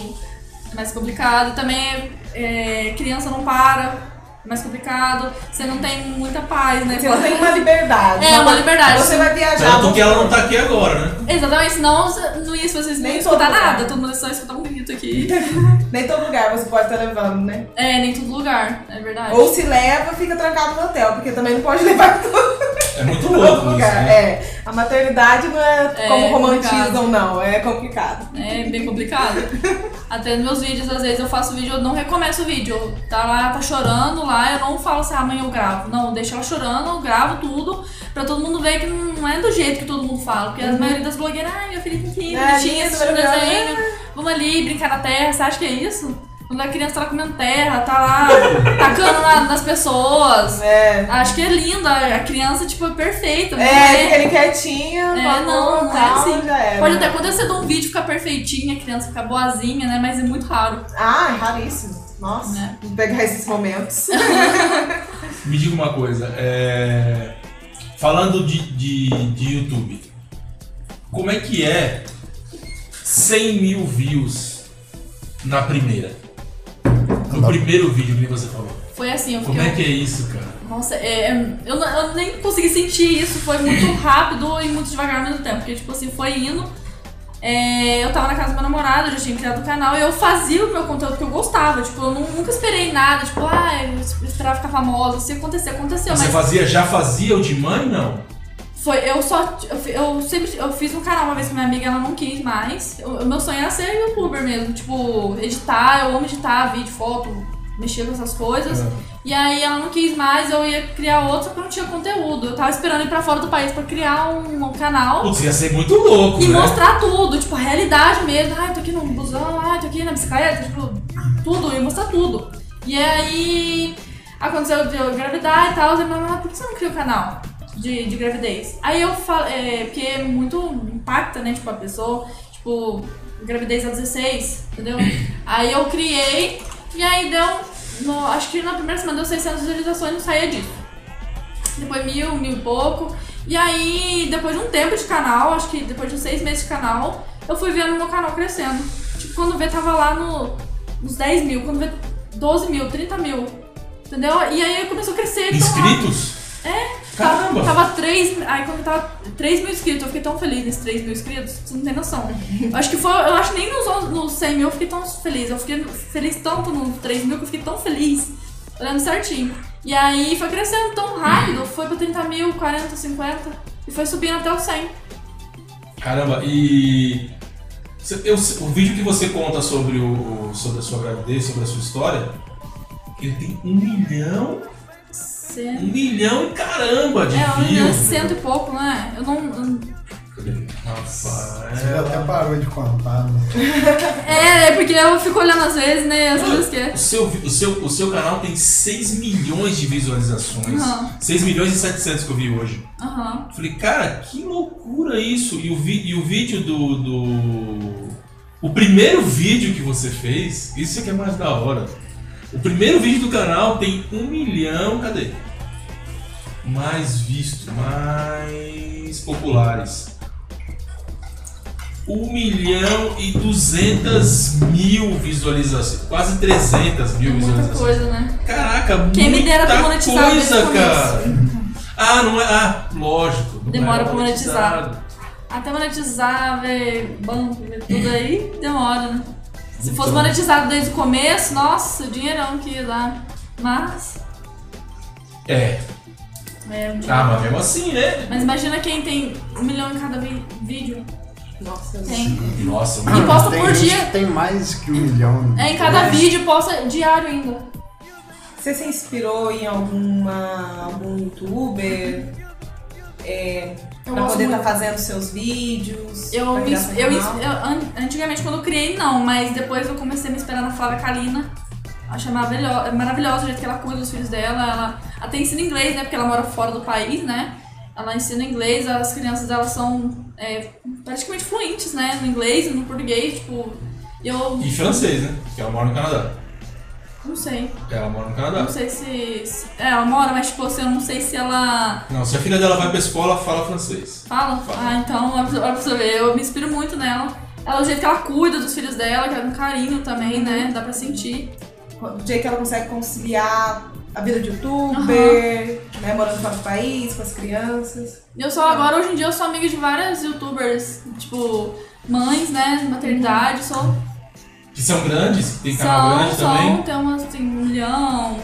é mais complicado. Também é, criança não para. é Mais complicado, você não tem muita paz, né? Você não [laughs] tem uma liberdade. É, uma liberdade. Você vai viajar. Tanto que ela não tá aqui agora, né? Exatamente, senão não ia se vocês nem Nem escutar todo lugar. nada, todo mundo ia só escutar um [laughs] grito aqui. Nem todo lugar você pode estar levando, né? É, nem todo lugar, é verdade. Ou se leva, fica trancado no hotel, porque também não pode [laughs] levar pra todo É muito louco isso, lugar. né? É, a maternidade não é, É como complicado. romantizam, não. É complicado. É [laughs] bem complicado. Até nos meus vídeos, às vezes eu faço vídeo, eu não recomeço o vídeo. Eu- Tá lá, tá chorando lá, eu não falo assim, amanhã eu gravo. Não, eu deixo ela chorando, eu gravo tudo, pra todo mundo ver que não é do jeito que todo mundo Uhum. fala. Porque a maioria das blogueiras, ai, meu filho pequenininho, Ah, bonitinho, isso, assistindo maravilhoso. desenho, vamos ali brincar na terra, você acha que é isso? Quando a criança tá lá comendo terra, [laughs] tá lá tacando na- nas pessoas. É. Acho que é linda, a criança, tipo, é perfeita. É, né? fica ali quietinho, É, tá não, bom, não é tal, assim. já era. Pode até acontecer de um vídeo ficar perfeitinho, a criança ficar boazinha, né? Mas é muito raro, Ah, é raríssimo. Nossa, né? vou pegar esses [laughs] momentos. Me diga uma coisa. é, Falando de, de, de YouTube, como é que é 100 mil views na primeira? No Não. primeiro vídeo que você falou. Foi assim, eu Como fiquei. é que é isso, cara? Nossa, é, é, eu, não- eu nem consegui sentir isso. Foi muito [laughs] rápido e muito devagar ao mesmo tempo. Porque, tipo assim, foi indo. É, eu tava na casa do meu namorado, eu já tinha criado o canal e eu fazia o meu conteúdo que eu gostava. Tipo, eu nu- nunca esperei nada. Tipo, ah, eu esperava ficar famosa. Se acontecer, aconteceu. Você então, mas fazia, já fazia o de mãe, não? Foi, eu só. Eu, fi- eu sempre. Eu fiz um canal uma vez que minha amiga ela não quis mais. O o meu sonho era ser youtuber mesmo. Tipo, editar, eu amo editar vídeo, foto, mexer com essas coisas. E aí ela não quis mais, eu ia criar outro, só que eu não tinha conteúdo. Eu tava esperando ir pra fora do país pra criar um, um canal. Putz, ia ser muito louco, E né? mostrar tudo, tipo, a realidade mesmo. Ai, tô aqui no busão, ai, tô aqui na bicicleta, tipo, tudo, eu ia mostrar tudo. E aí aconteceu de eu engravidar e tal, e minha mãe, "Ah, por que você não cria o canal de, de gravidez? Aí eu falo, é, porque é muito impacta, né, tipo, a pessoa, tipo, gravidez aos 16, entendeu? Aí eu criei, e aí deu, no- acho que na primeira semana deu 600 visualizações, não saía disso. Depois mil, mil e pouco. E aí, depois de um tempo de canal, acho que depois de uns seis meses de canal, eu fui vendo meu canal crescendo. Tipo, quando vê, tava lá no, nos 10 mil, quando vê, 12 mil, 30 mil. Entendeu? E aí começou a crescer. então, Inscritos? É. Caramba! Tava, tava 3, aí quando tava 3 mil inscritos, eu fiquei tão feliz nesses 3 mil inscritos, você não [laughs] tem noção. Eu acho que foi, eu acho que nem nos, on- nos 100 mil eu fiquei tão feliz, eu fiquei feliz tanto nos 3 mil que eu fiquei tão feliz, olhando certinho. E aí foi crescendo tão rápido, foi pra 30 mil, 40, 50, e foi subindo até o 100. Caramba, e cê- eu- o vídeo que você conta sobre, o, sobre a sua gravidez, sobre a sua história, ele tem um milhão, um Cento- milhão e caramba de É, um milhão e views. cento e pouco, né? Eu não. eu não- Cadê? Ah, Rapaz. Você já até parou de contar, né? É, é porque eu fico olhando às vezes, né? As coisas que. O seu, vi- o, seu, o seu canal tem 6 milhões de visualizações. Aham. 6 milhões e 700 que eu vi hoje. Aham. Falei, cara, que loucura isso. E o, vi, e o vídeo do, do. O primeiro vídeo que você fez, isso aqui é mais da hora. O primeiro vídeo do canal tem um milhão. Cadê? Mais visto, mais populares. 1 milhão e 200 mil visualizações. Quase 300 mil É muita visualizações. coisa, né? Caraca, Quem me muita dera pra monetizar desde o coisa, começo. cara. Ah, não é. Ah, lógico. não Demora é pra monetizar. monetizado. Até monetizar, ver banco, ver tudo aí, demora, né? Se fosse Então. monetizado desde o começo, nossa, o dinheirão que ia dar. Mas. É. É, um Ah, mas mesmo assim, né? Mas imagina quem tem um milhão em cada vi- vídeo. Nossa, Tem. Nossa, E posta tem por gente dia. que Tem mais que um milhão. É, em cada vídeo posta diário ainda. Você se inspirou em alguma, algum youtuber Eu pra gosto poder tá estar muito. fazendo seus vídeos? Eu, pra me, criar seu eu, canal? eu- an- antigamente quando eu criei não, mas depois eu comecei a me inspirar na Flávia Kalina. Achei maravilhosa, maravilhosa o jeito que ela cuida dos filhos dela. Ela até ensina inglês, né? Porque ela mora fora do país, né? Ela ensina inglês, as crianças dela são é, praticamente fluentes, né? No inglês e no português, tipo. e Eu E francês, né? Porque ela mora no Canadá. não sei. Ela mora no Não Canadá. sei se. se- é, ela mora, mas tipo, assim, eu não sei se ela. Não, se a filha dela vai pra escola, fala francês. Fala? Fala. Ah, então, olha pra- olha pra você ver, eu me inspiro muito nela. Ela, o jeito que ela cuida dos filhos dela, que é um carinho também, né? Uhum. Dá pra sentir. Do jeito que ela consegue conciliar a vida de youtuber, né, morando fora do país, com as crianças. Eu sou agora, hoje em dia, eu sou amiga de várias youtubers, tipo, mães, né? Maternidade, sou. Que são grandes, que Uhum. tem canal São, grande são, também. tem umas, tem um milhão,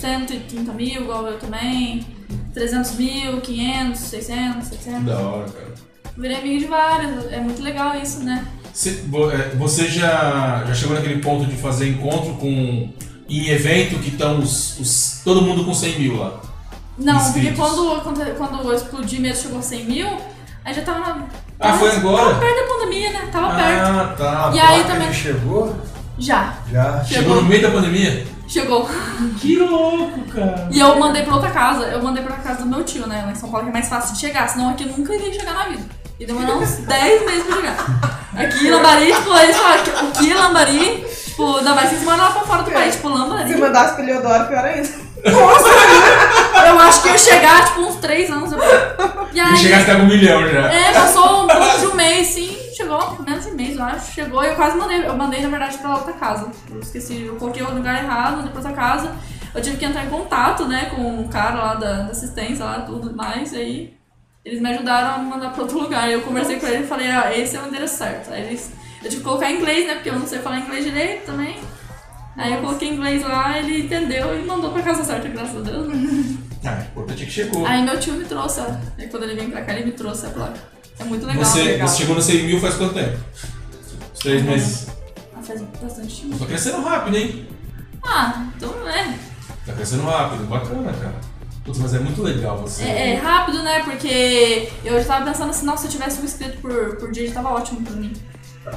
130 mil, igual eu também. 300 mil, 500, 600, 700. Da hora, cara. Virei amiga de várias, é muito legal isso, né? Você, vo- é, você já, já chegou naquele ponto de fazer encontro com. Em evento que estão os, os- todo mundo com 100 mil lá. Não, Inscritos. porque quando, quando, quando eu explodi mesmo, chegou 100 mil, aí já tava na Ah, foi Tava agora? perto da pandemia, né? Tava perto. Ah, tá. E aí Ele também. chegou, Já, já. Chegou no meio da pandemia? chegou. Que louco, cara. E eu mandei pra outra casa. Eu mandei pra casa do meu tio, né? Lá em São Paulo que é mais fácil de chegar, senão aqui eu nunca iria chegar na vida. E [laughs] demorou uns 10 meses pra chegar. Aqui em Lambari, tipo, eles falam que o que é Lambari, tipo, ainda mais se você morar lá pra fora É. do país, tipo, Lambari. Se mandasse pro Leodoro, pior [laughs] ainda. Eu acho que ia chegar, tipo, uns 3 anos depois. E E aí. chegasse até com um milhão já. É, passou um pouco de um mês, sim. Chegou, menos de um mês, eu acho. Chegou e eu quase mandei. Eu mandei, na verdade, pra outra casa. Eu esqueci, eu coloquei o lugar errado, depois a casa. Eu tive que entrar em contato, né, com o cara lá da, da assistência, lá, tudo mais. E aí eles me ajudaram a mandar pra outro lugar. Eu conversei com ele e falei, ah, esse é o endereço certo. Aí eles. Eu tive que colocar em inglês, né, porque eu não sei falar inglês direito também. Aí eu coloquei em inglês lá, ele entendeu e mandou pra casa certa, graças a Deus. Ah, o importante é que chegou. Aí meu tio me trouxe, ó. Aí quando ele vem pra cá, ele me trouxe a placa. É muito legal. você, legal. você chegou no 100 mil faz quanto tempo? Uns três meses. Ah, faz bastante tempo. Tá crescendo rápido, hein? Ah, então né? Tá crescendo rápido, bacana, cara. Putz, mas é muito legal você. É, é rápido, né? Porque eu já tava pensando assim, nossa, se eu tivesse um inscrito por, por dia, já tava ótimo pra mim.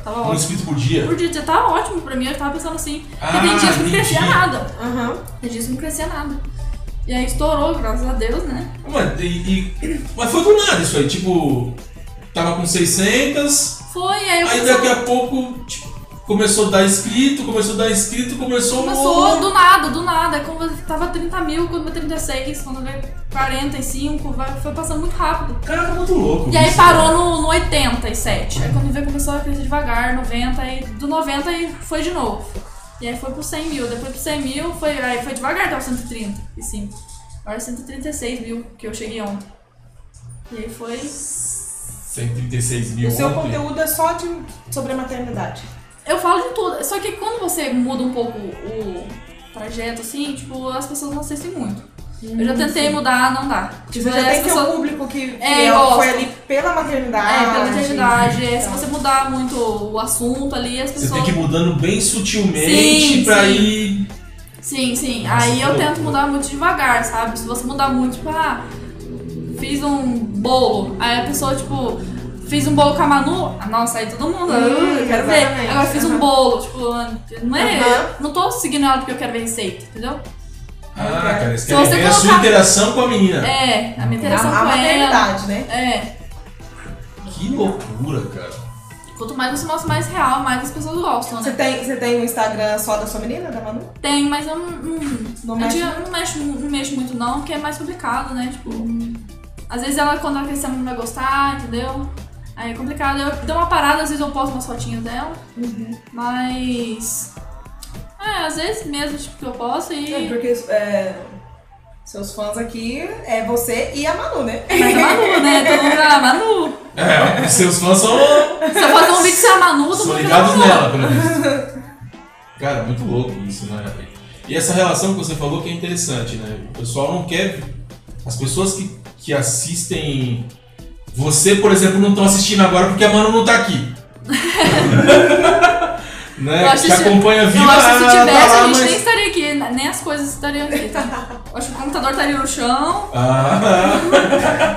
Tava Um ótimo. inscrito por dia. Por dia já tava ótimo pra mim, eu tava pensando assim. Porque Ah, tem dias que não entendi. crescia nada. Aham. Tem dias que não crescia nada. E aí estourou, graças a Deus, né? Mano, e, e- Mas foi do nada isso aí. Tipo, tava com 600, Foi, aí eu aí comecei- daqui a pouco tipo, começou a dar inscrito, começou a dar inscrito, começou. um Começou do nada, do nada. Quando tava 30 mil, quando veio 36, quando veio 45, vai- foi passando muito rápido. Caraca, muito louco. E aí isso. parou no, no 87. Aí quando veio começou a crescer devagar, 90, aí do 90 aí foi de novo. E aí foi pro 100 mil, depois pro 100 mil, foi, aí foi devagar até o 135. Agora 136 mil que eu cheguei ontem. E aí foi. 136 mil O seu ontem. conteúdo é só de, sobre a maternidade. Eu falo de tudo, só que quando você muda um pouco o trajeto, assim, tipo, as pessoas não assistem muito. Eu já tentei mudar, não dá. Hum, Tipo, Tipo, Você já as tem que ter pessoas- um público Ah, que, que É, é- gosta. foi ali pela maternidade. É, pela maternidade. é, Se Então. você mudar muito o assunto ali, as Você pessoas. tem que ir mudando bem sutilmente Sim, pra sim. ir Sim, sim. Nossa, Aí que eu loucura. tento mudar muito devagar, sabe? Se você mudar muito, tipo, ah, fiz um bolo. Aí a pessoa, tipo, Fiz um bolo com a Manu, ah, nossa, aí todo mundo, Hum, eu quero ver. exatamente, Agora fiz um aham. bolo, tipo, não é. Aham. Não tô seguindo ela porque eu quero ver receita, entendeu? Ah, cara, eles Se querem Uhum. Então você ver a sua colocar- interação com a menina. É, a minha A, interação a com ela. maternidade, né? É. Que loucura, cara. Quanto mais você mostra mais real, mais as pessoas gostam, Você né? tem, você tem um Instagram só da sua menina, da Manu? Tem, mas eu não. não- Não Eu mexe? digo, não mexo, mu- não mexo muito não, porque é mais complicado, né? Tipo, Uhum. às vezes ela, quando ela crescer, ela não vai gostar, entendeu? Aí é complicado. Eu dou uma parada, às vezes eu posto umas fotinhas dela, Uhum. mas... É, às vezes mesmo, tipo, que eu posto É, e... porque é, seus fãs aqui é você e a Manu, né? [laughs] Mas é Manu, né? Todo mundo fala, "Ah, Manu. É, seus fãs são, Se eu fazer um vídeo sem a Manu, todo são mundo fala, ligados Manu. nela, pelo menos. Cara, muito louco isso, né? E essa relação que você falou que é interessante, né? O pessoal não quer. As pessoas que, que assistem. Você, por exemplo, não estão assistindo agora porque a Mano não tá [laughs] aqui. né? Eu acho Que isso- acompanha viva. Eu acho que ah, se tá tivesse, lá, a gente mas- nem estaria aqui, né? nem as coisas estariam aqui. tá? Eu acho que o computador estaria no chão, Ah,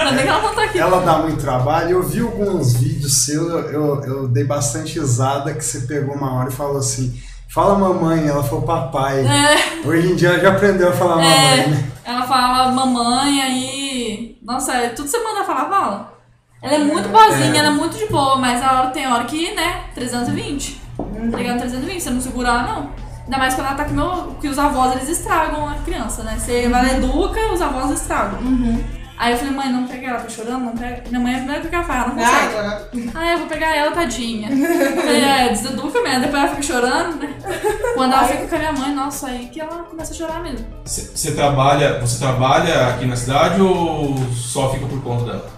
ainda bem que ela não tá aqui. Ela dá muito trabalho. Eu vi alguns vídeos seus, eu, eu, eu dei bastante risada que você pegou uma hora e falou assim: fala mamãe, ela falou papai. É. Hoje em dia ela já aprendeu a falar mamãe, né? Ela fala mamãe, aí. Nossa, é tudo semana ela fala, fala. Ela é muito É. boazinha, ela é muito de boa, mas ela tem hora que, né, 320. Tá ligado? 320, você não segura ela, não. Ainda mais quando ela tá com meu. Que os avós eles estragam a criança, né? Você ela educa, os avós estragam. Aí eu falei, mãe, não pega ela, tá chorando, não pega. Minha mãe é a primeira que ela fala, [laughs] ela não consegue. Ah, Ah, eu vou pegar ela, tadinha. Eu Falei, é, deseduca mesmo. Depois ela fica chorando, né? Quando ela fica com a minha mãe, nossa, aí que ela começa a chorar mesmo. Você você trabalha, você trabalha aqui na cidade ou só fica por conta dela?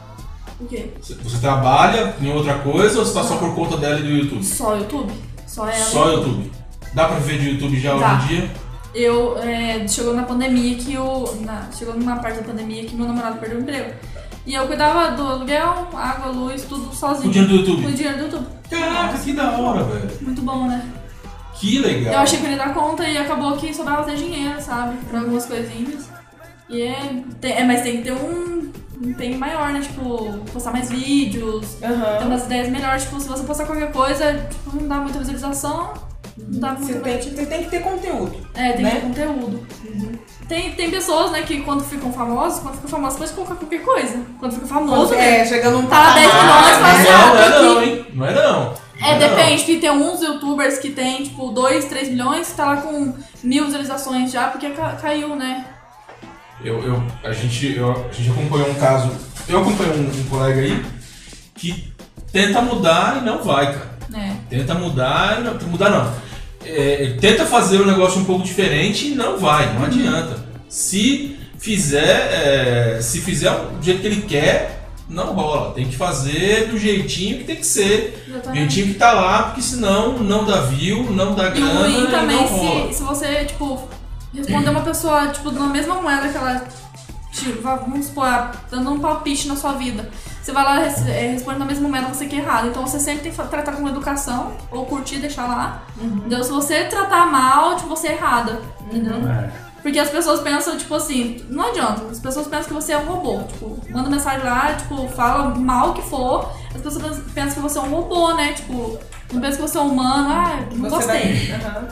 O quê? Você- Você trabalha em outra coisa ou você tá só por conta dela e do YouTube? Só YouTube? Só ela. Só YouTube. Dá pra viver de YouTube já Dá. hoje em dia? Eu é, chegou na pandemia que o. na- chegou numa parte da pandemia que meu namorado perdeu o emprego. E eu cuidava do aluguel, água, luz, tudo Com o sozinho. dinheiro do YouTube. Com o dinheiro do YouTube. Caraca, que da hora, velho. Muito bom, né? Que legal. Eu achei que eu ia dar conta e acabou que sobrava até dinheiro, sabe? Pra algumas coisinhas. E é, tem- é. Mas tem que ter um. Um empenho maior, né? Tipo, postar mais vídeos, ter Aham. umas ideias melhores. Tipo, se você postar qualquer coisa, tipo, não dá muita visualização, não dá muito Você tem, você tem que ter conteúdo. É, tem que né? ter conteúdo. Tem, tem pessoas, né, que quando ficam famosos, quando ficam famosos, pode colocar qualquer coisa. Quando fica famoso, é, É, chegando né? num Tá lá dez milhões, não, fala assim, ah, não é tem não, que- hein? Não é não. Não é não. depende, porque tem uns youtubers que tem, tipo, 2, 3 milhões, que tá lá com mil visualizações já, porque ca- caiu, né? Eu, eu, a, gente, eu, a gente acompanhou um caso. Eu acompanhei um, um colega aí que tenta mudar e não vai, cara. né Tenta mudar, não, mudar não. É, ele tenta fazer um negócio um pouco diferente e não vai, Uhum. não adianta. Se fizer, é, se fizer do jeito que ele quer, não rola. Tem que fazer do jeitinho que tem que ser, do Exatamente. jeitinho que tá lá, porque senão não dá view, não dá E o grana ruim e, também, é não rola. se, se você, tipo, responder uma pessoa, tipo, na mesma moeda que ela, tipo, va- vamos supor, ah, dando um palpite na sua vida. Você vai lá res- é, responde na mesma moeda, você que é errado. Então você sempre tem que fa- tratar com educação, ou curtir, deixar lá. Uhum. Entendeu? Se você tratar mal, tipo, você é errada. Entendeu? É. Porque as pessoas pensam, tipo assim, não adianta, as pessoas pensam que você é um robô. Tipo, manda mensagem lá, tipo, fala mal que for, as pessoas pensam que você é um robô, né? Tipo, não pensa que você é humano, ah, não Você gostei. Uhum. Vai, aham.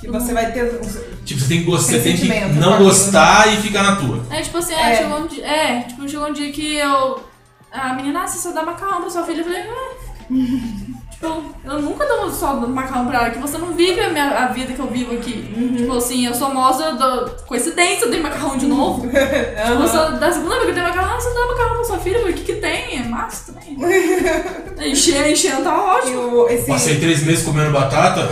Que você vai ter. os- Tipo, você tem que, gostar, você tem que Sentimento, tá não aquilo, gostar e ficar na tua. É, tipo assim, ah, É. chegou um dia. É, tipo, chegou um dia que eu. A menina, ah, você só dá macarrão pra sua filha. Eu falei, ah. [laughs] tipo, eu nunca dou só macarrão pra ela, que você não vive a, minha, a vida que eu vivo aqui. Uhum. Tipo assim, eu sou moça da coincidência, eu dei macarrão de novo. [laughs] Aham. Você, da segunda vez que eu dei macarrão, ah, você dá macarrão pra sua filha, eu falei, o que que tem? É [laughs] massa também. encher, encher, tá E ótimo. o- esse, [laughs] Passei três meses comendo batata.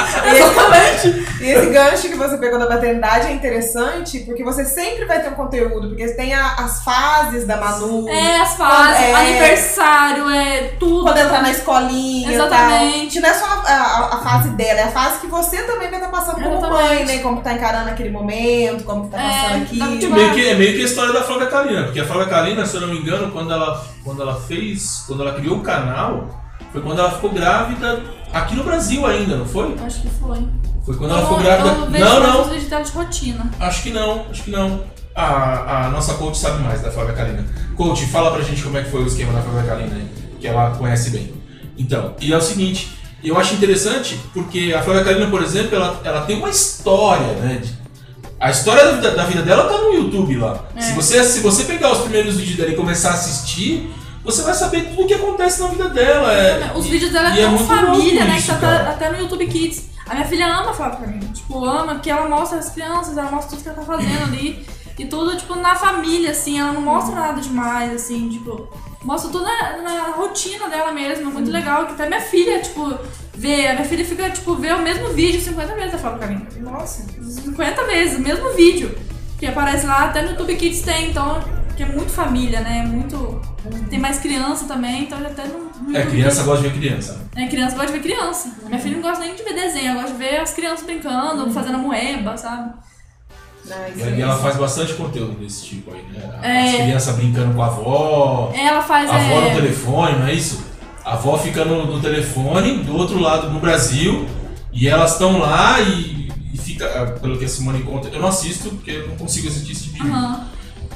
Exatamente. E esse gancho que você pegou da maternidade é interessante porque você sempre vai ter um conteúdo, porque tem a- as fases da Manu. É, as fases, É. aniversário, é tudo. Quando entrar na escolinha e tal. Exatamente. Não é só a, a- a fase dela, é a fase que você também vai estar passando como Exatamente. mãe, né? Como que tá encarando aquele momento, como que tá É, passando aqui. dá pra te É Vai. meio, que, é meio que a história da Flávia Kalina, porque a Flávia Kalina, se eu não me engano, quando ela, quando ela fez, quando ela criou o canal, foi quando ela ficou grávida aqui no Brasil ainda, não foi? Acho que foi. Foi quando ela Eu ficou não- então, grávida. Eu vejo Não, mais não, os vídeos dela de rotina. acho que não, acho que não. A, a nossa coach sabe mais da Flávia Kalina. Coach, fala pra gente como é que foi o esquema da Flávia Kalina aí, que ela conhece bem. Então, e é o seguinte, eu acho interessante porque a Flávia Kalina, por exemplo, ela, ela tem uma história, né? de- a história da vida, da vida dela tá no YouTube lá. É. Se, você, se você pegar os primeiros vídeos dela e começar a assistir, você vai saber tudo o que acontece na vida dela. É, Os e- vídeos dela e é tão muito família, louco né? isso, que tá cara. até, até no YouTube Kids. A minha filha ama falar pra mim. Tipo, ama, porque ela mostra as crianças, ela mostra tudo que ela tá fazendo ali. E tudo, tipo, na família, assim, ela não mostra nada demais, assim, tipo, mostra tudo na, na rotina dela mesma, muito Uhum. legal. Que até minha filha, tipo, vê, a minha filha fica, tipo, vê o mesmo vídeo 50 vezes, ela fala pra mim. Nossa. 50 vezes, o mesmo vídeo. Que aparece lá, até no YouTube Kids tem, então, que é muito família, né? Muito. Tem mais criança também, então até no. no É, YouTube criança gosta de ver criança. é, criança gosta de ver criança. Minha filha não gosta nem de ver desenho, ela gosta de ver as crianças brincando, fazendo a moeba, sabe? Ah, isso E é ela isso. faz bastante conteúdo desse tipo aí, né? As É. crianças brincando com a avó, Ela a faz. avó no É, telefone, não é isso? A avó fica no, no telefone do outro lado do Brasil e elas estão lá e, e fica, ah, pelo que a Simone conta, eu não assisto porque eu não consigo assistir esse tipo de vídeo. aham.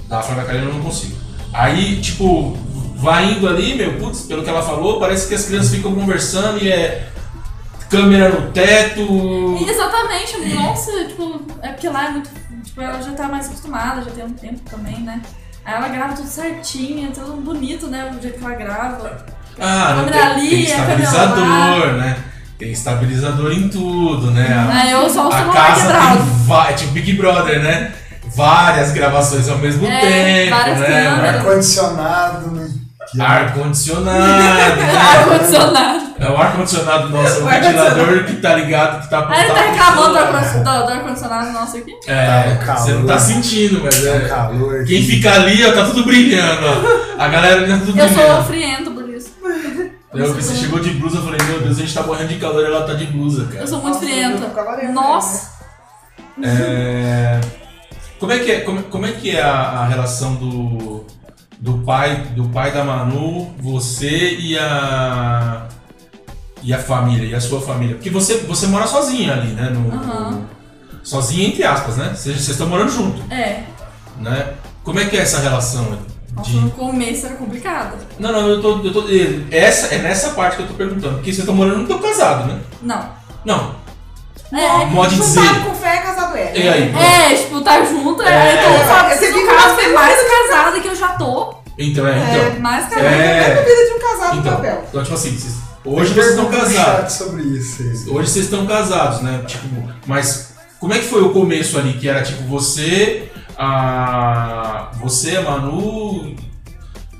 Da Flávia Karina eu não consigo. Aí, tipo, vai indo ali, meu, putz, pelo que ela falou, parece que as crianças ficam conversando e é câmera no teto. Exatamente, nossa, tipo, é porque lá é muito. Tipo, ela já tá mais acostumada, já tem um tempo também, né? Aí ela grava tudo certinho, é tudo bonito, né? O jeito que ela grava. Ah, não, Câmera tem, ali, tem a câmera estabilizador, né? Tem estabilizador em tudo, né? Aí eu só A, ouço o celular casa quebrado. [laughs] tem va- é tipo Big Brother, né? Várias gravações ao mesmo É, tempo, várias né? câmeras. Ar-condicionado, né? Que Ar condicionado, [laughs] né? Ar-condicionado. É o ar condicionado nosso, é um O ar-condicionado. ventilador que tá ligado, que tá Aí ele tá apontado. reclamando do ar-condicionado- do ar-condicionado nosso aqui. É, Tá, você não calor. tá sentindo, mas É um é. calor. Quem fica ali, ó, tá tudo brilhando, ó. A galera ali tá tudo Eu brilhando. sou friento por isso. Eu, você chegou de blusa, eu falei, meu Deus, a gente tá morrendo de calor e ela tá de blusa, cara. Eu sou muito Nossa, eu fico agora, frienta. né? Nossa, É, Como é que é, como, como é, que é a, a relação do, do pai do pai da Manu, você e a e a família e a sua família? Porque você você mora sozinha ali, né? No, Aham. Sozinha entre aspas, né? Vocês vocês estão morando junto, é. né? Como é que é essa relação Nossa, de no começo era complicado. Não, não, eu tô, eu tô essa é nessa parte que eu tô perguntando, porque vocês estão morando, não estão casados, né? Não. Não. É, Pode dizer. Juntado com fé é casado é. E aí? é tipo, tá junto, É. é, então sabe, Você se no fica caso foi mais casada que eu já tô, Então, é, então. mais É. casada. É a vida de um casado no Então, [laughs] papel. então, tipo assim, vocês- hoje vocês estão Pergunta no casados. chat sobre isso. aí. Hoje vocês estão casados, né? Tipo, mas como é que foi o começo ali? Que era tipo você, a. Você, a Manu.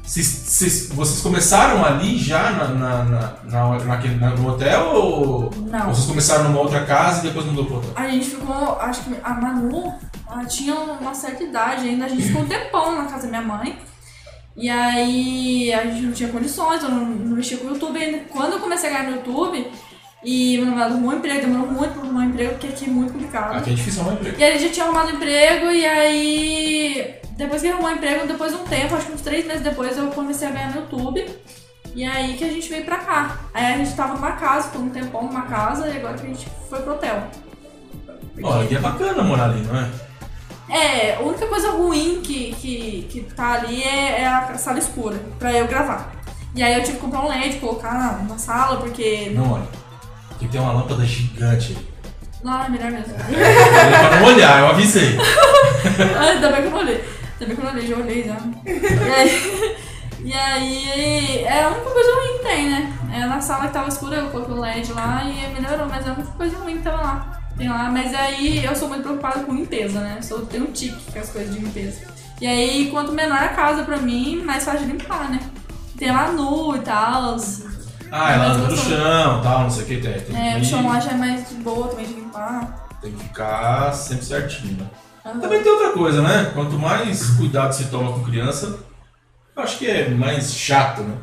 Vocês, vocês- vocês começaram ali já na, na, na- na- naquele- na- no hotel ou Não. ou vocês começaram numa outra casa e depois mudou pro hotel? A gente ficou, acho que a Manu, ela tinha uma certa idade ainda, a gente ficou um tempão na casa da minha mãe. E aí a gente não tinha condições, eu não, não mexia com o YouTube ainda. Quando eu comecei a ganhar no YouTube, e meu namorado arrumou um emprego, demorou muito pra arrumar um emprego, porque aqui é muito complicado. Aqui é difícil arrumar emprego. E aí ele já tinha arrumado emprego, e aí. Depois que ele arrumou emprego, depois de um tempo, acho que uns três meses depois, eu comecei a ganhar no YouTube. E aí que a gente veio pra cá. Aí a gente tava numa casa, por um tempão numa casa, e agora que a gente foi pro hotel. Olha, aqui é bacana morar ali, não é? É, a única coisa ruim que, que, que tá ali é, é a sala escura, pra eu gravar. E aí eu tive que comprar um LED, colocar na, na sala, porque. Não olha. Porque tem uma lâmpada gigante ali. Não, é melhor mesmo. É pra não olhar, eu avisei. Ah, Ainda bem que eu não olhei. Ainda bem que eu não olhei, já olhei já. E aí, [laughs] e aí, é a única coisa ruim que tem, né? É na sala que tava escura, eu coloquei um LED lá e melhorou, mas é a única coisa ruim que tava lá. Tem lá, mas aí eu sou muito preocupada com limpeza, né? Sou, tenho um tique com as coisas de limpeza. E aí, quanto menor a casa pra mim, mais fácil de limpar, né? Tem lá nu e tal. é, Ah, ela Mas anda no gostoso. chão tal, não sei o que, tem. tem É, que o chão ir, lá já é mais de boa também de limpar. Tem que ficar sempre certinho, né? Aham. Também tem outra coisa, né? Quanto mais cuidado se toma com criança, eu acho que é mais chato, né?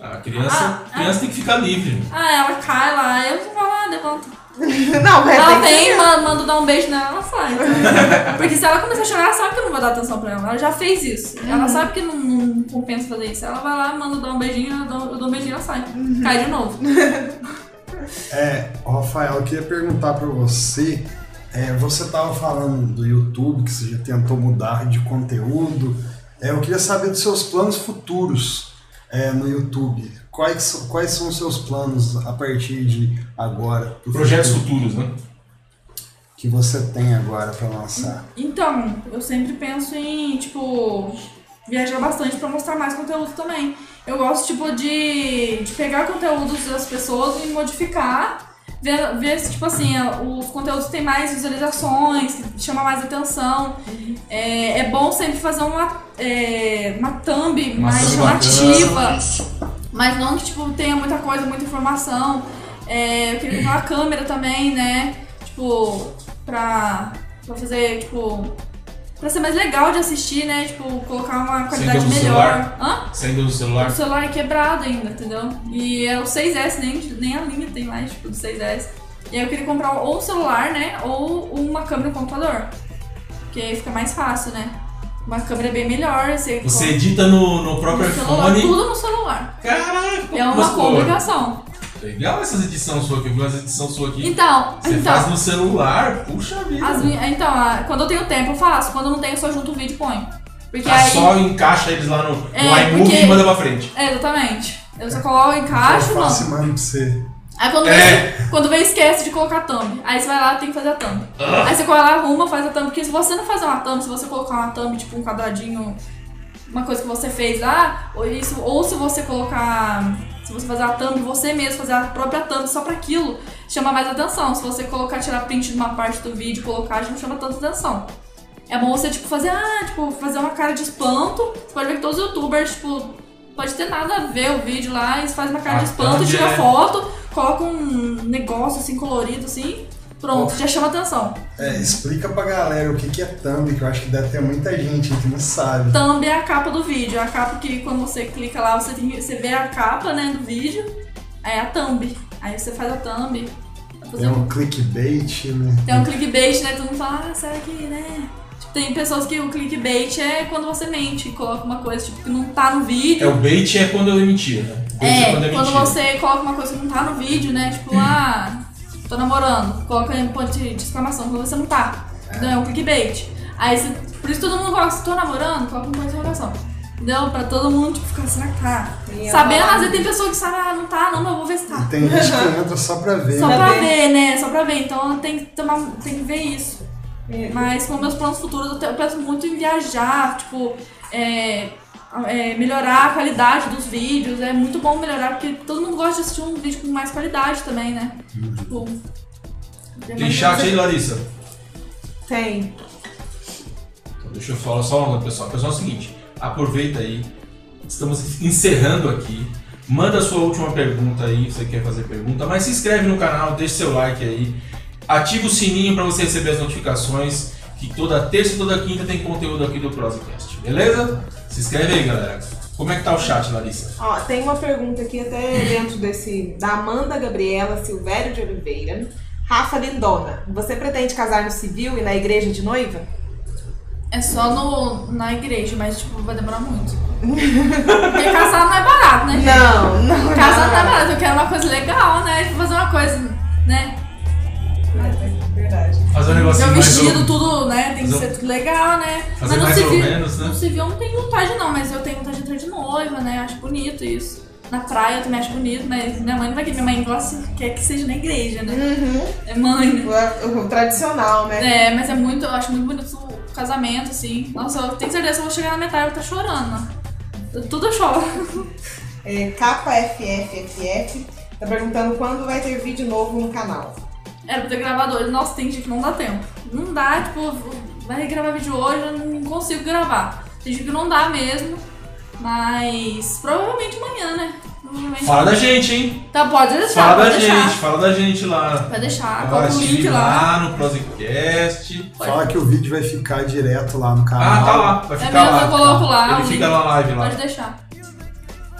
A criança, Ah, ah. criança tem que ficar livre. né? Ah, ela cai lá, eu vou lá, levanta. Não, é Ela tem que vem, ser. manda, manda dar um beijo nela, ela [laughs] sai. Porque se ela começar a chorar, ela sabe que eu não vou dar atenção pra ela. Ela já fez isso. Uhum. Ela sabe que não, não compensa fazer isso. Ela vai lá, manda dar um beijinho, eu dou, eu dou um beijinho e ela sai. Uhum. Cai de novo. É, Rafael, eu queria perguntar pra você É, você estava falando do YouTube, que você já tentou mudar de conteúdo. É, eu queria saber dos seus planos futuros é, no YouTube. Quais, so- quais são os seus planos a partir de agora? pro Projetos futuro futuros, né? que você tem agora para lançar? Então, eu sempre penso em, tipo, viajar bastante pra mostrar mais conteúdo também. Eu gosto, tipo, de, de pegar conteúdos das pessoas e modificar, ver, ver se, tipo assim, os conteúdos têm mais visualizações, que chama mais atenção. É, é bom sempre fazer uma, é, uma thumb Uma mais thumb bacana. chamativa, mas não que, tipo, tenha muita coisa, muita informação. É, eu queria comprar uma câmera também, né? Tipo, pra, pra fazer, tipo. Pra ser mais legal de assistir, né? Tipo, colocar uma qualidade deu no melhor. celular? Tá. Hã? Saindo do O celular. celular é quebrado ainda, entendeu? E é o 6S, nem, nem a linha tem mais, tipo, do 6S. E aí eu queria comprar ou um celular, né? Ou uma câmera e um computador. Porque aí fica mais fácil, né? Uma câmera é bem melhor, você, Você edita no, no compra próprio no celular, iPhone. tudo no celular. Caraca, como É uma você- complicação. Legal é essas edições suas aqui, viu? As edições suas aqui. Então, Você então. faz no celular, puxa vida. As minhas- então, a- quando eu tenho tempo eu faço, quando eu não tenho eu só junto o vídeo e ponho. Porque Ah, aí. só encaixa eles lá no, no É, iMovie porque- e manda pra frente. É, exatamente. Eu só coloco, encaixo, eu faço mano. e mando pra você. Aí quando, É. vem, quando vem, esquece de colocar thumb. Aí você vai lá tem que fazer a thumb. Ah. Aí você vai lá, arruma, faz a thumb. Porque se você não fazer uma thumb, se você colocar uma thumb, tipo um quadradinho, uma coisa que você fez lá, ou isso, ou se você colocar. Se você fazer a thumb, você mesmo fazer a própria thumb só pra aquilo, chama mais atenção. Se você colocar, tirar print de uma parte do vídeo, colocar, já não chama tanta atenção. É bom você, tipo, fazer, ah, tipo, fazer uma cara de espanto. Você pode ver que todos os youtubers, tipo, pode ter nada a ver o vídeo lá, eles fazem uma cara de A espanto, thumb tira é- foto, coloca um negócio assim colorido assim, pronto, já chama atenção. É, explica pra galera o que, que é thumb, que eu acho que deve ter muita gente aí que não sabe. Thumb é a capa do vídeo, é a capa que quando você clica lá, você, tem- você vê a capa, né, do vídeo, aí é a thumb. Aí você faz a thumb. Tá Tem fazendo- um clickbait, né? Tem um clickbait, né? Todo mundo fala, ah, será que, né? Tipo, tem pessoas que o clickbait é quando você mente, coloca uma coisa tipo, que não tá no vídeo. É, o bait é quando eu mentira. né? O bait É, quando é quando mentira. você coloca uma coisa que não tá no vídeo, né? Tipo, ah, tô namorando. Coloca em ponto de de exclamação quando você não tá. Não é um clickbait. Aí você, por isso todo mundo coloca, se tô namorando, coloca um ponto de exclamação. Entendeu? Pra todo mundo, tipo, ficar, será que tá? E Sabendo, ela- às vezes tem pessoa que sabe, ah, não tá, não, mas eu vou ver se tá. Tem gente [laughs] que entra só pra ver. Só né? pra Pra ver. ver, né? Só pra ver. Então tem que tomar, tem que ver isso. É. Mas com meus planos futuros, eu te- eu penso muito em viajar, tipo, é, é, melhorar a qualidade dos vídeos. É muito bom melhorar, porque todo mundo gosta de assistir um vídeo com mais qualidade também, né? Tipo. Tem chat aí, Larissa? Tem. Então, Deixa eu falar só uma coisa, pessoal. Pessoal, é o seguinte, aproveita aí. Estamos encerrando aqui. Manda sua última pergunta aí, se você quer fazer pergunta, mas se inscreve no canal, deixa seu like aí. Ativa o sininho para você receber as notificações, que toda terça e toda quinta tem conteúdo aqui do Prosecast, beleza? Se inscreve aí, galera. Como é que tá o chat, Larissa? Ó, tem uma pergunta aqui até dentro desse. Da Amanda Gabriela Silvério de Oliveira. Rafa Lindona, você pretende casar no civil e na igreja de noiva? É só no, na igreja, mas tipo, vai [laughs] demorar muito. Porque casar não é barato, né? gente? Não, não. Casar não é barato, eu quero uma coisa legal, né? Tipo, fazer uma coisa, né? É verdade. Fazer um negocinho Meu mais vestido, ou- tudo, né? Tem que Mas ser tudo legal, né? fazer mais Mas não se ou vi- menos, né? No civil eu não tenho vontade, não, mas eu tenho vontade de entrar de noiva, né? Eu acho bonito isso. Na praia eu também acho bonito, mas minha mãe não vai querer. Minha mãe gosta, quer que seja na igreja, né? Uhum. É mãe, né? O, o tradicional, né? É, mas é muito, eu acho muito bonito o casamento, assim. Nossa, eu tenho certeza que eu vou chegar na metade e vou estar chorando. Eu- Tudo eu choro. É, KFFFF tá perguntando quando vai ter vídeo novo no canal. Era pra ter gravado hoje. Nossa, tem dia que não dá tempo. Não dá, tipo, vai gravar vídeo hoje, eu não consigo gravar. Tem dia que não dá mesmo. Mas provavelmente amanhã, né? Provavelmente. Fala da gente, hein? Tá, pode deixar. Fala da pode deixar. gente, fala da gente lá. Vai Fala deixar, coloca o link lá. lá no Prosecast. Fala que o vídeo vai ficar direto lá no canal. Ah, tá lá, vai É ficar mesmo, lá. eu coloco lá. Ele o fica link. na live lá. Pode deixar.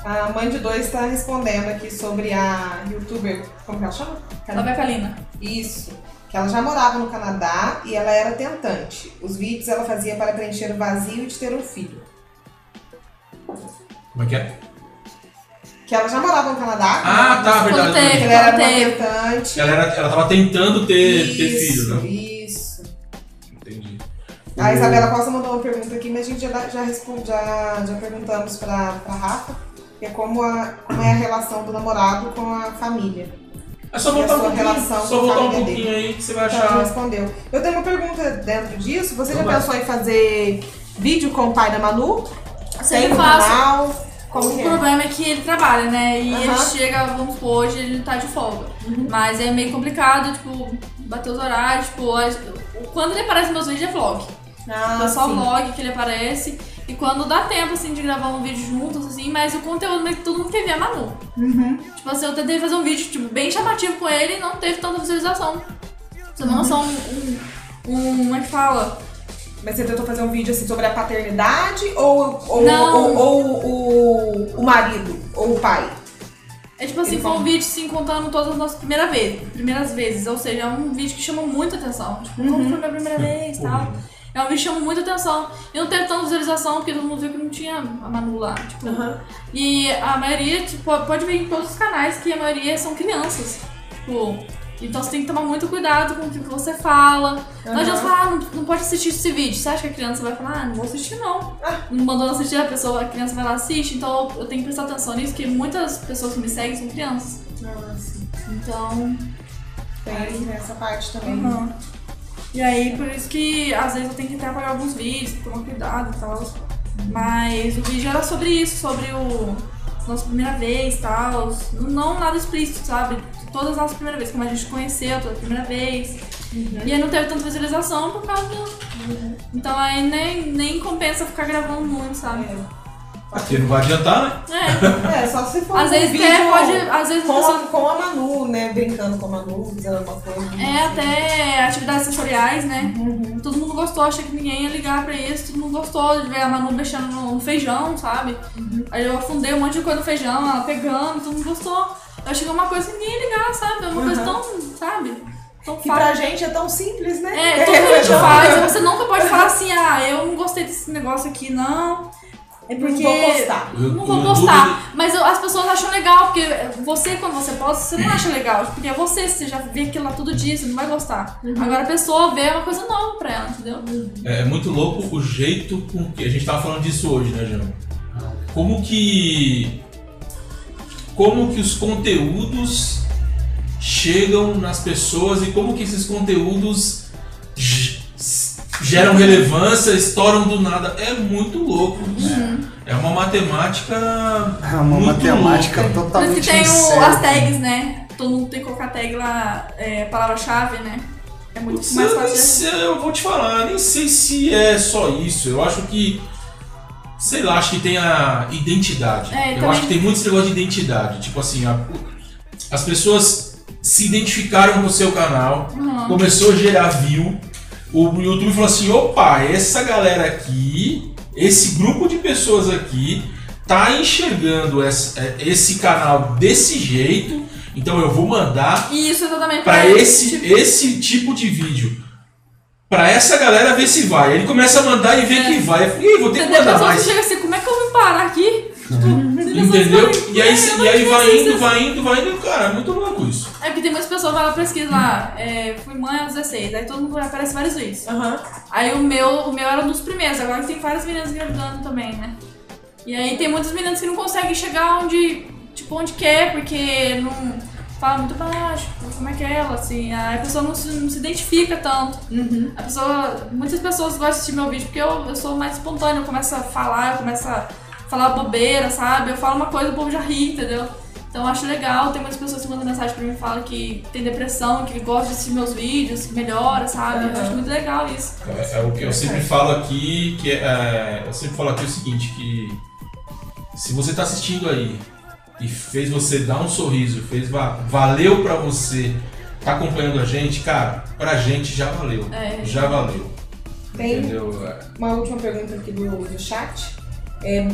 A mãe de dois tá respondendo aqui sobre a youtuber. Como que ela chama? Ela vai com a Lina. Isso. Que ela já morava no Canadá e ela era tentante. Os vídeos ela fazia para preencher o vazio de ter um filho. Como é que é? Que ela já morava no Canadá. Ah, tá, verdade. Quando teve. Que ela era uma Teve. tentante. Ela, era, ela tava tentando ter, ter Isso, filho, né? Isso. A Isabela Costa mandou uma pergunta aqui, mas a gente já, dá- já, responde, já, já perguntamos pra, pra Rafa, que é como, a, como é a relação do namorado com a família. É só voltar E a um sua pouquinho, relação só com a voltar um família pouquinho aí que você vai Então, já achar. respondeu. Eu tenho uma pergunta dentro disso. Você já Então vai. pensou em fazer vídeo com o pai da Manu? Assim, Tem eu um faço. canal? Como O que é? problema é que ele trabalha, né? E ele Aham. Uhum. chega, vamos supor, hoje ele tá de folga. Mas é meio complicado, tipo, bater os horários, tipo, as- quando ele aparece nos meus vídeos é vlog. Ah, é só sim. vlog que ele aparece. E quando dá tempo, assim, de gravar um vídeo juntos, assim, mas o conteúdo meio que todo mundo quer ver a Manu. Uhum. Tipo assim, eu tentei fazer um vídeo, tipo, bem chamativo com ele e não teve tanta visualização. Pra Você Uhum. não noção, um, um, como é que fala? Mas você tentou fazer um vídeo assim sobre a paternidade ou, ou, Não. ou, ou o, o marido ou o pai? É tipo assim, Ele foi um conta. vídeo assim, contando todas as nossas primeiras vezes, primeiras vezes. Ou seja, é um vídeo que chamou muita atenção. Tipo, Uhum. como foi minha primeira vez e tal. É um vídeo que chamou muita atenção. E não teve tanta visualização, porque todo mundo viu que não tinha a Manu lá. Tipo. E a maioria, tipo, pode ver em todos os canais que a maioria são crianças. Tipo. Então você tem que tomar muito cuidado com o que você fala. Não adianta Aham. falar, ah, não, não pode assistir esse vídeo. Você acha que a criança vai falar, ah, não vou assistir não. Não mandou não assistir, a pessoa, a criança vai lá assiste. Então eu tenho que prestar atenção nisso, porque muitas pessoas que me seguem são crianças. Então. Tem essa parte também. aham. E aí, por isso que às vezes eu tenho que até apagar alguns vídeos, tomar cuidado e tal. Mas o vídeo era sobre isso, sobre o. Nossa primeira vez e tal. Não, não nada explícito, sabe? Todas as nossas primeiras vezes, como a gente se conheceu, toda a primeira vez. Uhum. E aí não teve tanta visualização por causa do. Então aí nem, nem compensa ficar gravando muito, sabe? Porque não vai adiantar, né? É. É, só se for Às um vezes vídeo até pode. Às vezes a com, pessoa. a, com a Manu, né? Brincando com a Manu, dizendo alguma coisa. Uhum. É, até atividades sensoriais, né? Todo mundo gostou, achei que ninguém ia ligar pra isso, todo mundo gostou de ver a Manu mexendo no no feijão, sabe? Uhum. Aí eu afundei um monte de coisa no feijão, ela pegando, todo mundo gostou. Eu achei que é uma coisa que ninguém ia ligar, sabe? É uma coisa Uhum. tão, sabe? Tão Que pra fácil. gente é tão simples, né? É, [laughs] tudo que a gente faz, você nunca pode falar assim, ah, eu não gostei desse negócio aqui, não. É Não porque... vou postar. Não vou postar, mas eu- as pessoas acham legal, porque você, quando você posta, você não acha legal, porque é você, você já vê aquilo lá todo dia, você não vai gostar. Uhum. Agora a pessoa vê uma coisa nova pra ela, entendeu? É muito louco o jeito com que. A gente tava falando disso hoje, né, Jean? Como que. Como que os conteúdos chegam nas pessoas e como que esses conteúdos g- s- geram relevância, estouram do nada. É muito louco. É uma matemática. É uma Muito matemática louco. Por isso totalmente que tem um o, incerta. as tags, né? Todo mundo tem que colocar tag lá, é, palavra-chave, né? É muito Putz, mais eu nem fácil. sei, eu vou te falar, nem sei se é só isso. Eu acho que. Sei lá, acho que tem a identidade. É, eu também. acho que tem muito esse negócio de identidade. Tipo assim, a- as pessoas se identificaram com o seu canal, Uhum. começou a gerar view. O YouTube falou assim: opa, essa galera aqui, esse grupo de pessoas aqui, tá enxergando essa- é, esse canal desse jeito, então eu vou mandar E isso exatamente Pra esse, tipo, esse tipo de vídeo. Pra essa galera ver se vai. Ele começa a mandar e vê É. que vai. Eu falei, Ih, vou ter que Entendeu? A mandar pessoa mais. chega assim, como é que eu vim parar aqui? Tipo, Uhum. Entendeu? E aí, eu não e aí tinha vai essas- indo, vai indo, vai indo. Cara, é muito louco isso. né? É porque tem muitas pessoas que vai lá pesquisa lá, é, fui mãe aos 16, aí todo mundo aparece vários vídeos. Aham. Aí o meu, o meu era um dos primeiros, agora tem várias meninas engravidando também, né? E aí tem muitas meninas que não conseguem chegar onde, tipo, onde quer, porque não fala muito baixo, tipo, como é que é ela, assim, aí a pessoa não se, não se identifica tanto. A pessoa, muitas pessoas gostam de assistir meu vídeo porque eu, eu sou mais espontânea, eu começo a falar, eu começo a falar bobeira, sabe? Eu falo uma coisa e o povo já ri, entendeu? Então eu acho legal, tem muitas pessoas que mandam mensagem pra mim e falam que tem depressão, que gostam de assistir meus vídeos, que melhora, sabe? Eu Aham. acho muito legal isso. É, é o que eu sempre falo aqui, que é, é, eu sempre falo aqui o seguinte, que se você tá assistindo aí e fez você dar um sorriso, fez va- valeu pra você, tá acompanhando a gente, cara, pra gente já valeu. É. Já valeu. Tem- Entendeu? É. Uma última pergunta aqui do, do chat. É,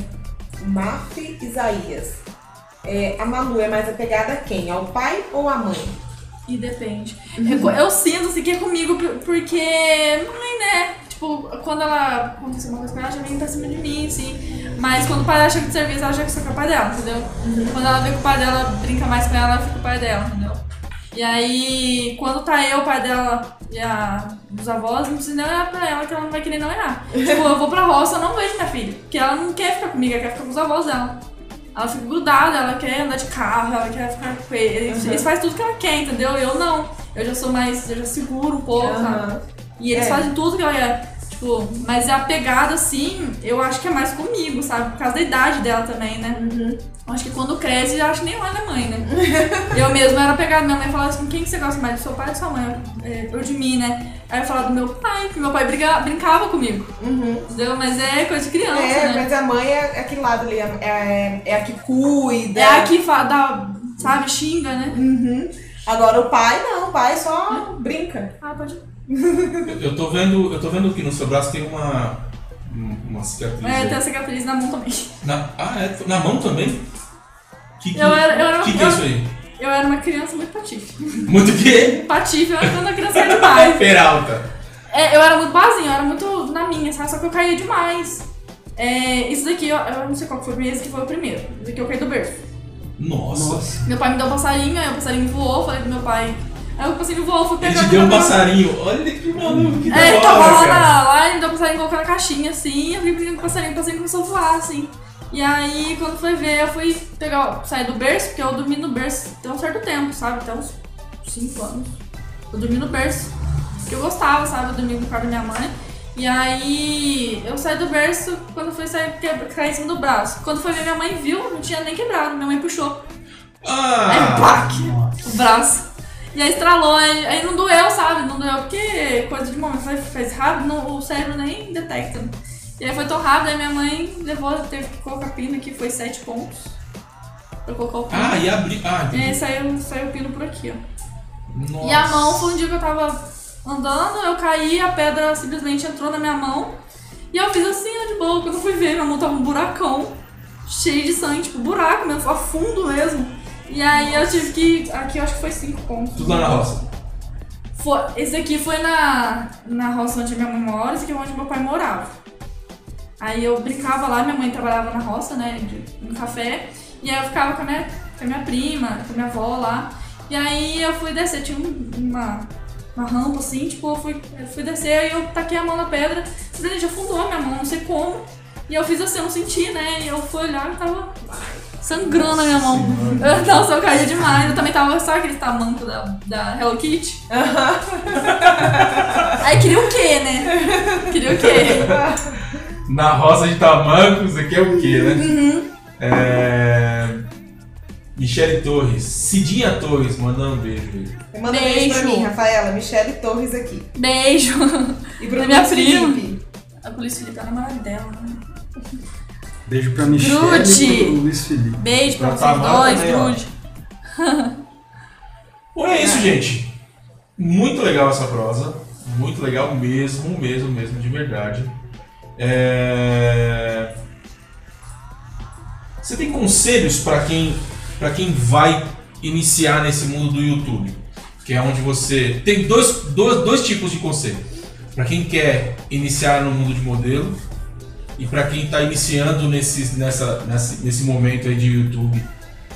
Maf Isaías. É, a Manu é mais apegada a quem? Ao pai ou à mãe? E depende. Eu, eu sinto assim que é comigo por- porque. Mãe, né? Tipo, quando ela aconteceu uma coisa com ela, ela já vem pra cima de mim, assim. Mas quando o pai dela chega de serviço, ela já que sou com o pai dela, entendeu? Quando ela vê que o pai dela brinca mais com ela, ela fica com o pai dela, entendeu? E E aí, quando tá eu, o pai dela e a, os avós, não precisa nem olhar pra ela, que ela não vai querer não olhar. Tipo, eu vou pra roça, eu não vejo minha filha. Porque ela não quer ficar comigo, ela quer ficar com os avós dela. Ela fica grudada, ela quer andar de carro, ela quer ficar com eles. Uhum. Eles fazem tudo que ela quer, entendeu? Eu não. Eu já sou mais, eu já seguro um pouco, sabe? Aham. E eles É. fazem tudo que ela quer. Tipo, mas a pegada, assim, eu acho que é mais comigo, sabe? Por causa da idade dela também, né? Uhum. Eu Acho que quando cresce, eu acho que nem olha a mãe, né? [laughs] eu mesma era pegada, minha mãe falava assim, quem que você gosta mais, do seu pai ou da sua mãe? Eu, é, eu de mim, né? Aí eu falava do meu pai, porque meu pai briga, brincava comigo, Uhum. entendeu? Mas é coisa de criança, É, né? mas a mãe é aquele lado ali, é, é, é a que cuida. É a que fa- dá, sabe, xinga, né? Uhum. Agora o pai não, o pai só brinca. Ah, pode... Eu, eu tô vendo, eu tô vendo que no seu braço tem uma um, uma cicatriz. É, aí. tem a cicatriz na mão também. [laughs] Na, ah, é, na mão também? Que que, Eu era- eu era- que, que é eu- isso aí? Eu era uma criança muito patife. Muito que? Patife, eu era quando a criança [laughs] era demais. Peralta. É, eu era muito boazinha, eu era muito na minha, sabe? Só que eu caía demais. É, isso daqui, eu, eu não sei qual que foi o primeiro, esse que foi o primeiro. Isso daqui eu caí do berço. Nossa. Nossa. Meu pai me deu um passarinho, aí o passarinho voou, falei pro meu pai. Aí o passarinho voou, fui Ele pegar. te deu um colocar- passarinho. Olha que maluco que da É, ele tava hora, lá, Então, cara. na, lá, ele me deu um passarinho colocar na caixinha assim, eu fiquei brincando com o passarinho, o passarinho começou a voar assim. E aí, quando foi ver, eu fui pegar, sair do berço, porque eu dormi no berço tem um certo tempo, sabe? Até uns 5 anos. Eu dormi no berço. Porque eu gostava, sabe? Eu dormia no quarto da minha mãe. E aí eu saí do berço, quando fui sair, quebra- caí em cima do braço. Quando foi ver, minha mãe viu, não tinha nem quebrado, minha mãe puxou. Aí, Ah, pá, que- o braço. E aí estralou, aí, aí não doeu, sabe? Não doeu porque coisa de momento faz, faz rápido, não- o cérebro nem detecta. E aí foi tão rápido, aí minha mãe levou, teve que colocar pino aqui, foi 7 pontos. Pra colocar o pino. ah, e abri. Ah, E aí saiu, saiu o pino por aqui, ó. nossa. É. E a mão foi um dia que eu tava andando, eu caí, a pedra simplesmente entrou na minha mão. E eu fiz assim, ó, de boa, quando eu fui ver, minha mão tava um buracão, cheio de sangue, tipo, buraco mesmo, a fundo mesmo. E aí eu tive que. Aqui eu acho que foi 5 pontos. Tudo lá na roça. Foi, esse aqui foi na, na roça onde minha mãe mora, esse aqui é onde meu pai morava. Aí eu brincava lá, minha mãe trabalhava na roça, né, de- no café, e aí eu ficava com a minha, com a minha prima, com a minha avó lá. E aí eu fui descer, tinha um- uma, uma rampa assim, tipo, eu fui, eu fui descer, aí eu taquei a mão na pedra, simplesmente afundou a minha mão, não sei como. E eu fiz assim, eu não senti, né, e eu fui olhar e tava sangrando a minha mão. Eu- [laughs] Nossa, eu caí demais. Eu também tava, sabe aquele tamanco da, da Hello Kitty? [laughs] Aí queria o quê, né? Queria o quê? Na roça de tamancos, aqui é o quê, né? Uhum. É... Michele Torres, Cidinha Torres, mandando um beijo aí. Manda um beijo pra Beijo. mim, Rafaela, Michele Torres aqui. Beijo. E Bruno minha Luiz prima. Felipe. A polícia Felipe é a namorada dela, né? Beijo pra Michelle Grude. e pro Luiz Felipe. Beijo pra Pra vocês Tamara dois, tá também, ó. Grude. Bom, é isso, gente. Muito legal essa prosa. Muito legal mesmo, mesmo, mesmo, de verdade. É... Você tem conselhos para quem, pra quem vai iniciar nesse mundo do YouTube? Que é onde você. Tem dois, dois, dois tipos de conselho. Para quem quer iniciar no mundo de modelo e para quem está iniciando nesse, nessa, nesse, nesse momento aí de YouTube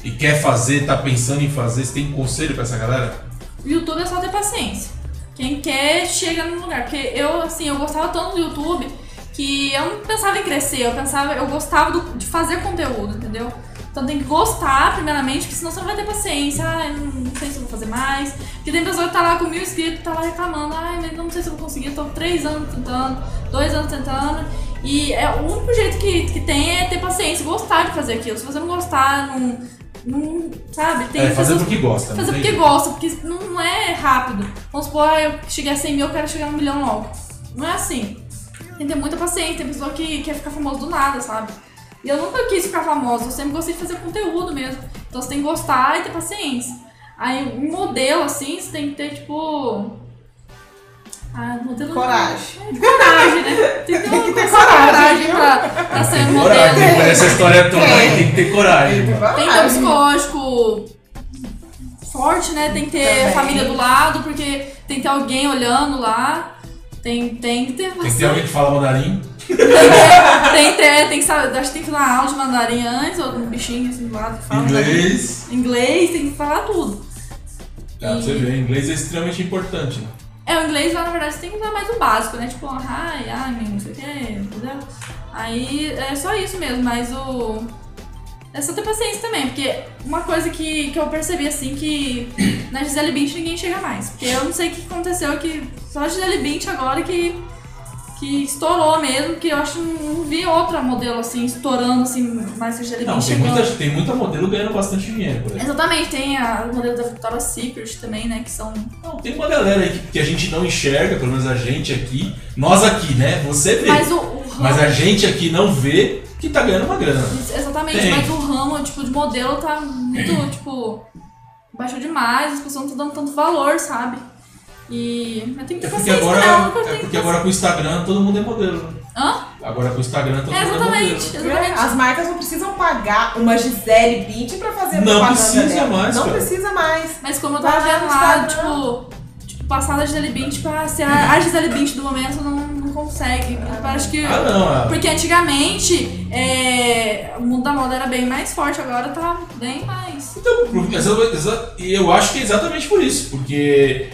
e quer fazer, tá pensando em fazer, você tem conselho pra essa galera? O YouTube é só ter paciência. Quem quer chega no lugar. Porque eu, assim, eu gostava tanto do YouTube que eu não pensava em crescer, eu pensava, eu gostava do- de fazer conteúdo, entendeu? Então tem que gostar, primeiramente, porque senão você não vai ter paciência. Ah, eu não sei se eu vou fazer mais. Porque tem pessoa que tá lá com mil inscritos, tá lá reclamando. Ai, mas não sei se eu vou conseguir, eu tô três anos tentando, dois anos tentando. E é o único jeito que, que tem é ter paciência, gostar de fazer aquilo. Se você não gostar, não. não sabe? Tem é, fazer pessoas porque gosta. fazer não tem porque jeito. gosta, porque não não é rápido. Vamos supor, ah, eu cheguei a 100 mil, eu quero chegar no milhão logo. Não é assim. Tem que ter muita paciência, tem pessoa que quer ficar famosa do nada, sabe? E eu nunca quis ficar famosa, eu sempre gostei de fazer conteúdo mesmo. Então você tem que gostar e ter paciência. Aí, um modelo assim, você tem que ter, tipo. Ah, modelo. Coragem. Coragem, né? Tem que ter, uma- Tem que ter coragem, coragem viu? pra, pra ser Tem um coragem, modelo. depois dessa história toda, É. aí tem que ter coragem. né? mano. Tem Ah, que ter um psicológico forte, né? Tem que ter Também. família do lado, porque tem que ter alguém olhando lá. Tem, tem que ter Tem que ter [laughs] alguém que fala mandarim. tem que ter, tem que saber. Acho que tem que falar aula de mandarim antes, ou um bichinho assim do lado que fala mandarim. Inglês. Inglês, tem que falar tudo. Tá, você vê, inglês é extremamente importante. né? É, o inglês lá, na verdade, você tem que usar mais o básico, né? Tipo, hi, I'm, não sei o que, entendeu? Aí é só isso mesmo, mas o. É só ter paciência também, porque uma coisa que, que eu percebi assim que na Gisele Bint ninguém chega mais. Porque eu não sei o que aconteceu, que só a Gisele Bint agora que, que estourou mesmo, que eu acho que não não vi outra modelo assim, estourando assim, mais que a Gisele Não, Bint tem chegando. muita, tem muita modelo ganhando bastante dinheiro por aí. Exatamente, tem a o modelo da Victoria's Secret também, né? Que são. Não, tem uma galera aí que, que a gente não enxerga, pelo menos a gente aqui, nós aqui, né? Você vê. Mas o, o ramo- Mas a gente aqui não vê que tá ganhando uma grana. Isso, Exatamente, Tem. mas o ramo, tipo, de modelo tá muito, tipo, baixou demais, as pessoas não estão dando tanto valor, sabe? E. Mas tem que É ter porque paciência, né? Eu agora, nunca é tenho porque paciência. agora com o Instagram todo mundo é modelo. né? Hã? Agora com o Instagram todo mundo É, é modelo. exatamente, exatamente. As marcas não precisam pagar uma Gisele Bündchen pra fazer a Não propaganda precisa dela. mais, Não cara. precisa mais. Mas como eu tava Vai lá vendo no lá, Instagram. tipo. Tipo, passar da Gisele Bint pra ser a, a Gisele Bint do momento não, não consegue. Eu acho que. Ah não, é. Porque antigamente é, o mundo da moda era bem mais forte, agora tá bem mais. Então, por- exa- exa- e eu acho que é exatamente por isso, porque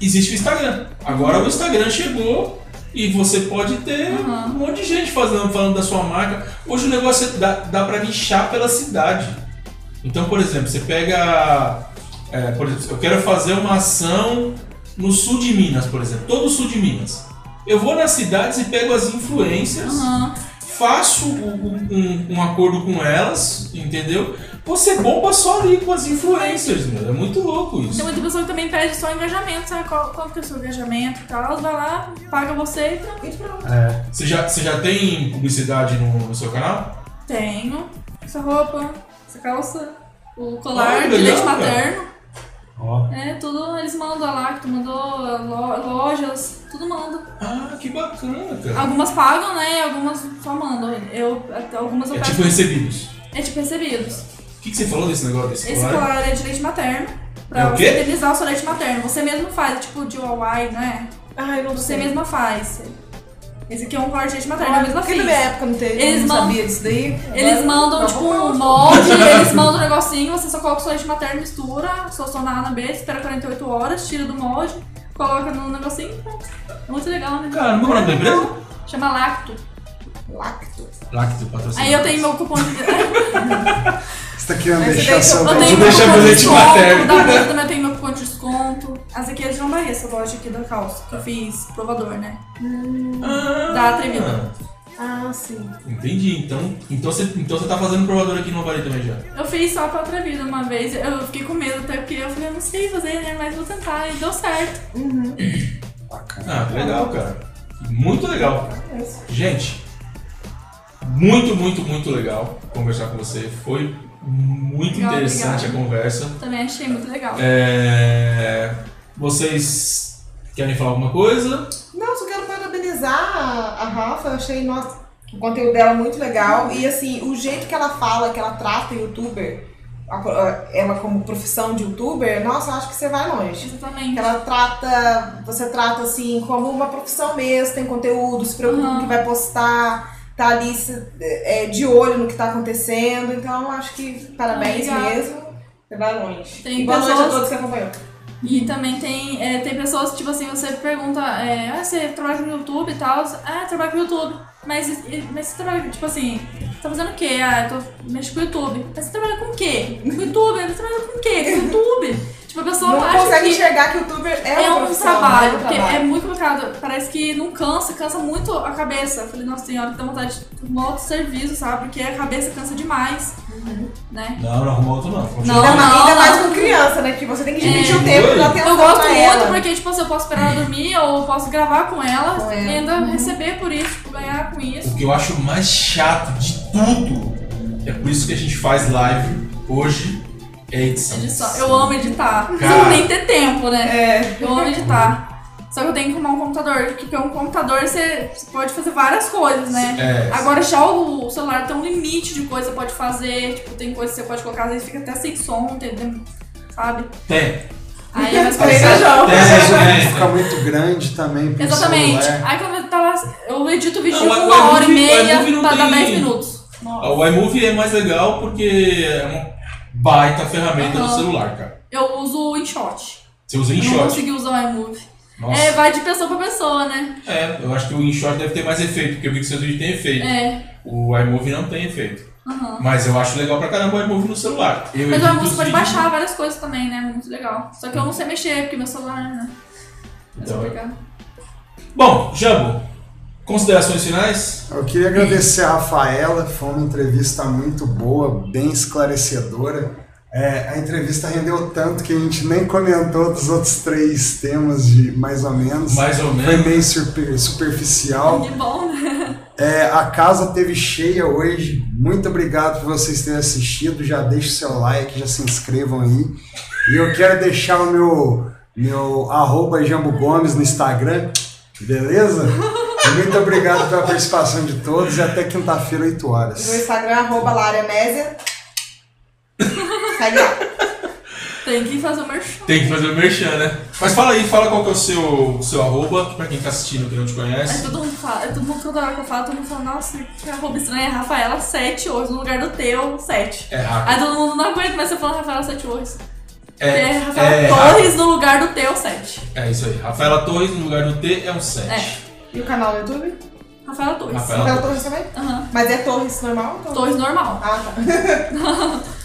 existe o Instagram. Agora o Instagram chegou e você pode ter Aham. um monte de gente fazendo, falando da sua marca. Hoje o negócio é, dá, dá pra nichar pela cidade. Então, por exemplo, você pega. é, por exemplo, eu quero fazer uma ação no sul de Minas, por exemplo, todo o sul de Minas. Eu vou nas cidades e pego as influências. Aham. faço um, um- um acordo com elas, entendeu? Você bomba só ali com as influencers, meu. É muito louco Tem isso. muita pessoa que Então, também pede só engajamento, sabe? Qual, qual que é o seu engajamento e tal, vai lá, paga você e pronto. E pronto. É. Você já, você já tem publicidade no, no seu canal? Tenho essa roupa, essa calça, o colar Ah, que de legal, leite cara. materno. Ó. É, tudo eles mandam lá, que tu mandou lo- lojas, tudo manda. Ah, que bacana, cara. Algumas pagam, né? Algumas só mandam. Eu, até algumas eu É peço. tipo recebidos. É tipo recebidos. O que, que você falou desse negócio desse Esse colar? colar é de leite materno. É Pra o você quê? eternizar o seu leite materno. Você mesmo faz, tipo DIY, né? Ai, não sei. Você mesma faz. Esse aqui é um colar de leite materno, é a Olha, mesma Porque na fita. minha época não teve, Eles eu não mandam- sabia disso daí. Agora Eles mandam, eu tipo, vou um né? falar. [laughs] molde, eles mandam um negocinho, você só coloca o seu leite materno, mistura, solucionar na B, espera 48 horas, tira do molde, coloca no negocinho e pronto. É Muito legal, né? Cara, não é o nome da empresa? Chama Lacto. Lacto. Lacto, patrocinador. Aí eu tenho meu cupom [laughs] de... Eu Você tá querendo Mas você deixar deixa- seu eu leite tenho vou deixar meu meu cupom de leite materno. desconto, da Bruna também tem meu cupom de desconto. As aqui é de Bahia, essa loja aqui da calça, que eu fiz provador, né? Ah, Dá tremida. Ah, sim. Entendi. Então, então, você, então você tá fazendo provador aqui no Havaí também já. Eu fiz só pra outra vida uma vez, eu fiquei com medo até, porque eu falei, eu não sei fazer, né, mas vou tentar, e deu certo. Uhum. Bacana. Ah, que legal, cara. Muito legal. É isso. Gente, muito, muito, muito legal conversar com você. Foi muito Legal, interessante obrigada. a conversa. Também achei muito legal. É, Vocês querem falar alguma coisa? Não, só quero parabenizar a, a Rafa. Eu achei nossa, o conteúdo dela muito legal. E assim, o jeito que ela fala, que ela trata youtuber, a co- a- ela como profissão de youtuber, nossa, eu acho que você vai longe. Exatamente. Que ela trata, você trata assim, como uma profissão mesmo, tem conteúdo, se preocupa com o que vai postar, tá ali se- é, de olho no que tá acontecendo. Então, eu acho que parabéns Obrigada. mesmo. Você vai longe. Tem E boa noite pessoas- a todos que acompanhou. E também tem, é, tem pessoas que, tipo assim, você pergunta, é, ah, você trabalha com YouTube e tal? Ah, eu trabalho com YouTube. Mas, e- mas você trabalha, tipo assim, você tá fazendo o quê? Ah, eu tô mexendo com o YouTube. Mas você trabalha com o quê? Com o YouTube? Você trabalha com o quê? Com o YouTube? Tipo, a pessoa Não acha consegue que enxergar que youtuber é, é uma um profissão, trabalho, é um porque trabalho. é muito complicado. Parece que não cansa, cansa muito a cabeça. Eu falei, nossa senhora, que dá vontade de arrumar outro serviço, sabe? Porque a cabeça cansa demais, né? Não, não arrumou outro não. Continua. Ainda, mais- Não, ainda não. mais com criança, né? Que você tem que dividir o tempo pra atenção Eu gosto pra muito ela. porque, tipo assim, eu posso esperar ela dormir, ou eu posso gravar com ela, Uhum. Com ela. e ainda receber por isso, tipo, ganhar com isso. O que eu acho mais chato de tudo, é por isso que a gente faz live hoje, é edição. Edição. Eu amo editar. Só Cara. que tem que ter tempo, né? É. Eu amo editar. Só que eu tenho que arrumar um computador, porque com um computador você você pode fazer várias coisas, né? É, Agora já o celular tem um limite de coisa que você pode fazer, tipo, tem coisa que você pode colocar, às vezes fica até sem som, entendeu? Sabe? tem. [laughs] Aí [laughs] as Tem pessoas- feijão. Tem, tem, Fica muito grande também pro Exatamente. celular. Aí quando eu tava. Eu edito o vídeo né? Não, de o uma hora e iMovie- o iMovie meia não pra dar tem- 10 minutos. O iMovie é mais legal porque é uma- baita ferramenta no Aham. celular, cara. Eu uso o InShot. Você usa o Não InShot. consegui usar o iMovie. Nossa. É, vai de pessoa pra pessoa, né? É, eu acho que o InShot deve ter mais efeito, porque eu vi que o seu vídeo tem efeito. É. O iMovie não tem efeito. Aham. Mas eu acho legal pra caramba o iMovie no celular. Eu Mas edito o iMovie os você pode vídeos. baixar várias coisas também, né? Muito legal. Só que eu não sei mexer, porque meu celular, né? É só Então, é. pegar. Bom, Jambo, considerações finais? Eu queria agradecer a Rafaela, foi uma entrevista muito boa, bem esclarecedora. É, a entrevista rendeu tanto que a gente nem comentou dos outros três temas de mais ou menos. Mais ou Foi menos. meio surpe- superficial. Que bom, né? [laughs] É, a casa teve cheia hoje. Muito obrigado por vocês terem assistido. Já deixa o seu like, já se inscrevam aí. E eu quero deixar o meu, meu arroba Jambo Gomes no Instagram, beleza? Muito obrigado pela participação de todos e até quinta-feira, 8 Meu horas. Instagram é arroba larianésia. Segue lá. Tem que fazer o merchan. Tem que fazer o merchan, né? Mas fala aí, fala qual que é o seu, seu arroba, pra quem tá assistindo que não te Aí conhece. todo mundo fala, é todo mundo toda hora que eu falo, todo mundo fala, nossa, que arroba estranha é Rafaela 7 hoje, no lugar do teu 7. É rápido. Aí todo mundo não aguenta, mas você fala Rafaela 7 hoje. É, É, Rafaela é, Torres no lugar do teu 7. é isso aí. Rafaela Torres, no lugar do T, é um 7. É. E o canal no YouTube? Rafaela Torres. Rafaela. Rafael Torres também? Aham. Mas é Torres normal? ou Torres normal. Ah, tá.